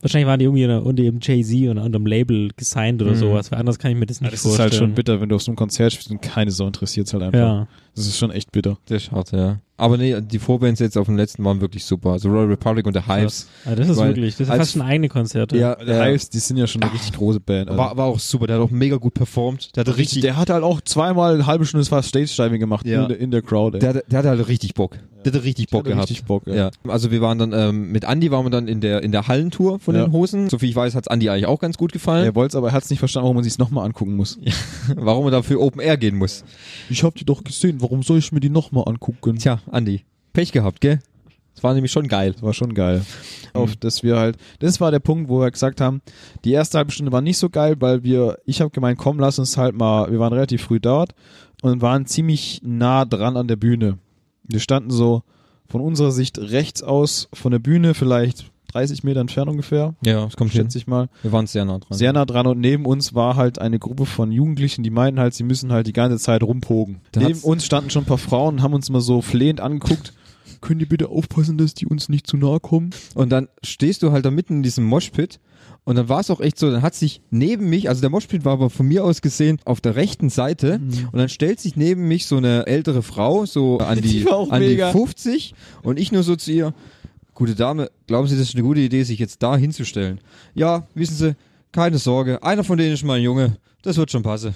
Speaker 2: wahrscheinlich waren die irgendwie unter, unter dem Jay-Z und unter dem Label gesigned oder sowas, weil anders kann ich mir das nicht
Speaker 1: Ah, Das ist
Speaker 2: vorstellen.
Speaker 1: halt schon bitter, wenn du auf so einem Konzert spielst und keine Sau interessiert halt einfach.
Speaker 2: ja.
Speaker 1: Das ist schon echt bitter.
Speaker 5: Das ist hart, ja. Aber nee, die Vorbands jetzt auf dem letzten waren wirklich super. Also Royal Republic und The Hives.
Speaker 2: Ah, das ist
Speaker 5: Weil
Speaker 2: wirklich, das ist
Speaker 5: als-
Speaker 2: fast schon eigene Konzerte.
Speaker 5: Ja,
Speaker 1: Der
Speaker 5: äh,
Speaker 1: Hives, die sind ja schon eine richtig große Band. Alter.
Speaker 5: war, war auch super. Der hat auch mega gut performt. Der hatte äh, also. richtig,
Speaker 1: der hat halt auch zweimal eine halbe Stunde fast Stage Diving gemacht
Speaker 5: Ja.
Speaker 1: in, der- in der Crowd. Ey.
Speaker 5: der, hatte- der hatte halt richtig Bock. Der hatte richtig Bock
Speaker 1: Der hat
Speaker 5: gehabt.
Speaker 1: richtig Bock. ey.
Speaker 5: Ja. Also wir waren dann ähm, mit Andy waren wir dann in der in der Hallentour von
Speaker 1: Ja.
Speaker 5: den Hosen. So viel ich weiß, hat's Andy eigentlich auch ganz gut gefallen,
Speaker 1: Er wollte es, aber er hat es nicht verstanden, warum man sich es nochmal angucken muss.
Speaker 5: warum er dafür Open Air gehen muss.
Speaker 1: Ich hab die doch gesehen, warum soll ich mir die nochmal angucken?
Speaker 5: Tja, Andy, Pech gehabt, gell? Das war nämlich schon geil.
Speaker 1: Das war schon geil. Auf, dass wir halt, das war der Punkt, wo wir gesagt haben, die erste halbe Stunde war nicht so geil, weil wir, ich habe gemeint, komm, lass uns halt mal, wir waren relativ früh dort und waren ziemlich nah dran an der Bühne. Wir standen so von unserer Sicht rechts aus von der Bühne, vielleicht 30 Meter entfernt ungefähr,
Speaker 5: Ja, das kommt
Speaker 1: schätze ich mal.
Speaker 5: Wir waren sehr nah dran.
Speaker 1: Sehr nah dran und neben uns war halt eine Gruppe von Jugendlichen, die meinten halt, sie müssen halt die ganze Zeit rumpogen.
Speaker 5: Da
Speaker 1: neben
Speaker 5: hat's-
Speaker 1: uns standen schon ein paar Frauen und haben uns mal so flehend angeguckt. Können die bitte aufpassen, dass die uns nicht zu nahe kommen?
Speaker 5: Und dann stehst du halt da mitten in diesem Moshpit und dann war es auch echt so, dann hat sich neben mich, also der Moshpit war aber von mir aus gesehen auf der rechten Seite
Speaker 1: Mhm.
Speaker 5: und dann stellt sich neben mich so eine ältere Frau, so an die,
Speaker 1: Die war auch
Speaker 5: an die
Speaker 1: mega.
Speaker 5: 50 und ich nur so zu ihr, gute Dame, glauben Sie, das ist eine gute Idee, sich jetzt da hinzustellen? Ja, wissen Sie, keine Sorge, einer von denen ist mein Junge, das wird schon passen.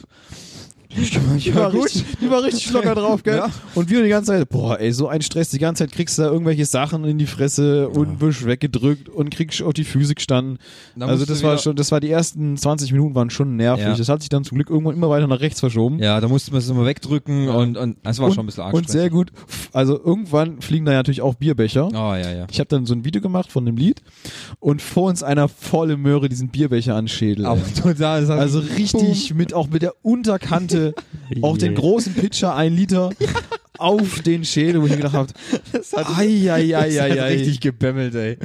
Speaker 1: Die war, richtig, die war richtig locker drauf, gell?
Speaker 5: Ja.
Speaker 1: Und wir die ganze Zeit, boah, ey, so ein Stress, die ganze Zeit kriegst du da irgendwelche Sachen in die Fresse und wirst weggedrückt und kriegst auf die Füße gestanden.
Speaker 5: Dann
Speaker 1: also
Speaker 5: musst
Speaker 1: das
Speaker 5: du
Speaker 1: war
Speaker 5: wieder-
Speaker 1: schon, das war die ersten 20 Minuten waren schon nervig.
Speaker 5: Ja.
Speaker 1: Das hat sich dann zum Glück irgendwann immer weiter nach rechts verschoben.
Speaker 5: Ja, da musste man es immer wegdrücken und, und das war
Speaker 1: und,
Speaker 5: schon ein bisschen arg
Speaker 1: Und sehr gut, also irgendwann fliegen da ja natürlich auch Bierbecher.
Speaker 5: stressig. Ah, ja, ja.
Speaker 1: Ich habe dann so ein Video gemacht von dem Lied und vor uns einer volle Möhre diesen Bierbecher an den Schädel.
Speaker 5: Aber
Speaker 1: ey.
Speaker 5: total, das hat-
Speaker 1: Also richtig mit auch mit der Unterkante auch den
Speaker 2: Je.
Speaker 1: großen Pitcher ein Liter auf den Schädel, wo ich mir gedacht habe,
Speaker 5: das hat Das hat
Speaker 1: eieieiei.
Speaker 5: richtig gebämmelt, ey.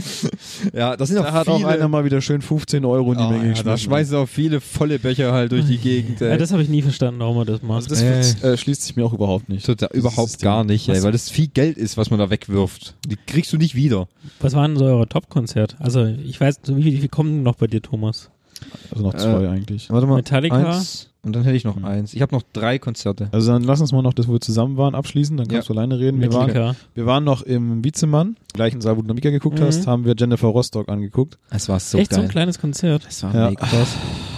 Speaker 5: Ja, das sind
Speaker 1: Da hat
Speaker 5: viele,
Speaker 1: auch einer mal wieder schön 15 Euro in die
Speaker 5: Oh,
Speaker 1: Menge
Speaker 5: ja, da
Speaker 1: geschmissen.
Speaker 5: schmeißen auch viele volle Becher halt durch die Gegend, ey.
Speaker 2: Ja, Ah, das habe ich nie verstanden, warum man das macht.
Speaker 1: das wird, äh, schließt sich mir auch überhaupt nicht.
Speaker 5: Total, überhaupt gar nicht, ey, weil das viel Geld ist, was man da wegwirft. Die kriegst du nicht wieder.
Speaker 2: Was war denn so euer Top-Konzert? Also, ich weiß, wie viel, wie viel kommen noch bei dir, Thomas?
Speaker 1: Also noch zwei eigentlich.
Speaker 5: Warte mal.
Speaker 2: Metallica?
Speaker 5: Eins, und dann hätte ich noch eins. Ich habe noch drei Konzerte.
Speaker 1: Also dann lass uns mal noch das, wo wir zusammen waren, abschließen, dann kannst
Speaker 5: Ja.
Speaker 1: du alleine reden. Wir waren,
Speaker 2: Metallica.
Speaker 1: wir waren noch im Vizemann, gleichen Saal, wo du noch Mika geguckt
Speaker 2: Mhm.
Speaker 1: hast, haben wir Jennifer Rostock angeguckt.
Speaker 5: Das war so
Speaker 2: Echt so ein kleines Konzert.
Speaker 5: das war
Speaker 1: Ja.
Speaker 5: mega krass.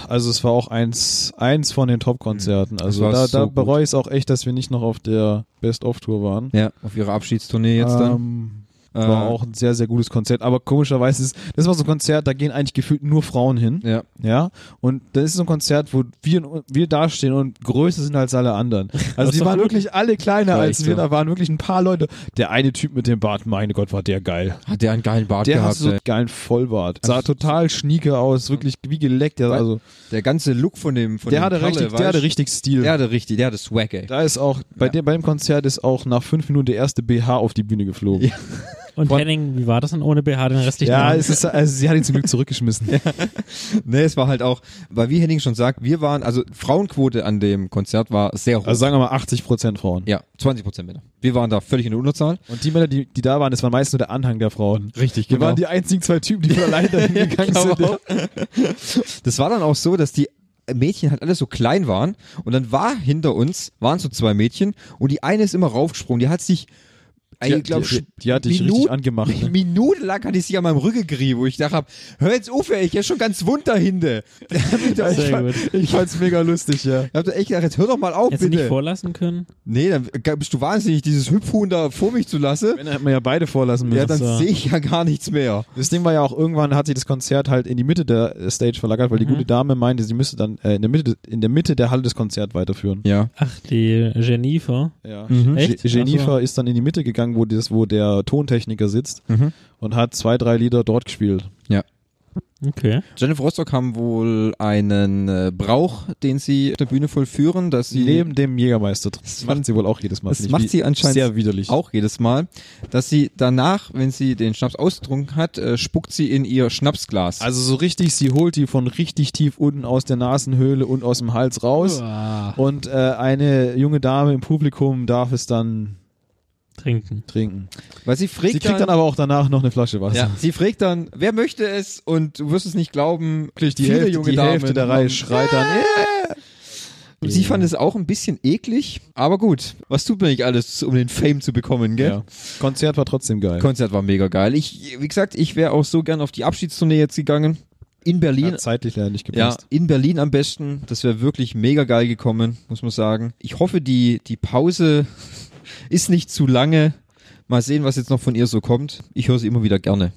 Speaker 1: Also es war auch eins, eins von den Top-Konzerten. Also
Speaker 5: war
Speaker 1: da,
Speaker 5: Hm, so
Speaker 1: da
Speaker 5: gut.
Speaker 1: bereue ich es auch echt, dass wir nicht noch auf der Best-of-Tour waren.
Speaker 5: Ja, auf ihrer Abschiedstournee jetzt dann.
Speaker 1: Ähm,
Speaker 5: Äh,
Speaker 1: War auch ein sehr, sehr gutes Konzert. Aber komischerweise ist, das war so ein Konzert, da gehen eigentlich gefühlt nur Frauen hin.
Speaker 5: Ja.
Speaker 1: Ja. Und das ist so ein Konzert, wo wir, wir dastehen und größer sind als alle anderen. Also
Speaker 2: ist
Speaker 1: die
Speaker 2: doch
Speaker 1: waren
Speaker 2: gut.
Speaker 1: wirklich alle kleiner
Speaker 5: Ja,
Speaker 1: als
Speaker 5: echt
Speaker 1: wir.
Speaker 5: so.
Speaker 1: Da waren wirklich ein paar Leute. Der eine Typ mit dem Bart, meine Gott, war der geil.
Speaker 5: Hat der einen geilen Bart
Speaker 1: Der
Speaker 5: gehabt,
Speaker 1: hatte so einen
Speaker 5: ey.
Speaker 1: geilen Vollbart. Sah total schnieke aus, wirklich wie geleckt. Der, also,
Speaker 5: Der ganze Look von dem, von
Speaker 1: der
Speaker 5: dem
Speaker 1: hatte
Speaker 5: Kerle,
Speaker 1: richtig,
Speaker 5: weißt
Speaker 1: der hatte
Speaker 5: du?
Speaker 1: richtig Stil.
Speaker 5: Der hatte richtig, der hatte Swag, ey.
Speaker 1: Da ist auch, bei, dem, bei dem Konzert ist auch nach fünf Minuten der erste BH auf die Bühne geflogen.
Speaker 2: Und
Speaker 1: Von-
Speaker 2: Henning, wie war das dann ohne BH den restlichen
Speaker 1: Ja,
Speaker 2: Abend?
Speaker 1: es ist, also sie hat ihn zum Glück zurückgeschmissen.
Speaker 5: Nee, es war halt auch, weil wie Henning schon sagt, wir waren, also Frauenquote an dem Konzert war sehr hoch.
Speaker 1: Also sagen wir mal 80 Prozent Frauen.
Speaker 5: ja, 20 Prozent Männer. Wir waren da völlig in der Unterzahl.
Speaker 1: Und die Männer, die, die da waren, das war meistens nur der Anhang der Frauen.
Speaker 5: Richtig,
Speaker 1: Wir waren die einzigen zwei Typen, die von allein dahin gegangen
Speaker 5: genau.
Speaker 1: sind.
Speaker 5: Das war dann auch so, dass die Mädchen halt alle so klein waren und dann war hinter uns, waren so zwei Mädchen und die eine ist immer raufgesprungen, die hat sich
Speaker 1: Die-
Speaker 5: ich glaube,
Speaker 1: die- die- die hat dich richtig angemacht, ne?
Speaker 5: Minutenlang hat die sich an meinem Rücken gerieben, wo ich dachte, hab, hör jetzt auf, ey, ich ist schon ganz wund dahinter.
Speaker 1: Ich,
Speaker 2: Sehr
Speaker 1: fand,
Speaker 2: gut.
Speaker 1: ich fand's mega lustig, ja.
Speaker 5: Ich hab da echt gedacht, jetzt hör doch mal auf,
Speaker 2: Hättest du nicht
Speaker 5: bitte.
Speaker 2: vorlassen können?
Speaker 5: Nee, dann bist du wahnsinnig, dieses Hüpfhuhn da vor mich zu lassen.
Speaker 1: Männer hätten wir ja beide vorlassen müssen.
Speaker 5: Ja, dann
Speaker 2: so.
Speaker 5: sehe ich ja gar nichts mehr.
Speaker 1: Das Ding war ja auch, irgendwann hat sich das Konzert halt in die Mitte der äh, Stage verlagert, weil die gute Dame meinte, sie müsste dann äh, in, der Mitte, in der Mitte der Halle das Konzert weiterführen.
Speaker 5: Ja.
Speaker 2: Ach, die Jennifer.
Speaker 1: Ja.
Speaker 5: Mhm.
Speaker 2: Echt?
Speaker 1: Ge- Jennifer
Speaker 2: Ach so.
Speaker 1: ist dann in die Mitte gegangen, wo, das, wo der Tontechniker sitzt
Speaker 5: Mhm.
Speaker 1: und hat zwei, drei Lieder dort gespielt.
Speaker 2: Okay.
Speaker 5: Jennifer Rostock haben wohl einen äh, Brauch, den sie auf der Bühne vollführen, dass sie
Speaker 1: Neben dem Jägermeister. Das
Speaker 5: Das
Speaker 1: macht
Speaker 5: macht-
Speaker 1: sie wohl auch jedes Mal.
Speaker 5: das
Speaker 1: finde ich.
Speaker 5: macht
Speaker 1: Wie-
Speaker 5: sie anscheinend
Speaker 1: Sehr widerlich.
Speaker 5: auch jedes Mal, dass sie danach, wenn sie den Schnaps ausgetrunken hat, äh, spuckt sie in ihr Schnapsglas.
Speaker 1: Also so richtig, sie holt die von richtig tief unten aus der Nasenhöhle und aus dem Hals raus.
Speaker 5: Also, ah.
Speaker 1: Und äh, eine junge Dame im Publikum darf es dann
Speaker 2: Trinken.
Speaker 1: trinken.
Speaker 5: weil sie fragt
Speaker 1: Sie kriegt dann aber auch danach noch eine Flasche Wasser.
Speaker 5: ja, sie fragt dann, wer möchte es? Und du wirst es nicht glauben,
Speaker 1: Die,
Speaker 5: viele
Speaker 1: Hälfte,
Speaker 5: junge
Speaker 1: die
Speaker 5: Damen
Speaker 1: äh, Hälfte der Reihe schreit dann.
Speaker 5: Sie fand es auch ein bisschen eklig, aber gut. Was tut man nicht alles, um den Fame zu bekommen, gell?
Speaker 1: Ja. Konzert war trotzdem geil.
Speaker 5: Konzert war mega geil. Ich, wie gesagt, ich wäre auch so gern auf die Abschiedstournee jetzt gegangen. In Berlin.
Speaker 1: Hat zeitlich leider nicht
Speaker 5: Ja,
Speaker 1: gepasst.
Speaker 5: in Berlin am besten. Das wäre wirklich mega geil gekommen, muss man sagen. Ich hoffe, die, die Pause ist nicht zu lange. Mal sehen, was jetzt noch von ihr so kommt. Ich höre sie immer wieder gerne.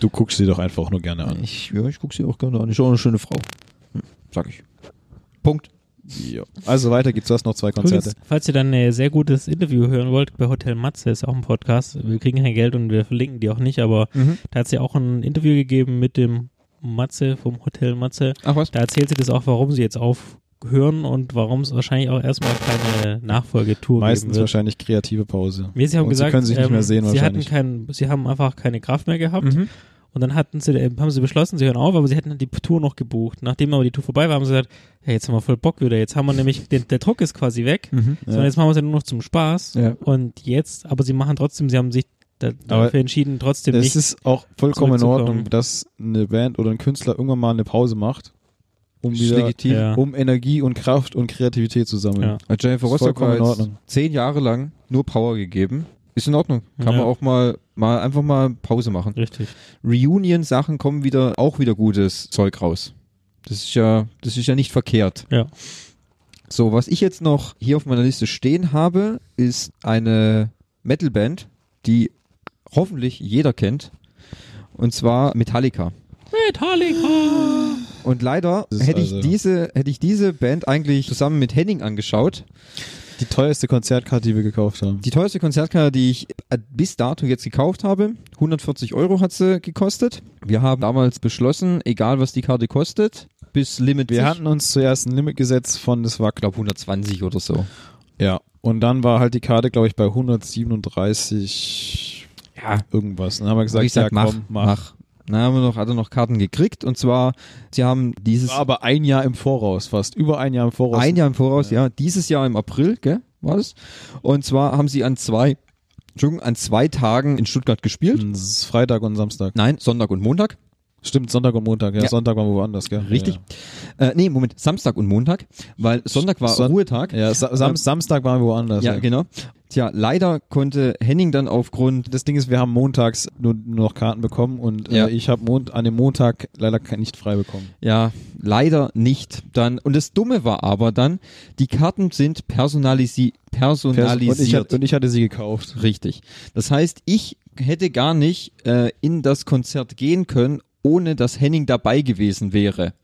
Speaker 1: Du guckst sie doch einfach nur gerne an.
Speaker 5: Ich, ja, ich gucke sie auch gerne an. Ist auch eine schöne Frau. Hm, Sag ich. Punkt.
Speaker 1: Ja. Also weiter gibt's was noch zwei Konzerte.
Speaker 2: Übrigens, falls ihr dann ein sehr gutes Interview hören wollt, bei Hotel Matze ist auch ein Podcast. Wir kriegen kein Geld und wir verlinken die auch nicht, aber
Speaker 5: Mhm.
Speaker 2: da hat sie auch ein Interview gegeben mit dem Matze vom Hotel Matze.
Speaker 5: Ach was?
Speaker 2: Da erzählt sie das auch, warum sie jetzt aufhören und warum es wahrscheinlich auch erstmal keine Nachfolgetour geben
Speaker 1: Meistens
Speaker 2: wird.
Speaker 1: wahrscheinlich kreative Pause.
Speaker 2: Wir, sie haben
Speaker 1: Und
Speaker 2: gesagt,
Speaker 1: sie können sich nicht
Speaker 2: ähm,
Speaker 1: mehr sehen
Speaker 2: sie hatten
Speaker 1: wahrscheinlich. Mhm.
Speaker 2: kein, sie haben einfach keine Kraft mehr gehabt. Und dann hatten sie, äh, haben sie beschlossen, sie hören auf, aber sie hätten die Tour noch gebucht. Nachdem aber die Tour vorbei war, haben sie gesagt, hey, jetzt haben wir voll Bock wieder. Jetzt haben wir nämlich, den, der Druck ist quasi weg, sondern
Speaker 1: Mhm. Ja.
Speaker 2: jetzt machen wir es ja nur noch zum Spaß.
Speaker 5: Ja.
Speaker 2: Und jetzt, aber sie machen trotzdem, sie haben sich da, dafür entschieden, trotzdem
Speaker 1: Es
Speaker 2: nicht.
Speaker 1: ist auch vollkommen in
Speaker 2: zurückzukommen.
Speaker 1: Ordnung, dass eine Band oder ein Künstler irgendwann mal eine Pause macht, um
Speaker 5: Ist
Speaker 1: wieder,
Speaker 5: legitim.
Speaker 2: Ja.
Speaker 1: um Energie und Kraft und Kreativität zu sammeln.
Speaker 2: Ja.
Speaker 5: Also Jennifer
Speaker 1: Ist
Speaker 5: Rostock
Speaker 1: vollkommen
Speaker 5: war
Speaker 1: in
Speaker 5: jetzt
Speaker 1: Ordnung.
Speaker 5: zehn Jahre lang nur Power gegeben. Ist in Ordnung. Kann
Speaker 2: Ja.
Speaker 5: man auch mal, mal einfach mal Pause machen.
Speaker 2: Richtig.
Speaker 5: Reunion-Sachen kommen wieder, auch wieder gutes Zeug raus. Das ist ja, das ist ja nicht verkehrt.
Speaker 2: Ja.
Speaker 5: So, was ich jetzt noch hier auf meiner Liste stehen habe, ist eine Metalband, die hoffentlich jeder kennt. Und zwar Metallica.
Speaker 2: Metallica!
Speaker 5: Und leider
Speaker 1: Das ist
Speaker 5: hätte ich
Speaker 1: also-
Speaker 5: diese, hätte ich diese Band eigentlich zusammen mit Henning angeschaut.
Speaker 1: Die teuerste Konzertkarte, die wir gekauft haben.
Speaker 5: Die teuerste Konzertkarte, die ich äh, bis dato jetzt gekauft habe, 140 Euro hat sie gekostet. Wir haben damals beschlossen, egal was die Karte kostet, bis Limit
Speaker 1: wir
Speaker 5: sich-
Speaker 1: hatten uns zuerst ein Limit gesetzt von, das war
Speaker 5: glaube 120 oder so.
Speaker 1: Ja, und dann war halt die Karte, glaube ich, bei 137
Speaker 5: Ja.
Speaker 1: irgendwas. Dann haben wir
Speaker 5: Sag
Speaker 1: gesagt,
Speaker 5: ich sag,
Speaker 1: ja,
Speaker 5: mach,
Speaker 1: komm,
Speaker 5: mach, Dann haben wir noch, hat er noch Karten gekriegt und zwar, sie haben dieses
Speaker 1: War aber ein Jahr im Voraus fast, über ein Jahr im Voraus.
Speaker 5: ein Jahr im Voraus, ja. dieses Jahr im April, gell, war das? Und zwar haben sie an zwei, Entschuldigung, an zwei Tagen in Stuttgart gespielt.
Speaker 1: Das ist Freitag und Samstag.
Speaker 5: Nein, Sonntag und Montag.
Speaker 1: Stimmt, Sonntag und Montag. Ja,
Speaker 5: Ja.
Speaker 1: Sonntag war woanders, gell?
Speaker 5: Richtig. Äh, nee, Moment, Samstag und Montag, weil Sonntag war
Speaker 1: Son-
Speaker 5: Ruhetag.
Speaker 1: Ja, ja Sa Sam Samstag waren wir woanders.
Speaker 5: ja, genau. Tja, leider konnte Henning dann aufgrund
Speaker 1: Das Ding ist, wir haben montags nur, nur noch Karten bekommen und
Speaker 5: Ja.
Speaker 1: äh, ich habe Mont an dem Montag leider ke- nicht frei bekommen.
Speaker 5: Ja, leider nicht dann. Und das Dumme war aber dann, die Karten sind personalisi
Speaker 1: Pers- Und ich,
Speaker 5: personalisiert.
Speaker 1: hat- und ich hatte sie gekauft.
Speaker 5: Richtig. Das heißt, ich hätte gar nicht äh, in das Konzert gehen können, ohne dass Henning dabei gewesen wäre.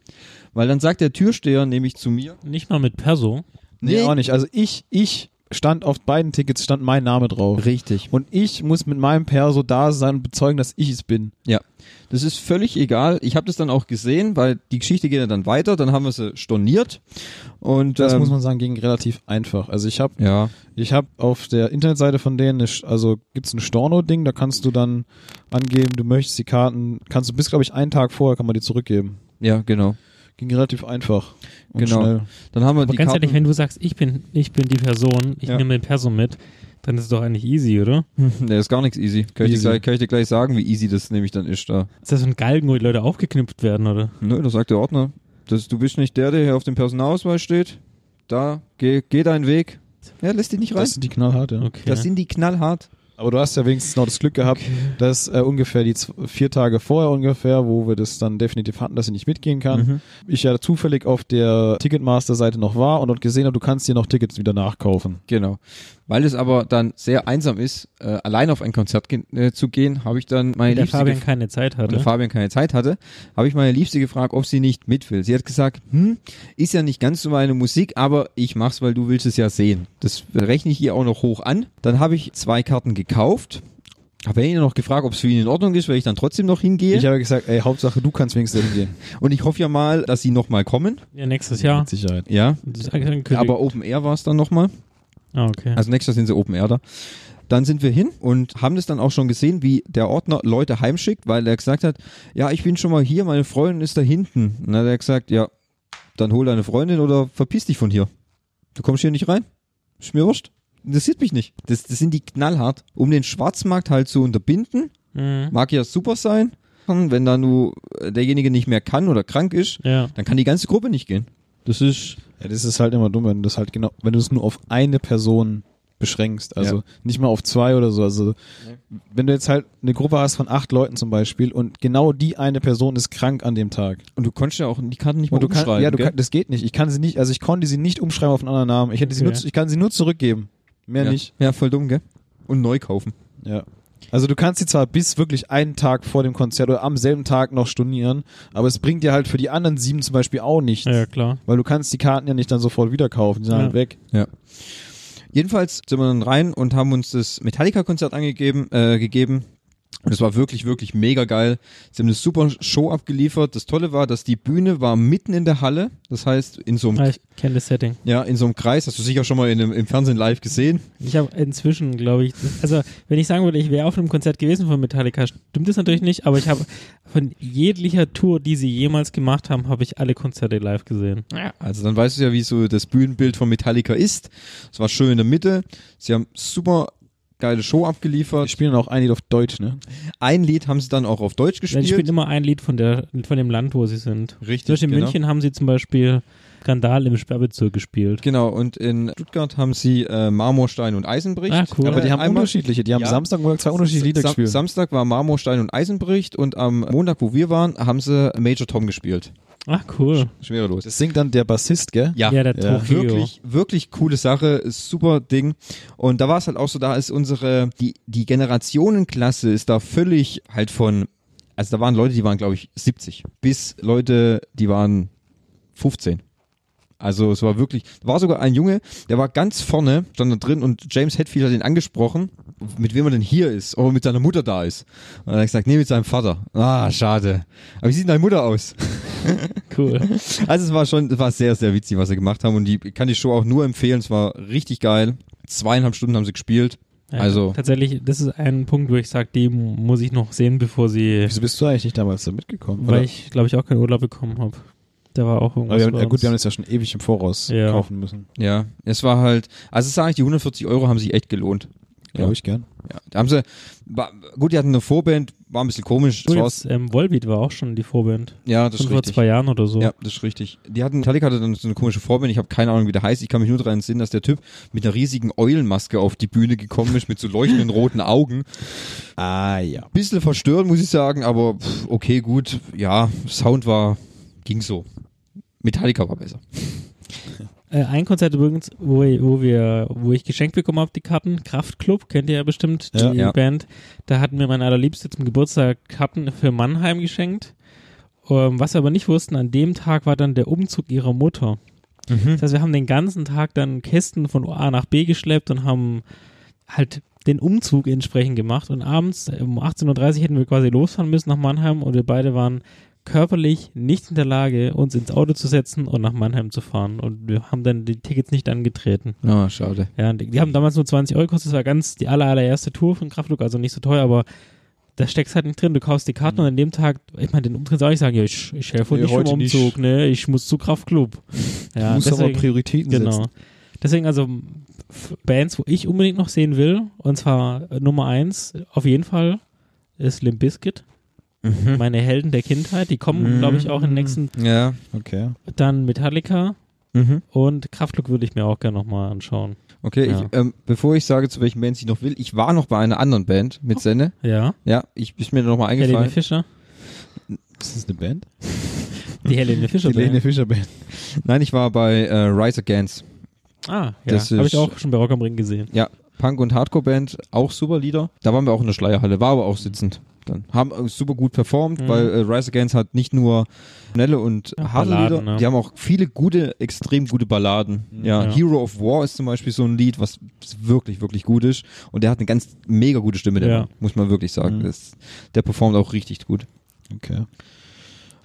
Speaker 5: Weil dann sagt der Türsteher nämlich zu mir,
Speaker 2: Nicht mal mit Perso.
Speaker 1: Nee,
Speaker 5: Nee.
Speaker 1: auch nicht. Also ich, ich stand auf beiden Tickets, stand mein Name drauf.
Speaker 5: richtig.
Speaker 1: Und ich muss mit meinem Perso da sein und bezeugen, dass ich es bin.
Speaker 5: Ja, das ist völlig egal. Ich habe das dann auch gesehen, weil die Geschichte geht ja dann weiter. Dann haben wir sie storniert. Und
Speaker 1: Das
Speaker 5: ähm,
Speaker 1: muss man sagen, ging relativ einfach. Also ich habe
Speaker 5: ja,
Speaker 1: ich hab auf der Internetseite von denen, eine, Sch- also gibt's ein Storno-Ding, da kannst du dann angeben, du möchtest die Karten, kannst du bis, glaube ich, einen Tag vorher kann man die zurückgeben.
Speaker 5: ja, genau.
Speaker 1: Ging relativ einfach und
Speaker 5: Genau.
Speaker 1: schnell.
Speaker 5: Dann haben wir
Speaker 2: Aber
Speaker 5: die
Speaker 2: ganz
Speaker 5: Karten.
Speaker 2: ehrlich, wenn du sagst, ich bin, ich bin die Person, ich
Speaker 5: Ja.
Speaker 2: nehme den Perso mit, dann ist es doch eigentlich easy, oder?
Speaker 5: Nee, ist gar nichts easy. Kann, Ich
Speaker 1: Easy.
Speaker 5: dir gleich, kann ich dir gleich sagen, wie easy das nämlich dann ist da.
Speaker 2: Ist das so ein Galgen, wo die Leute aufgeknüpft werden, oder?
Speaker 5: Nö, da sagt der Ordner. Das, du bist nicht der, der hier auf dem Personalausweis steht. Da, geh, geh deinen Weg. Ja, lässt dich nicht rein.
Speaker 1: Das sind die knallhart, ja.
Speaker 2: Okay.
Speaker 5: Das sind die knallhart.
Speaker 1: Aber du hast ja wenigstens noch das Glück gehabt, dass äh, ungefähr die zw- vier Tage vorher ungefähr, wo wir das dann definitiv hatten, dass ich nicht mitgehen kann,
Speaker 2: Mhm.
Speaker 1: ich ja zufällig auf der Ticketmaster-Seite noch war und dort gesehen habe, du kannst dir noch Tickets wieder nachkaufen.
Speaker 5: Genau. Weil es aber dann sehr einsam ist, äh, allein auf ein Konzert ge äh, zu gehen, habe ich dann meine
Speaker 2: Weil der
Speaker 5: Liebste
Speaker 2: Fabian
Speaker 5: gefragt,
Speaker 2: keine Zeit
Speaker 5: und der
Speaker 2: hatte.
Speaker 5: Fabian keine Zeit hatte, habe ich meine Liebste gefragt, ob sie nicht mit will. Sie hat gesagt, hm, ist ja nicht ganz so meine Musik, aber ich mach's, weil du willst es ja sehen. Das rechne ich ihr auch noch hoch an. Dann habe ich zwei Karten gekauft. Habe ihn noch gefragt, ob es für ihn in Ordnung ist, weil ich dann trotzdem noch hingehe.
Speaker 1: Ich habe gesagt, ey, Hauptsache du kannst wenigstens hingehen.
Speaker 5: Und ich hoffe ja mal, dass sie nochmal kommen.
Speaker 2: Ja, nächstes Jahr.
Speaker 1: Mit Sicherheit.
Speaker 5: Ja.
Speaker 2: Das ist eigentlich angekündigt.
Speaker 5: Aber Open Air war es dann nochmal.
Speaker 2: ah, okay.
Speaker 5: Also nächstes Jahr sind sie Open Air da. Dann sind wir hin und haben das dann auch schon gesehen, wie der Ordner Leute heimschickt, weil er gesagt hat, ja, ich bin schon mal hier, meine Freundin ist da hinten. Und dann hat er gesagt, ja, dann hol deine Freundin oder verpiss dich von hier. Du kommst hier nicht rein. Ist mir wurscht. Interessiert mich nicht. Das, das sind die knallhart. Um den Schwarzmarkt halt zu unterbinden,
Speaker 2: mhm.
Speaker 5: mag ja super sein. Wenn dann nur derjenige nicht mehr kann oder krank ist,
Speaker 2: Ja.
Speaker 5: dann kann die ganze Gruppe nicht gehen. Das ist
Speaker 1: Ja, das ist halt immer dumm, wenn du das halt genau, wenn du es nur auf eine Person beschränkst, also nicht mal auf zwei oder so. Also wenn du jetzt halt eine Gruppe hast von acht Leuten zum Beispiel und genau die eine Person ist krank an dem Tag.
Speaker 5: und du konntest ja auch die Karten nicht mal
Speaker 1: Und du kannst,
Speaker 5: umschreiben.
Speaker 1: ja, du
Speaker 5: gell?
Speaker 1: kann, das geht nicht. Ich kann sie nicht, also ich konnte sie nicht umschreiben auf einen anderen Namen. Ich hätte sie nur,
Speaker 2: Okay.
Speaker 1: ich kann sie nur zurückgeben, mehr
Speaker 5: ja.
Speaker 1: nicht.
Speaker 5: Ja, voll dumm, gell? Und neu kaufen.
Speaker 1: Ja. Also du kannst sie zwar bis wirklich einen Tag vor dem Konzert oder am selben Tag noch stornieren, aber es bringt dir halt für die anderen sieben zum Beispiel auch nichts.
Speaker 2: Ja, klar.
Speaker 1: Weil du kannst die Karten ja nicht dann sofort wieder kaufen, die sind
Speaker 2: Ja.
Speaker 1: halt weg.
Speaker 5: Jedenfalls sind wir dann rein und haben uns das Metallica-Konzert angegeben, äh, gegeben. Und es war wirklich, wirklich mega geil. Sie haben eine super Show abgeliefert. Das Tolle war, dass die Bühne war mitten in der Halle. Das heißt, in so einem,
Speaker 2: Ah, ich kenne das Setting.
Speaker 5: ja, in so einem Kreis. Hast du sicher schon mal in einem, im Fernsehen live gesehen.
Speaker 2: Ich habe inzwischen, glaube ich, also wenn ich sagen würde, ich wäre auf einem Konzert gewesen von Metallica, stimmt das natürlich nicht, aber ich habe von jeglicher Tour, die sie jemals gemacht haben, habe ich alle Konzerte live gesehen.
Speaker 5: Also dann weißt du ja, wie so das Bühnenbild von Metallica ist. Es war schön in der Mitte. Sie haben super geile Show
Speaker 1: Die
Speaker 5: abgeliefert.
Speaker 1: spielen auch ein Lied auf Deutsch, ne?
Speaker 5: Ein Lied haben sie dann auch auf Deutsch
Speaker 2: Ich spielen
Speaker 5: gespielt.
Speaker 2: immer ein Lied von, der, von dem Land, wo sie sind.
Speaker 5: Richtig,
Speaker 2: Zum Beispiel in
Speaker 5: genau.
Speaker 2: München haben sie zum Beispiel Skandal im Sperrbezirk gespielt.
Speaker 5: Genau, und in Stuttgart haben sie äh, Marmorstein und Eisenbricht.
Speaker 2: Ah, cool.
Speaker 1: Aber die haben
Speaker 5: Einmal-
Speaker 1: unterschiedliche, die haben
Speaker 5: Ja.
Speaker 1: Samstag Samstag zwei unterschiedliche Lieder
Speaker 5: Sam
Speaker 1: gespielt.
Speaker 5: Samstag war Marmorstein und Eisenbricht und am Montag, wo wir waren, haben sie Major Tom gespielt.
Speaker 2: Ach cool.
Speaker 5: Schwerelos.
Speaker 1: das singt dann der Bassist, gell?
Speaker 2: Ja, der
Speaker 1: Ja.
Speaker 2: Tokio.
Speaker 5: Wirklich, wirklich coole Sache, ist super Ding. Und da war es halt auch so, da ist unsere, die, die Generationenklasse ist da völlig halt von, also da waren Leute, die waren glaube ich 70 bis Leute, die waren 15. Also es war wirklich, war sogar ein Junge, der war ganz vorne, stand da drin und James Hetfield hat ihn angesprochen, mit wem er denn hier ist, ob er mit seiner Mutter da ist. Und er hat gesagt, nee, mit seinem Vater. Ah, schade. Aber wie sieht denn deine Mutter aus?
Speaker 2: Cool.
Speaker 5: Also es war schon, es war sehr, sehr witzig, was sie gemacht haben. Und die ich kann die Show auch nur empfehlen. Es war richtig geil. Zweieinhalb Stunden haben sie gespielt.
Speaker 2: Ja,
Speaker 5: Also-
Speaker 2: Tatsächlich, das ist ein Punkt, wo ich sage, die muss ich noch sehen, bevor sie,
Speaker 1: Wieso bist du eigentlich nicht damals da mitgekommen?
Speaker 2: weil
Speaker 1: Oder?
Speaker 2: ich glaube ich auch keinen Urlaub bekommen habe. Da war auch
Speaker 1: Aber
Speaker 2: irgendwas.
Speaker 1: wir haben,
Speaker 2: bei
Speaker 1: ja gut,
Speaker 2: uns.
Speaker 1: wir haben das ja schon ewig im Voraus
Speaker 2: Ja.
Speaker 1: kaufen müssen.
Speaker 5: Ja. Es war halt, also sage ich, die 140 Euro haben sich echt gelohnt. Ja.
Speaker 1: Glaube ich gern.
Speaker 5: Ja. Da haben sie, war, gut, die hatten eine Vorband, war ein bisschen komisch. Das war's,
Speaker 2: Übrigens, ähm, Volbeat war auch schon die Vorband.
Speaker 5: ja, das
Speaker 2: Schon
Speaker 5: ist
Speaker 2: vor
Speaker 5: richtig.
Speaker 2: zwei Jahren oder so.
Speaker 5: Ja, das ist richtig. Die hatten, Metallica hatte dann so eine komische Vorband, ich habe keine Ahnung, wie der heißt. Ich kann mich nur daran entsinnen, dass der Typ mit einer riesigen Eulenmaske auf die Bühne gekommen ist, mit so leuchtenden roten Augen.
Speaker 1: Ah ja.
Speaker 5: Bisschen verstörend, muss ich sagen, aber pff, okay, gut. Ja, Sound war, ging so. Metallica war besser.
Speaker 2: Äh, ein Konzert übrigens, wo, wo, wir, wo ich geschenkt bekommen habe, die Karten. Kraftklub, kennt ihr ja bestimmt, die
Speaker 1: Ja.
Speaker 5: Ja.
Speaker 2: Band. Da hatten mir mein allerliebste zum Geburtstag Karten für Mannheim geschenkt. Ähm, was wir aber nicht wussten, an dem Tag war dann der Umzug ihrer Mutter. Das heißt, wir haben den ganzen Tag dann Kästen von A nach B geschleppt und haben halt den Umzug entsprechend gemacht. Und abends um 18.30 Uhr hätten wir quasi losfahren müssen nach Mannheim und wir beide waren körperlich nicht in der Lage, uns ins Auto zu setzen und nach Mannheim zu fahren. Und wir haben dann die Tickets nicht angetreten.
Speaker 5: Ah, schade.
Speaker 2: Ja, und die, die haben damals nur 20 Euro gekostet. Das war ganz die aller, allererste Tour von Kraftklub, also nicht so teuer, aber da steckst halt nicht drin. Du kaufst die Karten und an dem Tag, ich meine, den Umtritt soll ich sagen, ja, ich, ich helfe
Speaker 1: Mhm. Nee,
Speaker 2: nicht im
Speaker 1: heute nicht.
Speaker 2: Umzug, ne? Ich muss zu Kraftklub. Ja,
Speaker 1: muss aber
Speaker 2: deswegen-
Speaker 1: Prioritäten
Speaker 2: Genau.
Speaker 1: setzen.
Speaker 2: Deswegen also m, f- Bands, wo ich unbedingt noch sehen will, und zwar äh, Nummer eins, auf jeden Fall ist Limp Bizkit,
Speaker 5: Mhm.
Speaker 2: meine Helden der Kindheit, die kommen, glaube ich, auch in den nächsten,
Speaker 5: Ja.
Speaker 1: Okay.
Speaker 2: dann Metallica
Speaker 5: Mhm.
Speaker 2: und Kraftklub würde ich mir auch gerne nochmal anschauen.
Speaker 5: Okay,
Speaker 2: Ja.
Speaker 5: ich, ähm, bevor ich sage, zu welchen Bands ich noch will, ich war noch bei einer anderen Band mit Senne.
Speaker 2: Ja,
Speaker 5: Ja, ich ist mir nochmal
Speaker 2: Helene
Speaker 5: eingefallen.
Speaker 2: Fischer,
Speaker 1: Ist das eine Band?
Speaker 2: die Helene Fischer
Speaker 1: Die Lene
Speaker 2: Band.
Speaker 1: Fischer Band.
Speaker 5: Nein, ich war bei äh, Rise Against.
Speaker 2: Ah, ja,
Speaker 5: Das
Speaker 2: habe
Speaker 5: ist-
Speaker 2: ich auch schon bei Rock am Ring gesehen.
Speaker 5: Ja, Punk- und Hardcore-Band, auch super Lieder. Da waren wir auch in der Schleierhalle, war aber auch sitzend. Dann haben äh, super gut performt,
Speaker 2: Mhm.
Speaker 5: weil äh, Rise Against hat nicht nur schnelle und
Speaker 2: Ja,
Speaker 5: harte
Speaker 2: Balladen,
Speaker 5: Lieder,
Speaker 2: ne?
Speaker 5: die haben auch viele gute, extrem gute Balladen. Ja,
Speaker 2: Ja.
Speaker 5: Hero of War ist zum Beispiel so ein Lied, was wirklich, wirklich gut ist. Und der hat eine ganz mega gute Stimme, der
Speaker 2: Ja.
Speaker 5: Mann, muss man wirklich sagen.
Speaker 1: Mhm.
Speaker 5: Das, der performt auch richtig gut.
Speaker 1: Okay.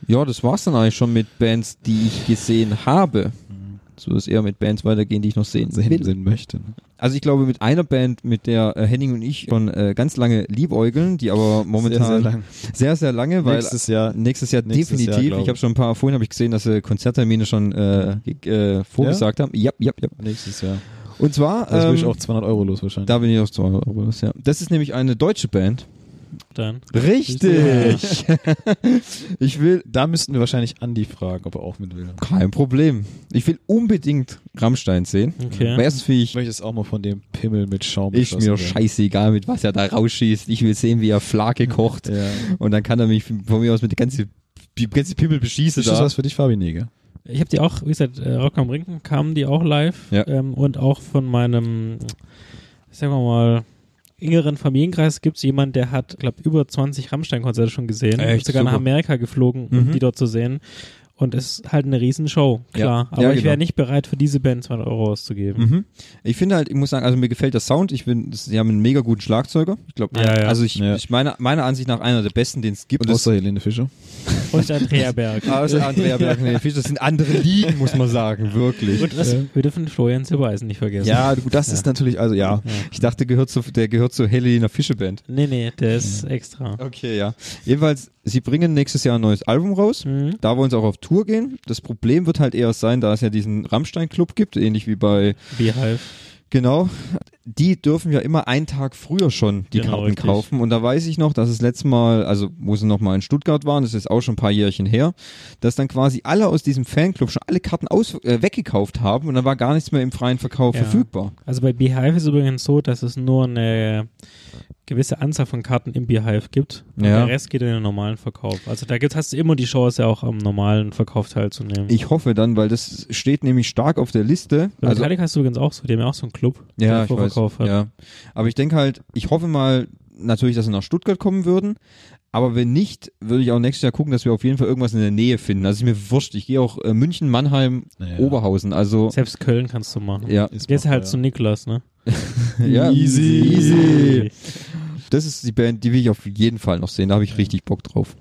Speaker 5: Ja, das war's dann eigentlich schon mit Bands, die ich gesehen habe.
Speaker 2: Mhm.
Speaker 5: So ist eher mit Bands weitergehen, die ich noch sehen will.
Speaker 1: Sehen, sehen möchte. ne?
Speaker 5: Also ich glaube, mit einer Band, mit der äh, Henning und ich schon äh, ganz lange liebäugeln, die aber momentan
Speaker 1: Sehr, sehr lang.
Speaker 5: sehr, sehr lange, weil
Speaker 1: Nächstes Jahr.
Speaker 5: nächstes Jahr
Speaker 1: nächstes Jahr,
Speaker 5: definitiv.
Speaker 1: glaub
Speaker 5: ich habe schon ein paar, vorhin habe ich gesehen, dass sie Konzerttermine schon äh, ge- äh, vorgesagt haben. Ja, ja, ja.
Speaker 1: Nächstes Jahr.
Speaker 5: Und zwar,
Speaker 1: Das würde ich
Speaker 5: ähm,
Speaker 1: auch 200 Euro los wahrscheinlich.
Speaker 5: da bin ich auch zu Euro, ja. Das ist nämlich eine deutsche Band.
Speaker 2: Dann.
Speaker 5: Richtig. ich will
Speaker 1: Da müssten wir wahrscheinlich Andi fragen, ob er auch mit will.
Speaker 5: kein Problem. Ich will unbedingt Rammstein sehen.
Speaker 2: Okay.
Speaker 5: Aber erstens finde
Speaker 1: Ich
Speaker 5: ich,
Speaker 1: möchte es auch mal von dem Pimmel mit Schaum
Speaker 5: ich
Speaker 1: beschossen
Speaker 5: mir
Speaker 1: werden.
Speaker 5: scheißegal, mit was er da rausschießt. Ich will sehen, wie er Flake kocht.
Speaker 1: Ja.
Speaker 5: Und dann kann er mich von mir aus mit der ganzen, die ganze Pimmel beschießen
Speaker 1: Ist das
Speaker 5: da.
Speaker 1: was für dich, Fabi Nege?
Speaker 2: Ich habe die auch, wie gesagt, äh, Rock am Ring kamen die auch live
Speaker 5: Ja.
Speaker 2: ähm, und auch von meinem, sagen wir mal, engeren Familienkreis gibt es jemanden, der hat, glaube über 20 Rammstein-Konzerte schon gesehen.
Speaker 5: Echt?
Speaker 2: Ist sogar nach
Speaker 5: Super.
Speaker 2: Amerika geflogen, um
Speaker 5: Mhm.
Speaker 2: die dort zu sehen. Und es ist halt eine Riesenshow, klar.
Speaker 5: Ja,
Speaker 2: Aber ich wäre
Speaker 5: genau.
Speaker 2: nicht bereit, für diese Band 200 Euro auszugeben.
Speaker 5: Mhm. Ich finde halt, ich muss sagen, also mir gefällt der Sound. Ich bin, sie haben einen mega guten Schlagzeuger. Ich glaube,
Speaker 2: Ja, ja.
Speaker 5: also ich,
Speaker 1: Ja.
Speaker 5: ich meine, meiner Ansicht nach einer der besten, den es gibt. Und das-
Speaker 1: Außer Helene Fischer.
Speaker 2: Und Andrea Berg.
Speaker 5: außer Andrea Bergner, Fisch, das sind andere Ligen, muss man sagen, wirklich.
Speaker 2: Und das, wir dürfen Florian Silbereisen nicht vergessen.
Speaker 1: Ja, gut, das ist natürlich, also ja.
Speaker 5: Ich dachte, gehört zu, der gehört zur Helena Fischer Band.
Speaker 2: Nee, nee, der ist extra.
Speaker 5: Okay, ja. Jedenfalls, sie bringen nächstes Jahr ein neues Album raus.
Speaker 2: Mhm.
Speaker 5: Da wollen sie auch auf Tour gehen. Das Problem wird halt eher sein, da es ja diesen Rammstein-Club gibt, ähnlich wie bei
Speaker 2: Wie halb.
Speaker 5: Genau. Die dürfen ja immer einen Tag früher schon die
Speaker 2: Genau,
Speaker 5: Karten
Speaker 2: richtig.
Speaker 5: kaufen. Und da weiß ich noch, dass es letztes Mal, also wo sie nochmal in Stuttgart waren, das ist auch schon ein paar Jährchen her, dass dann quasi alle aus diesem Fanclub schon alle Karten aus, äh, weggekauft haben und dann war gar nichts mehr im freien Verkauf
Speaker 2: Ja.
Speaker 5: verfügbar.
Speaker 2: Also bei Beehive ist übrigens so, dass es nur eine gewisse Anzahl von Karten im Beehive gibt. Und
Speaker 5: Ja.
Speaker 2: Der Rest geht in den normalen Verkauf. Also da gibt, hast du immer die Chance, auch am normalen Verkauf teilzunehmen.
Speaker 5: Ich hoffe dann, weil das steht nämlich stark auf der Liste.
Speaker 2: bei
Speaker 5: Also,
Speaker 2: Metallica hast du übrigens auch so, die haben ja auch so einen Club,
Speaker 5: ja,
Speaker 2: der
Speaker 5: ich weiß,
Speaker 2: Vorverkauf hat.
Speaker 5: ja. Aber ich denke halt, ich hoffe mal natürlich, dass sie nach Stuttgart kommen würden. Aber wenn nicht, würde ich auch nächstes Jahr gucken, dass wir auf jeden Fall irgendwas in der Nähe finden. Also ist mir wurscht. Ich gehe auch äh, München, Mannheim,
Speaker 1: Naja.
Speaker 5: Oberhausen. Also
Speaker 2: Selbst Köln kannst du machen.
Speaker 5: ja,
Speaker 1: Ist
Speaker 2: Jetzt
Speaker 1: machbar,
Speaker 2: halt
Speaker 1: ja.
Speaker 2: zu Niklas, ne?
Speaker 5: ja.
Speaker 1: Easy.
Speaker 5: Easy. Das ist die Band, die will ich auf jeden Fall noch sehen. Da habe ich richtig Bock drauf.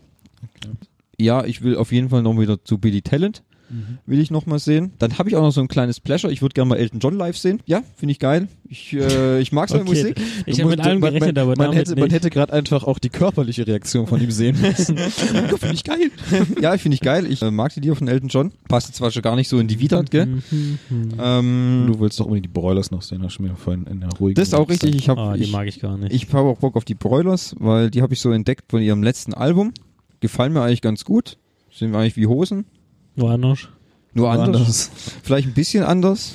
Speaker 5: Ja, ich will auf jeden Fall noch wieder zu Billy Talent.
Speaker 2: Mhm.
Speaker 5: Will ich noch mal sehen. Dann habe ich auch noch so ein kleines Pleasure. Ich würde gerne mal Elton John live sehen. Ja, finde ich geil. Ich, äh, ich mag seine
Speaker 2: Okay.
Speaker 5: Musik.
Speaker 2: Ich habe mit allem
Speaker 1: man,
Speaker 2: gerechnet,
Speaker 1: man,
Speaker 2: aber
Speaker 1: man
Speaker 2: damit
Speaker 1: hätte,
Speaker 2: nicht.
Speaker 1: man hätte gerade einfach auch die körperliche Reaktion von ihm sehen müssen. Ja, Finde ich geil.
Speaker 5: ja, ich finde ich geil. Ich äh, mag die Lieder von Elton John. Passt jetzt zwar schon gar nicht so in die Vita,
Speaker 2: Mhm.
Speaker 5: gell? ähm,
Speaker 1: Du willst doch unbedingt die Broilers noch sehen, hast du mir vorhin in der ruhigen
Speaker 5: das ist auch richtig. Ich habe
Speaker 2: Ah, die
Speaker 5: ich,
Speaker 2: mag ich gar nicht.
Speaker 5: ich hab auch Bock auf die Broilers, weil die habe ich so entdeckt von ihrem letzten Album. Gefallen mir eigentlich ganz gut. Sind eigentlich wie Hosen.
Speaker 2: Nur anders.
Speaker 5: Nur anders.
Speaker 1: anders.
Speaker 5: Vielleicht ein bisschen anders.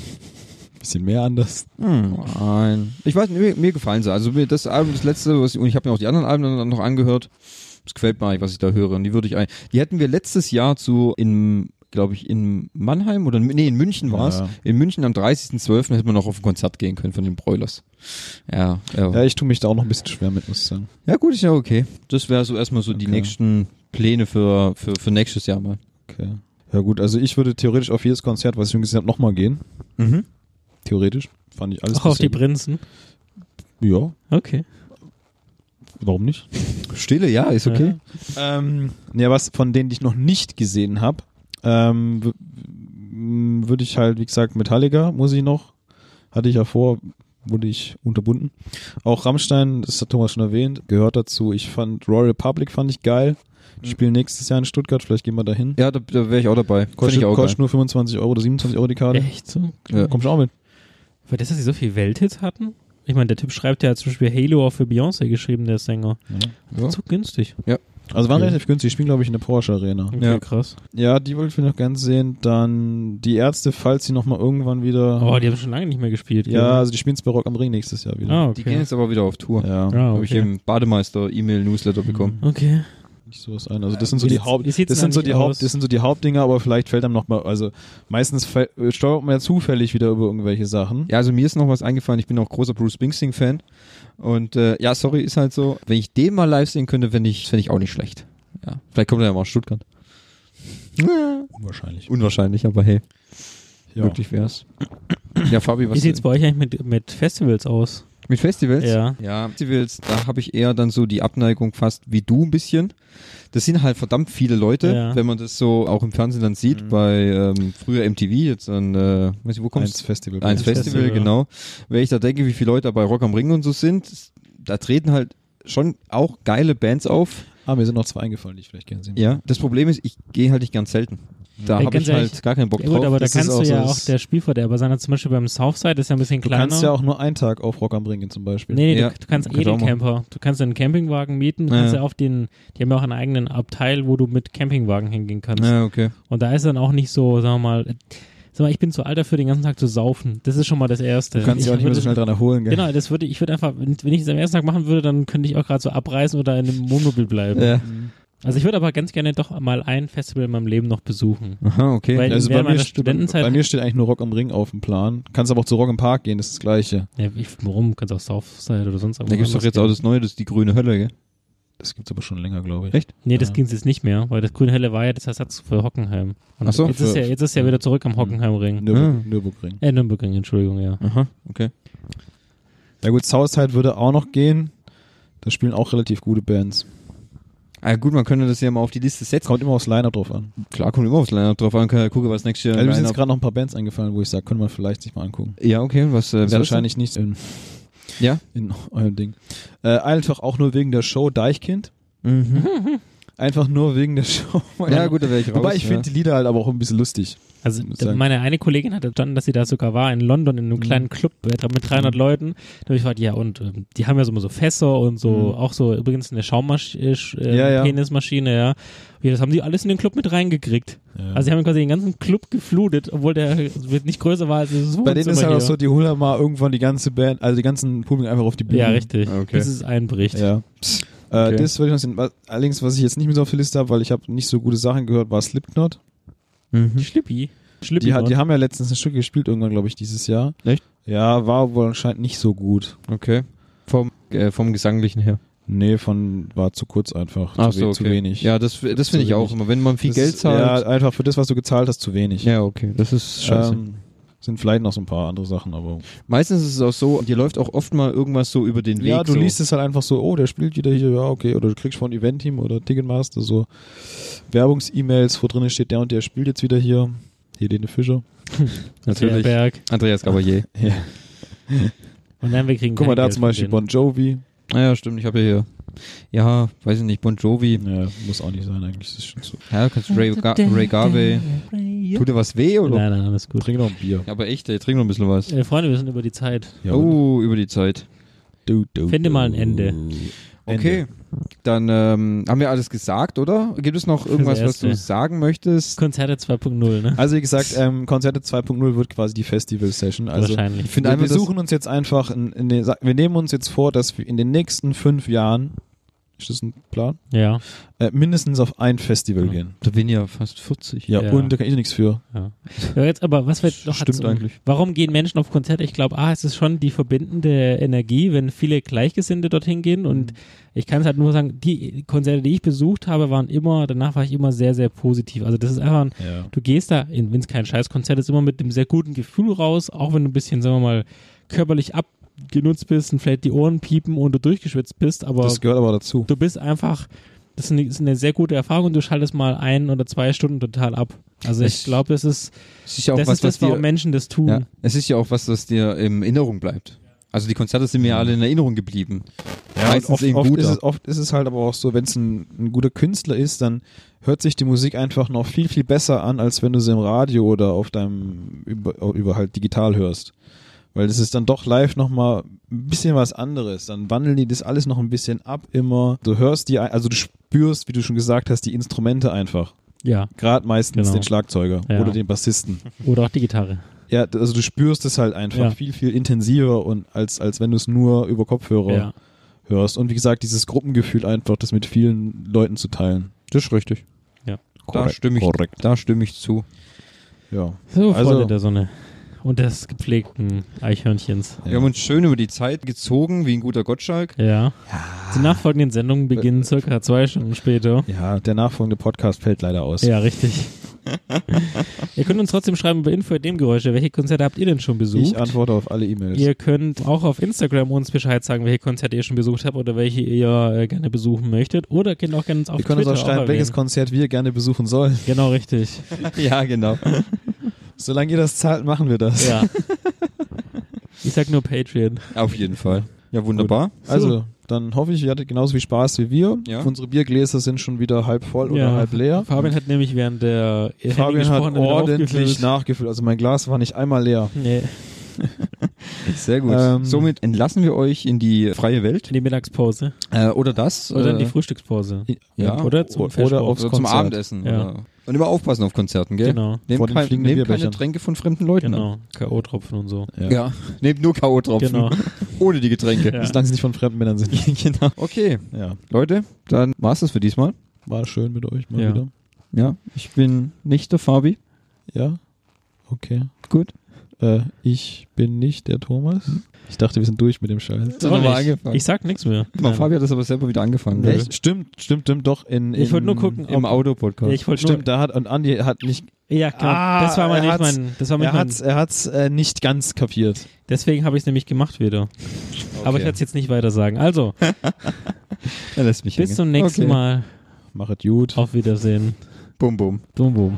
Speaker 1: Bisschen mehr anders.
Speaker 5: Hm, nein. Ich weiß nicht, mir, mir gefallen sie. Also mir das Album, das letzte, was, und ich habe mir auch die anderen Alben dann noch angehört. Das gefällt mir eigentlich, was ich da höre. Und die würde ich ein. Die hätten wir letztes Jahr zu in glaube ich, in Mannheim oder nee, in München war es.
Speaker 1: Ja.
Speaker 5: In München am 30.12. hätten wir noch auf ein Konzert gehen können von den Broilers. Ja, ja.
Speaker 1: Ja, ich tue mich da auch noch ein bisschen schwer mit, muss ich sagen.
Speaker 5: Ja, gut, ist ja okay. Das wäre so erstmal so die
Speaker 1: Okay.
Speaker 5: nächsten Pläne für, für, für nächstes Jahr mal.
Speaker 1: Okay. Ja gut, also ich würde theoretisch auf jedes Konzert, was ich schon gesehen habe, nochmal gehen.
Speaker 5: Mhm.
Speaker 1: Theoretisch. Fand ich alles
Speaker 2: Auch auf die
Speaker 1: bisher gut.
Speaker 2: Prinzen.
Speaker 1: Ja,
Speaker 2: Okay.
Speaker 1: warum nicht?
Speaker 5: Stille, ja, ist okay.
Speaker 1: Ähm, ja, was von denen, die ich noch nicht gesehen habe, ähm, w- m, würde ich halt, wie gesagt, Metallica muss ich noch. Hatte ich ja vor, wurde ich unterbunden. Auch Rammstein, das hat Thomas schon erwähnt, gehört dazu. Ich fand Royal Republic fand ich geil. Die spielen nächstes Jahr in Stuttgart, vielleicht gehen wir da hin.
Speaker 5: Mhm. Ja, da, da wäre ich auch dabei. Find
Speaker 1: Kostet,
Speaker 5: ich auch
Speaker 1: kostet nur 25 Euro oder 27 Euro die Karte.
Speaker 2: Echt so?
Speaker 5: Ja.
Speaker 1: Komm schon auch mit.
Speaker 2: Für das, dass sie so viel Welthits hatten? Ich meine, der Typ schreibt ja zum Beispiel Halo auch für Beyoncé geschrieben, der Sänger.
Speaker 1: Ne?
Speaker 5: Ja.
Speaker 2: So günstig.
Speaker 1: Also waren
Speaker 5: Okay. Mhm.
Speaker 1: relativ günstig. Die spielen, glaube ich, in der Porsche Arena.
Speaker 2: Okay,
Speaker 5: Ja.
Speaker 2: krass.
Speaker 1: Ja, die wollte ich noch ganz sehen. Dann die Ärzte, falls sie nochmal irgendwann wieder.
Speaker 2: Oh, die haben schon lange nicht mehr gespielt. gell?
Speaker 1: ja, also die spielen es bei Rock am Ring nächstes Jahr wieder.
Speaker 2: ah,
Speaker 5: Die gehen
Speaker 2: okay.
Speaker 5: jetzt aber wieder auf Tour.
Speaker 1: Ja,
Speaker 2: Ah,
Speaker 5: Habe ich
Speaker 2: okay.
Speaker 5: im Bademeister-E-Mail-Newsletter bekommen.
Speaker 2: Okay.
Speaker 1: nicht sowas ein. Also das sind so
Speaker 2: die
Speaker 1: die
Speaker 2: sitzen-
Speaker 1: Haupt,
Speaker 2: die sitzen
Speaker 1: das sind
Speaker 2: da
Speaker 1: so
Speaker 2: nicht
Speaker 1: die Haupt,
Speaker 2: aus.
Speaker 1: das sind so die Hauptdinger, aber vielleicht fällt einem noch mal, also meistens fäll- äh, stolpert man ja zufällig wieder über irgendwelche Sachen.
Speaker 5: Ja, also mir ist noch was eingefallen. Ich bin auch großer Bruce Springsteen-Fan. Und äh, ja, sorry, ist halt so. Wenn ich den mal live sehen könnte, fände ich, fänd ich auch nicht schlecht. Ja, vielleicht kommt er ja mal aus Stuttgart.
Speaker 1: Unwahrscheinlich.
Speaker 5: Unwahrscheinlich, aber hey,
Speaker 1: Ja.
Speaker 5: möglich wär's. Ja, Fabi,
Speaker 2: Wie
Speaker 5: was
Speaker 2: sieht's bei euch eigentlich mit, mit Festivals aus?
Speaker 5: mit Festivals?
Speaker 2: Ja.
Speaker 5: Ja, Festivals, da habe ich eher dann so die Abneigung fast wie du ein bisschen. Das sind halt verdammt viele Leute,
Speaker 2: Ja. Mhm.
Speaker 5: wenn man das so auch im Fernsehen dann sieht, bei ähm, früher MTV, jetzt an, äh, weiß ich, wo kommst
Speaker 1: Eins Festival.
Speaker 5: Eins
Speaker 2: Eins
Speaker 5: Festival,
Speaker 2: Festival, ja.
Speaker 5: genau. Wenn ich da denke, wie viele Leute bei Rock am Ring und so sind, da treten halt schon auch geile Bands auf.
Speaker 1: Ah, mir sind noch zwei eingefallen, die ich vielleicht gerne sehen
Speaker 5: Ja. Das Problem ist, ich gehe halt nicht ganz selten. Da
Speaker 2: Ey,
Speaker 5: habe
Speaker 2: ganz
Speaker 5: ich
Speaker 2: ehrlich.
Speaker 5: halt gar keinen Bock
Speaker 2: Ja, gut,
Speaker 5: drauf.
Speaker 2: aber da
Speaker 1: das ist
Speaker 2: kannst du
Speaker 1: auch so
Speaker 2: ja auch
Speaker 1: das-
Speaker 2: der Spielverderber sein. Also Zum Beispiel beim Southside ist ja ein bisschen
Speaker 1: Du
Speaker 2: kleiner.
Speaker 1: kannst ja auch nur einen Tag auf Rock am Ring gehen zum Beispiel.
Speaker 2: Nee, nee,
Speaker 5: Ja,
Speaker 2: du, du kannst
Speaker 5: kann ich auch machen.
Speaker 2: Edelcamper. Du kannst einen Campingwagen mieten. Du
Speaker 5: Ja.
Speaker 2: kannst ja auch den, die haben ja auch einen eigenen Abteil, wo du mit Campingwagen hingehen kannst.
Speaker 5: Ja, okay.
Speaker 2: Und da ist dann auch nicht so, sagen wir mal, äh, sag mal, ich bin zu alt dafür, den ganzen Tag zu saufen. Das ist schon mal das Erste.
Speaker 1: Du kannst
Speaker 2: ich
Speaker 1: dich auch nicht mehr so
Speaker 2: würde-
Speaker 1: schnell dran erholen, gell?
Speaker 2: Genau, das würde ich würde einfach, wenn wenn ich es am ersten Tag machen würde, dann könnte ich auch gerade so abreißen oder in einem Wohnmobil bleiben.
Speaker 5: Ja.
Speaker 2: Also ich würde aber ganz gerne doch mal ein Festival in meinem Leben noch besuchen.
Speaker 5: Aha, okay.
Speaker 2: Weil
Speaker 1: Also bei
Speaker 2: während
Speaker 1: mir,
Speaker 2: meiner
Speaker 1: st-
Speaker 2: Studentenzeit. halt
Speaker 1: bei mir steht eigentlich nur Rock am Ring auf dem Plan. Kannst aber auch zu Rock im Park gehen, das ist das Gleiche.
Speaker 2: ja, ich, warum? Kannst auch Southside oder sonst
Speaker 5: da gibt's doch
Speaker 2: anders
Speaker 5: jetzt
Speaker 2: gehen.
Speaker 5: auch das Neue, das ist die grüne Hölle, gell?
Speaker 1: Das gibt's aber schon länger, glaube ich.
Speaker 5: Echt?
Speaker 2: Nee, das
Speaker 1: Ja.
Speaker 2: ging's jetzt nicht mehr, weil das Grüne Helle war ja das Ersatz für Hockenheim. Und
Speaker 5: Ach so. Mhm.
Speaker 2: Jetzt ist, ja, jetzt ist ja wieder zurück am Hockenheimring.
Speaker 1: Nürburg, Nürburgring.
Speaker 2: Äh, Nürnbergring, Entschuldigung, ja.
Speaker 5: Aha, okay.
Speaker 1: Ja gut, Southside würde auch noch gehen. Da spielen auch relativ gute Bands.
Speaker 5: Ah, gut, man könnte das ja mal auf die Liste setzen.
Speaker 1: Kommt immer aufs Line-Up drauf an.
Speaker 5: Klar, kommt immer aufs Line-Up drauf an, kann ja gucken, was nächstes Jahr
Speaker 1: Also mir sind jetzt
Speaker 5: Line-Up-
Speaker 1: gerade noch ein paar Bands eingefallen, wo ich sage, könnte man vielleicht sich mal angucken.
Speaker 5: Ja, okay, und was äh,
Speaker 1: Das ist
Speaker 5: wär
Speaker 1: wahrscheinlich nicht in,
Speaker 5: das denn? Ja?
Speaker 1: in eurem Ding. Äh, einfach auch nur wegen der Show Deichkind.
Speaker 5: Mhm.
Speaker 1: Einfach nur wegen der Show.
Speaker 5: Ja, gut, da wäre ich raus.
Speaker 1: Wobei ich
Speaker 5: ja.
Speaker 1: finde die Lieder halt aber auch ein bisschen lustig.
Speaker 2: Also
Speaker 1: Ich muss
Speaker 2: da-
Speaker 1: sagen. Mhm.
Speaker 2: meine eine Kollegin hat verstanden, dass sie da sogar war in London in einem kleinen Club mit mit 300 Leuten. Da habe ich gefragt, ja und ähm, die haben ja so immer so Fässer und so auch so übrigens eine Schaummaschine, äh, Sch- äh,
Speaker 1: Mhm. Ja, ja.
Speaker 2: Penismaschine, ja. Ja, das haben die alles in den Club mit reingekriegt. Also sie haben quasi den ganzen Club geflutet, obwohl der nicht größer war als das
Speaker 1: Bei denen ist
Speaker 2: Wohnzimmer
Speaker 1: halt auch
Speaker 2: hier.
Speaker 1: so, die holen halt mal irgendwann die ganze Band, also die ganzen Publikum einfach auf die Bühne.
Speaker 2: Ja, richtig.
Speaker 5: Okay.
Speaker 2: Das ist einbricht.
Speaker 1: Ja. Äh,
Speaker 5: Okay.
Speaker 1: Das würde ich noch sehen. Was- Allerdings, was ich jetzt nicht mehr so auf der Liste habe, weil ich habe nicht so gute Sachen gehört, war Slipknot.
Speaker 5: Mhm.
Speaker 2: Schlippi. Schlippi.
Speaker 1: Die, ha-
Speaker 2: Mann.
Speaker 1: die haben ja letztens ein Stück gespielt, irgendwann, glaube ich, dieses Jahr.
Speaker 5: Echt?
Speaker 1: Ja, war wohl anscheinend nicht so gut.
Speaker 5: Okay. Vom, äh, vom Gesanglichen her.
Speaker 1: Nee, von war zu kurz einfach. zu, we- zu wenig.
Speaker 5: Ja, das, das finde ich auch immer. Wenn man viel
Speaker 1: Das
Speaker 5: Geld
Speaker 1: ist-
Speaker 5: zahlt.
Speaker 1: Ja, einfach für das, was du gezahlt hast, zu wenig.
Speaker 5: Ja, okay. Das ist scheiße.
Speaker 1: Ähm, sind vielleicht noch so ein paar andere Sachen, aber.
Speaker 5: Meistens ist es auch so, dir läuft auch oft mal irgendwas so über den Weg.
Speaker 1: ja, du
Speaker 5: so.
Speaker 1: liest es halt einfach so, oh, der spielt wieder hier, ja, okay. Oder du kriegst von Event-Team oder Ticketmaster so Werbungs-E-Mails, wo drin steht, der und der spielt jetzt wieder hier. Helene Fischer.
Speaker 5: natürlich.
Speaker 2: Berg.
Speaker 5: Andreas Gabalier.
Speaker 1: Ja.
Speaker 2: Und dann wir kriegen
Speaker 1: Guck mal,
Speaker 2: kein
Speaker 1: da
Speaker 2: Geld
Speaker 1: zum
Speaker 2: von
Speaker 1: Beispiel
Speaker 2: denen.
Speaker 1: Bon Jovi.
Speaker 5: Naja, stimmt, ich habe ja hier. Ja, weiß ich nicht, Bon Jovi.
Speaker 1: Ja, muss auch nicht sein, eigentlich. Das ist schon so.
Speaker 5: Ja, kannst du Ray, Ga Ray Garvey. Tut dir was weh, oder?
Speaker 2: Nein, nein, alles gut.
Speaker 1: Trink noch ein Bier.
Speaker 5: Ja, Aber echt, ey, trink noch ein bisschen was.
Speaker 2: Äh, Freunde, wir sind über die Zeit.
Speaker 5: oh, über die Zeit.
Speaker 1: du, du,
Speaker 2: Finde mal ein Ende.
Speaker 5: Okay, dann ähm, haben wir alles gesagt, oder? Gibt es noch irgendwas, was
Speaker 2: Erste.
Speaker 5: du sagen möchtest?
Speaker 2: Konzerte 2.0, ne?
Speaker 1: Also wie gesagt, ähm, Konzerte 2.0 wird quasi die Festival-Session. Also
Speaker 5: Ich
Speaker 2: Wahrscheinlich.
Speaker 5: finde
Speaker 1: wir,
Speaker 5: einfach,
Speaker 1: wir
Speaker 5: dass-
Speaker 1: suchen uns jetzt einfach, in, in den, wir nehmen uns jetzt vor, dass wir in den nächsten fünf Jahren, ist das ein Plan,
Speaker 2: Ja.
Speaker 1: äh, mindestens auf ein Festival
Speaker 2: Ja.
Speaker 1: gehen.
Speaker 5: Da bin ich ja fast 40.
Speaker 1: Ja,
Speaker 2: Ja.
Speaker 1: und da kann ich nichts für.
Speaker 2: ja. Jetzt aber, was wir noch
Speaker 5: Stimmt
Speaker 2: hatten,
Speaker 5: eigentlich.
Speaker 2: Warum gehen Menschen auf Konzerte? Ich glaube, ah, es ist schon die verbindende Energie, wenn viele Gleichgesinnte dorthin gehen. Und ich kann es halt nur sagen, die Konzerte, die ich besucht habe, waren immer, danach war ich immer sehr, sehr positiv. Also das ist einfach ein
Speaker 1: Ja.
Speaker 2: Du gehst da, wenn es kein Scheißkonzert ist, immer mit einem sehr guten Gefühl raus, auch wenn du ein bisschen, sagen wir mal, körperlich abgenutzt bist und vielleicht die Ohren piepen und du durchgeschwitzt bist, aber
Speaker 1: Das gehört aber dazu.
Speaker 2: du bist einfach, das ist eine, ist eine sehr gute Erfahrung und du schaltest mal ein oder zwei Stunden total ab. Also ich
Speaker 5: Es-
Speaker 2: glaube, das ist,
Speaker 5: Es ist ja auch
Speaker 2: das
Speaker 5: was,
Speaker 2: ist das,
Speaker 5: was dir,
Speaker 2: warum Menschen das tun.
Speaker 5: ja, es ist ja auch was, was dir in Erinnerung bleibt. Also die Konzerte sind mir alle in Erinnerung geblieben.
Speaker 1: Ja, und
Speaker 5: Meistens
Speaker 1: oft,
Speaker 5: eben
Speaker 1: oft,
Speaker 5: guter.
Speaker 1: ist es, oft ist es halt aber auch so, wenn es ein, ein guter Künstler ist, dann hört sich die Musik einfach noch viel, viel besser an, als wenn du sie im Radio oder auf deinem, über, über halt digital hörst. Weil das ist dann doch live nochmal ein bisschen was anderes. Dann wandeln die das alles noch ein bisschen ab immer. Du hörst die, ein- also du spürst, wie du schon gesagt hast, die Instrumente einfach.
Speaker 2: Ja,
Speaker 1: Gerade meistens
Speaker 2: Genau.
Speaker 1: den Schlagzeuger
Speaker 2: Ja.
Speaker 1: oder den Bassisten.
Speaker 2: oder auch die Gitarre.
Speaker 1: Ja, d- also du spürst es halt einfach
Speaker 2: Ja.
Speaker 1: viel, viel intensiver und als, als wenn du es nur über Kopfhörer
Speaker 2: Ja.
Speaker 1: hörst. Und wie gesagt, dieses Gruppengefühl einfach, das mit vielen Leuten zu teilen.
Speaker 5: Das ist richtig.
Speaker 2: Ja.
Speaker 5: Da stimme ich,
Speaker 1: Korrekt.
Speaker 5: da stimme ich zu.
Speaker 1: Ja.
Speaker 2: So,
Speaker 1: Also-
Speaker 2: Freunde der Sonne. Und des gepflegten Eichhörnchens.
Speaker 5: Wir haben uns schön über die Zeit gezogen, wie ein guter Gottschalk.
Speaker 2: Ja. Die nachfolgenden Sendungen beginnen circa zwei Stunden später.
Speaker 1: Ja, der nachfolgende Podcast fällt leider aus.
Speaker 2: Ja, richtig. ihr könnt uns trotzdem schreiben über Info dem Geräusche. Welche Konzerte habt ihr denn schon besucht?
Speaker 1: Also Ich antworte auf alle E-Mails.
Speaker 2: Ihr könnt auch auf Instagram uns Bescheid sagen, welche Konzerte ihr schon besucht habt oder welche ihr äh, gerne besuchen möchtet. Oder könnt auch gerne uns auf
Speaker 1: Ihr könnt uns
Speaker 2: Twitter
Speaker 1: auch schreiben, welches
Speaker 2: erwähnen.
Speaker 1: Konzert wir gerne besuchen sollen.
Speaker 2: Genau, richtig.
Speaker 5: ja, genau.
Speaker 1: Solange ihr das zahlt, machen wir das.
Speaker 2: Ja. Ich sag nur Patreon.
Speaker 5: Auf jeden Fall. Ja, wunderbar.
Speaker 1: Also, Dann hoffe ich, ihr hattet genauso viel Spaß wie wir.
Speaker 5: Ja.
Speaker 1: Unsere Biergläser sind schon wieder halb voll oder
Speaker 2: Ja.
Speaker 1: halb leer.
Speaker 2: Fabian hat nämlich während der
Speaker 1: Fabian hat
Speaker 2: gesprochenen
Speaker 1: ordentlich
Speaker 2: aufgefüllt.
Speaker 1: nachgefüllt. Also mein Glas war nicht einmal leer.
Speaker 2: Nee,
Speaker 5: Sehr gut.
Speaker 1: Ähm,
Speaker 5: Somit entlassen wir euch in die freie Welt.
Speaker 2: in die Mittagspause.
Speaker 5: Äh, oder das.
Speaker 2: Oder in
Speaker 5: äh,
Speaker 2: die Frühstückspause.
Speaker 5: ja,
Speaker 2: Oder zum
Speaker 1: oder
Speaker 2: Festsport.
Speaker 1: auf-
Speaker 5: oder zum
Speaker 1: Konzert.
Speaker 5: Abendessen.
Speaker 2: Ja.
Speaker 5: Oder. Und immer aufpassen auf Konzerten, gell?
Speaker 2: Genau.
Speaker 1: Vor
Speaker 5: Nehmt,
Speaker 1: den
Speaker 5: kein,
Speaker 1: fliegenden
Speaker 5: nehmt keine
Speaker 1: Bierbechern.
Speaker 5: Getränke von fremden Leuten an.
Speaker 2: Genau. K.O.-Tropfen und so.
Speaker 1: Ja.
Speaker 5: Ja, nehmt nur K.O.-Tropfen.
Speaker 2: Genau.
Speaker 5: Ohne die Getränke.
Speaker 2: Ja.
Speaker 1: Solange sie nicht von fremden Männern sind.
Speaker 5: genau. Okay,
Speaker 1: Ja,
Speaker 5: Leute, dann war's das für diesmal.
Speaker 1: war schön mit euch mal
Speaker 2: Ja.
Speaker 1: wieder.
Speaker 5: Ja, ich bin nicht der Fabi.
Speaker 1: Ja, okay.
Speaker 5: Gut.
Speaker 1: Äh, ich bin nicht der Thomas.
Speaker 2: Hm.
Speaker 1: Ich dachte, wir sind durch mit dem Scheiß.
Speaker 5: Hat
Speaker 2: Auch
Speaker 5: nochmal
Speaker 2: nicht.
Speaker 5: angefangen.
Speaker 2: Ich sag nichts mehr.
Speaker 5: Guck mal,
Speaker 2: Nein.
Speaker 5: Fabi hat das aber selber wieder angefangen.
Speaker 2: Nö.
Speaker 5: gell?
Speaker 1: Echt? Stimmt, stimmt, stimmt, doch. In, in,
Speaker 2: Ich wollte nur gucken,
Speaker 5: Im
Speaker 2: ob,
Speaker 5: Autopodcast.
Speaker 2: ich wollte nur,
Speaker 1: Stimmt, da hat, und Andi hat nicht,
Speaker 2: ja genau,
Speaker 1: Ah,
Speaker 2: das war mal
Speaker 1: er
Speaker 2: nicht
Speaker 1: hat's-
Speaker 2: mein, das war
Speaker 1: er
Speaker 2: mein, mein
Speaker 1: hat's, er hat's äh, nicht ganz kapiert.
Speaker 2: deswegen habe ich es nämlich gemacht wieder. Aber ich werde es jetzt nicht weiter sagen. Also,
Speaker 5: er lässt mich
Speaker 2: bis
Speaker 5: hängen.
Speaker 2: zum nächsten
Speaker 5: Okay.
Speaker 2: Mal.
Speaker 1: Machet gut.
Speaker 2: Auf Wiedersehen.
Speaker 5: Bum, bum.
Speaker 2: Boom, boom.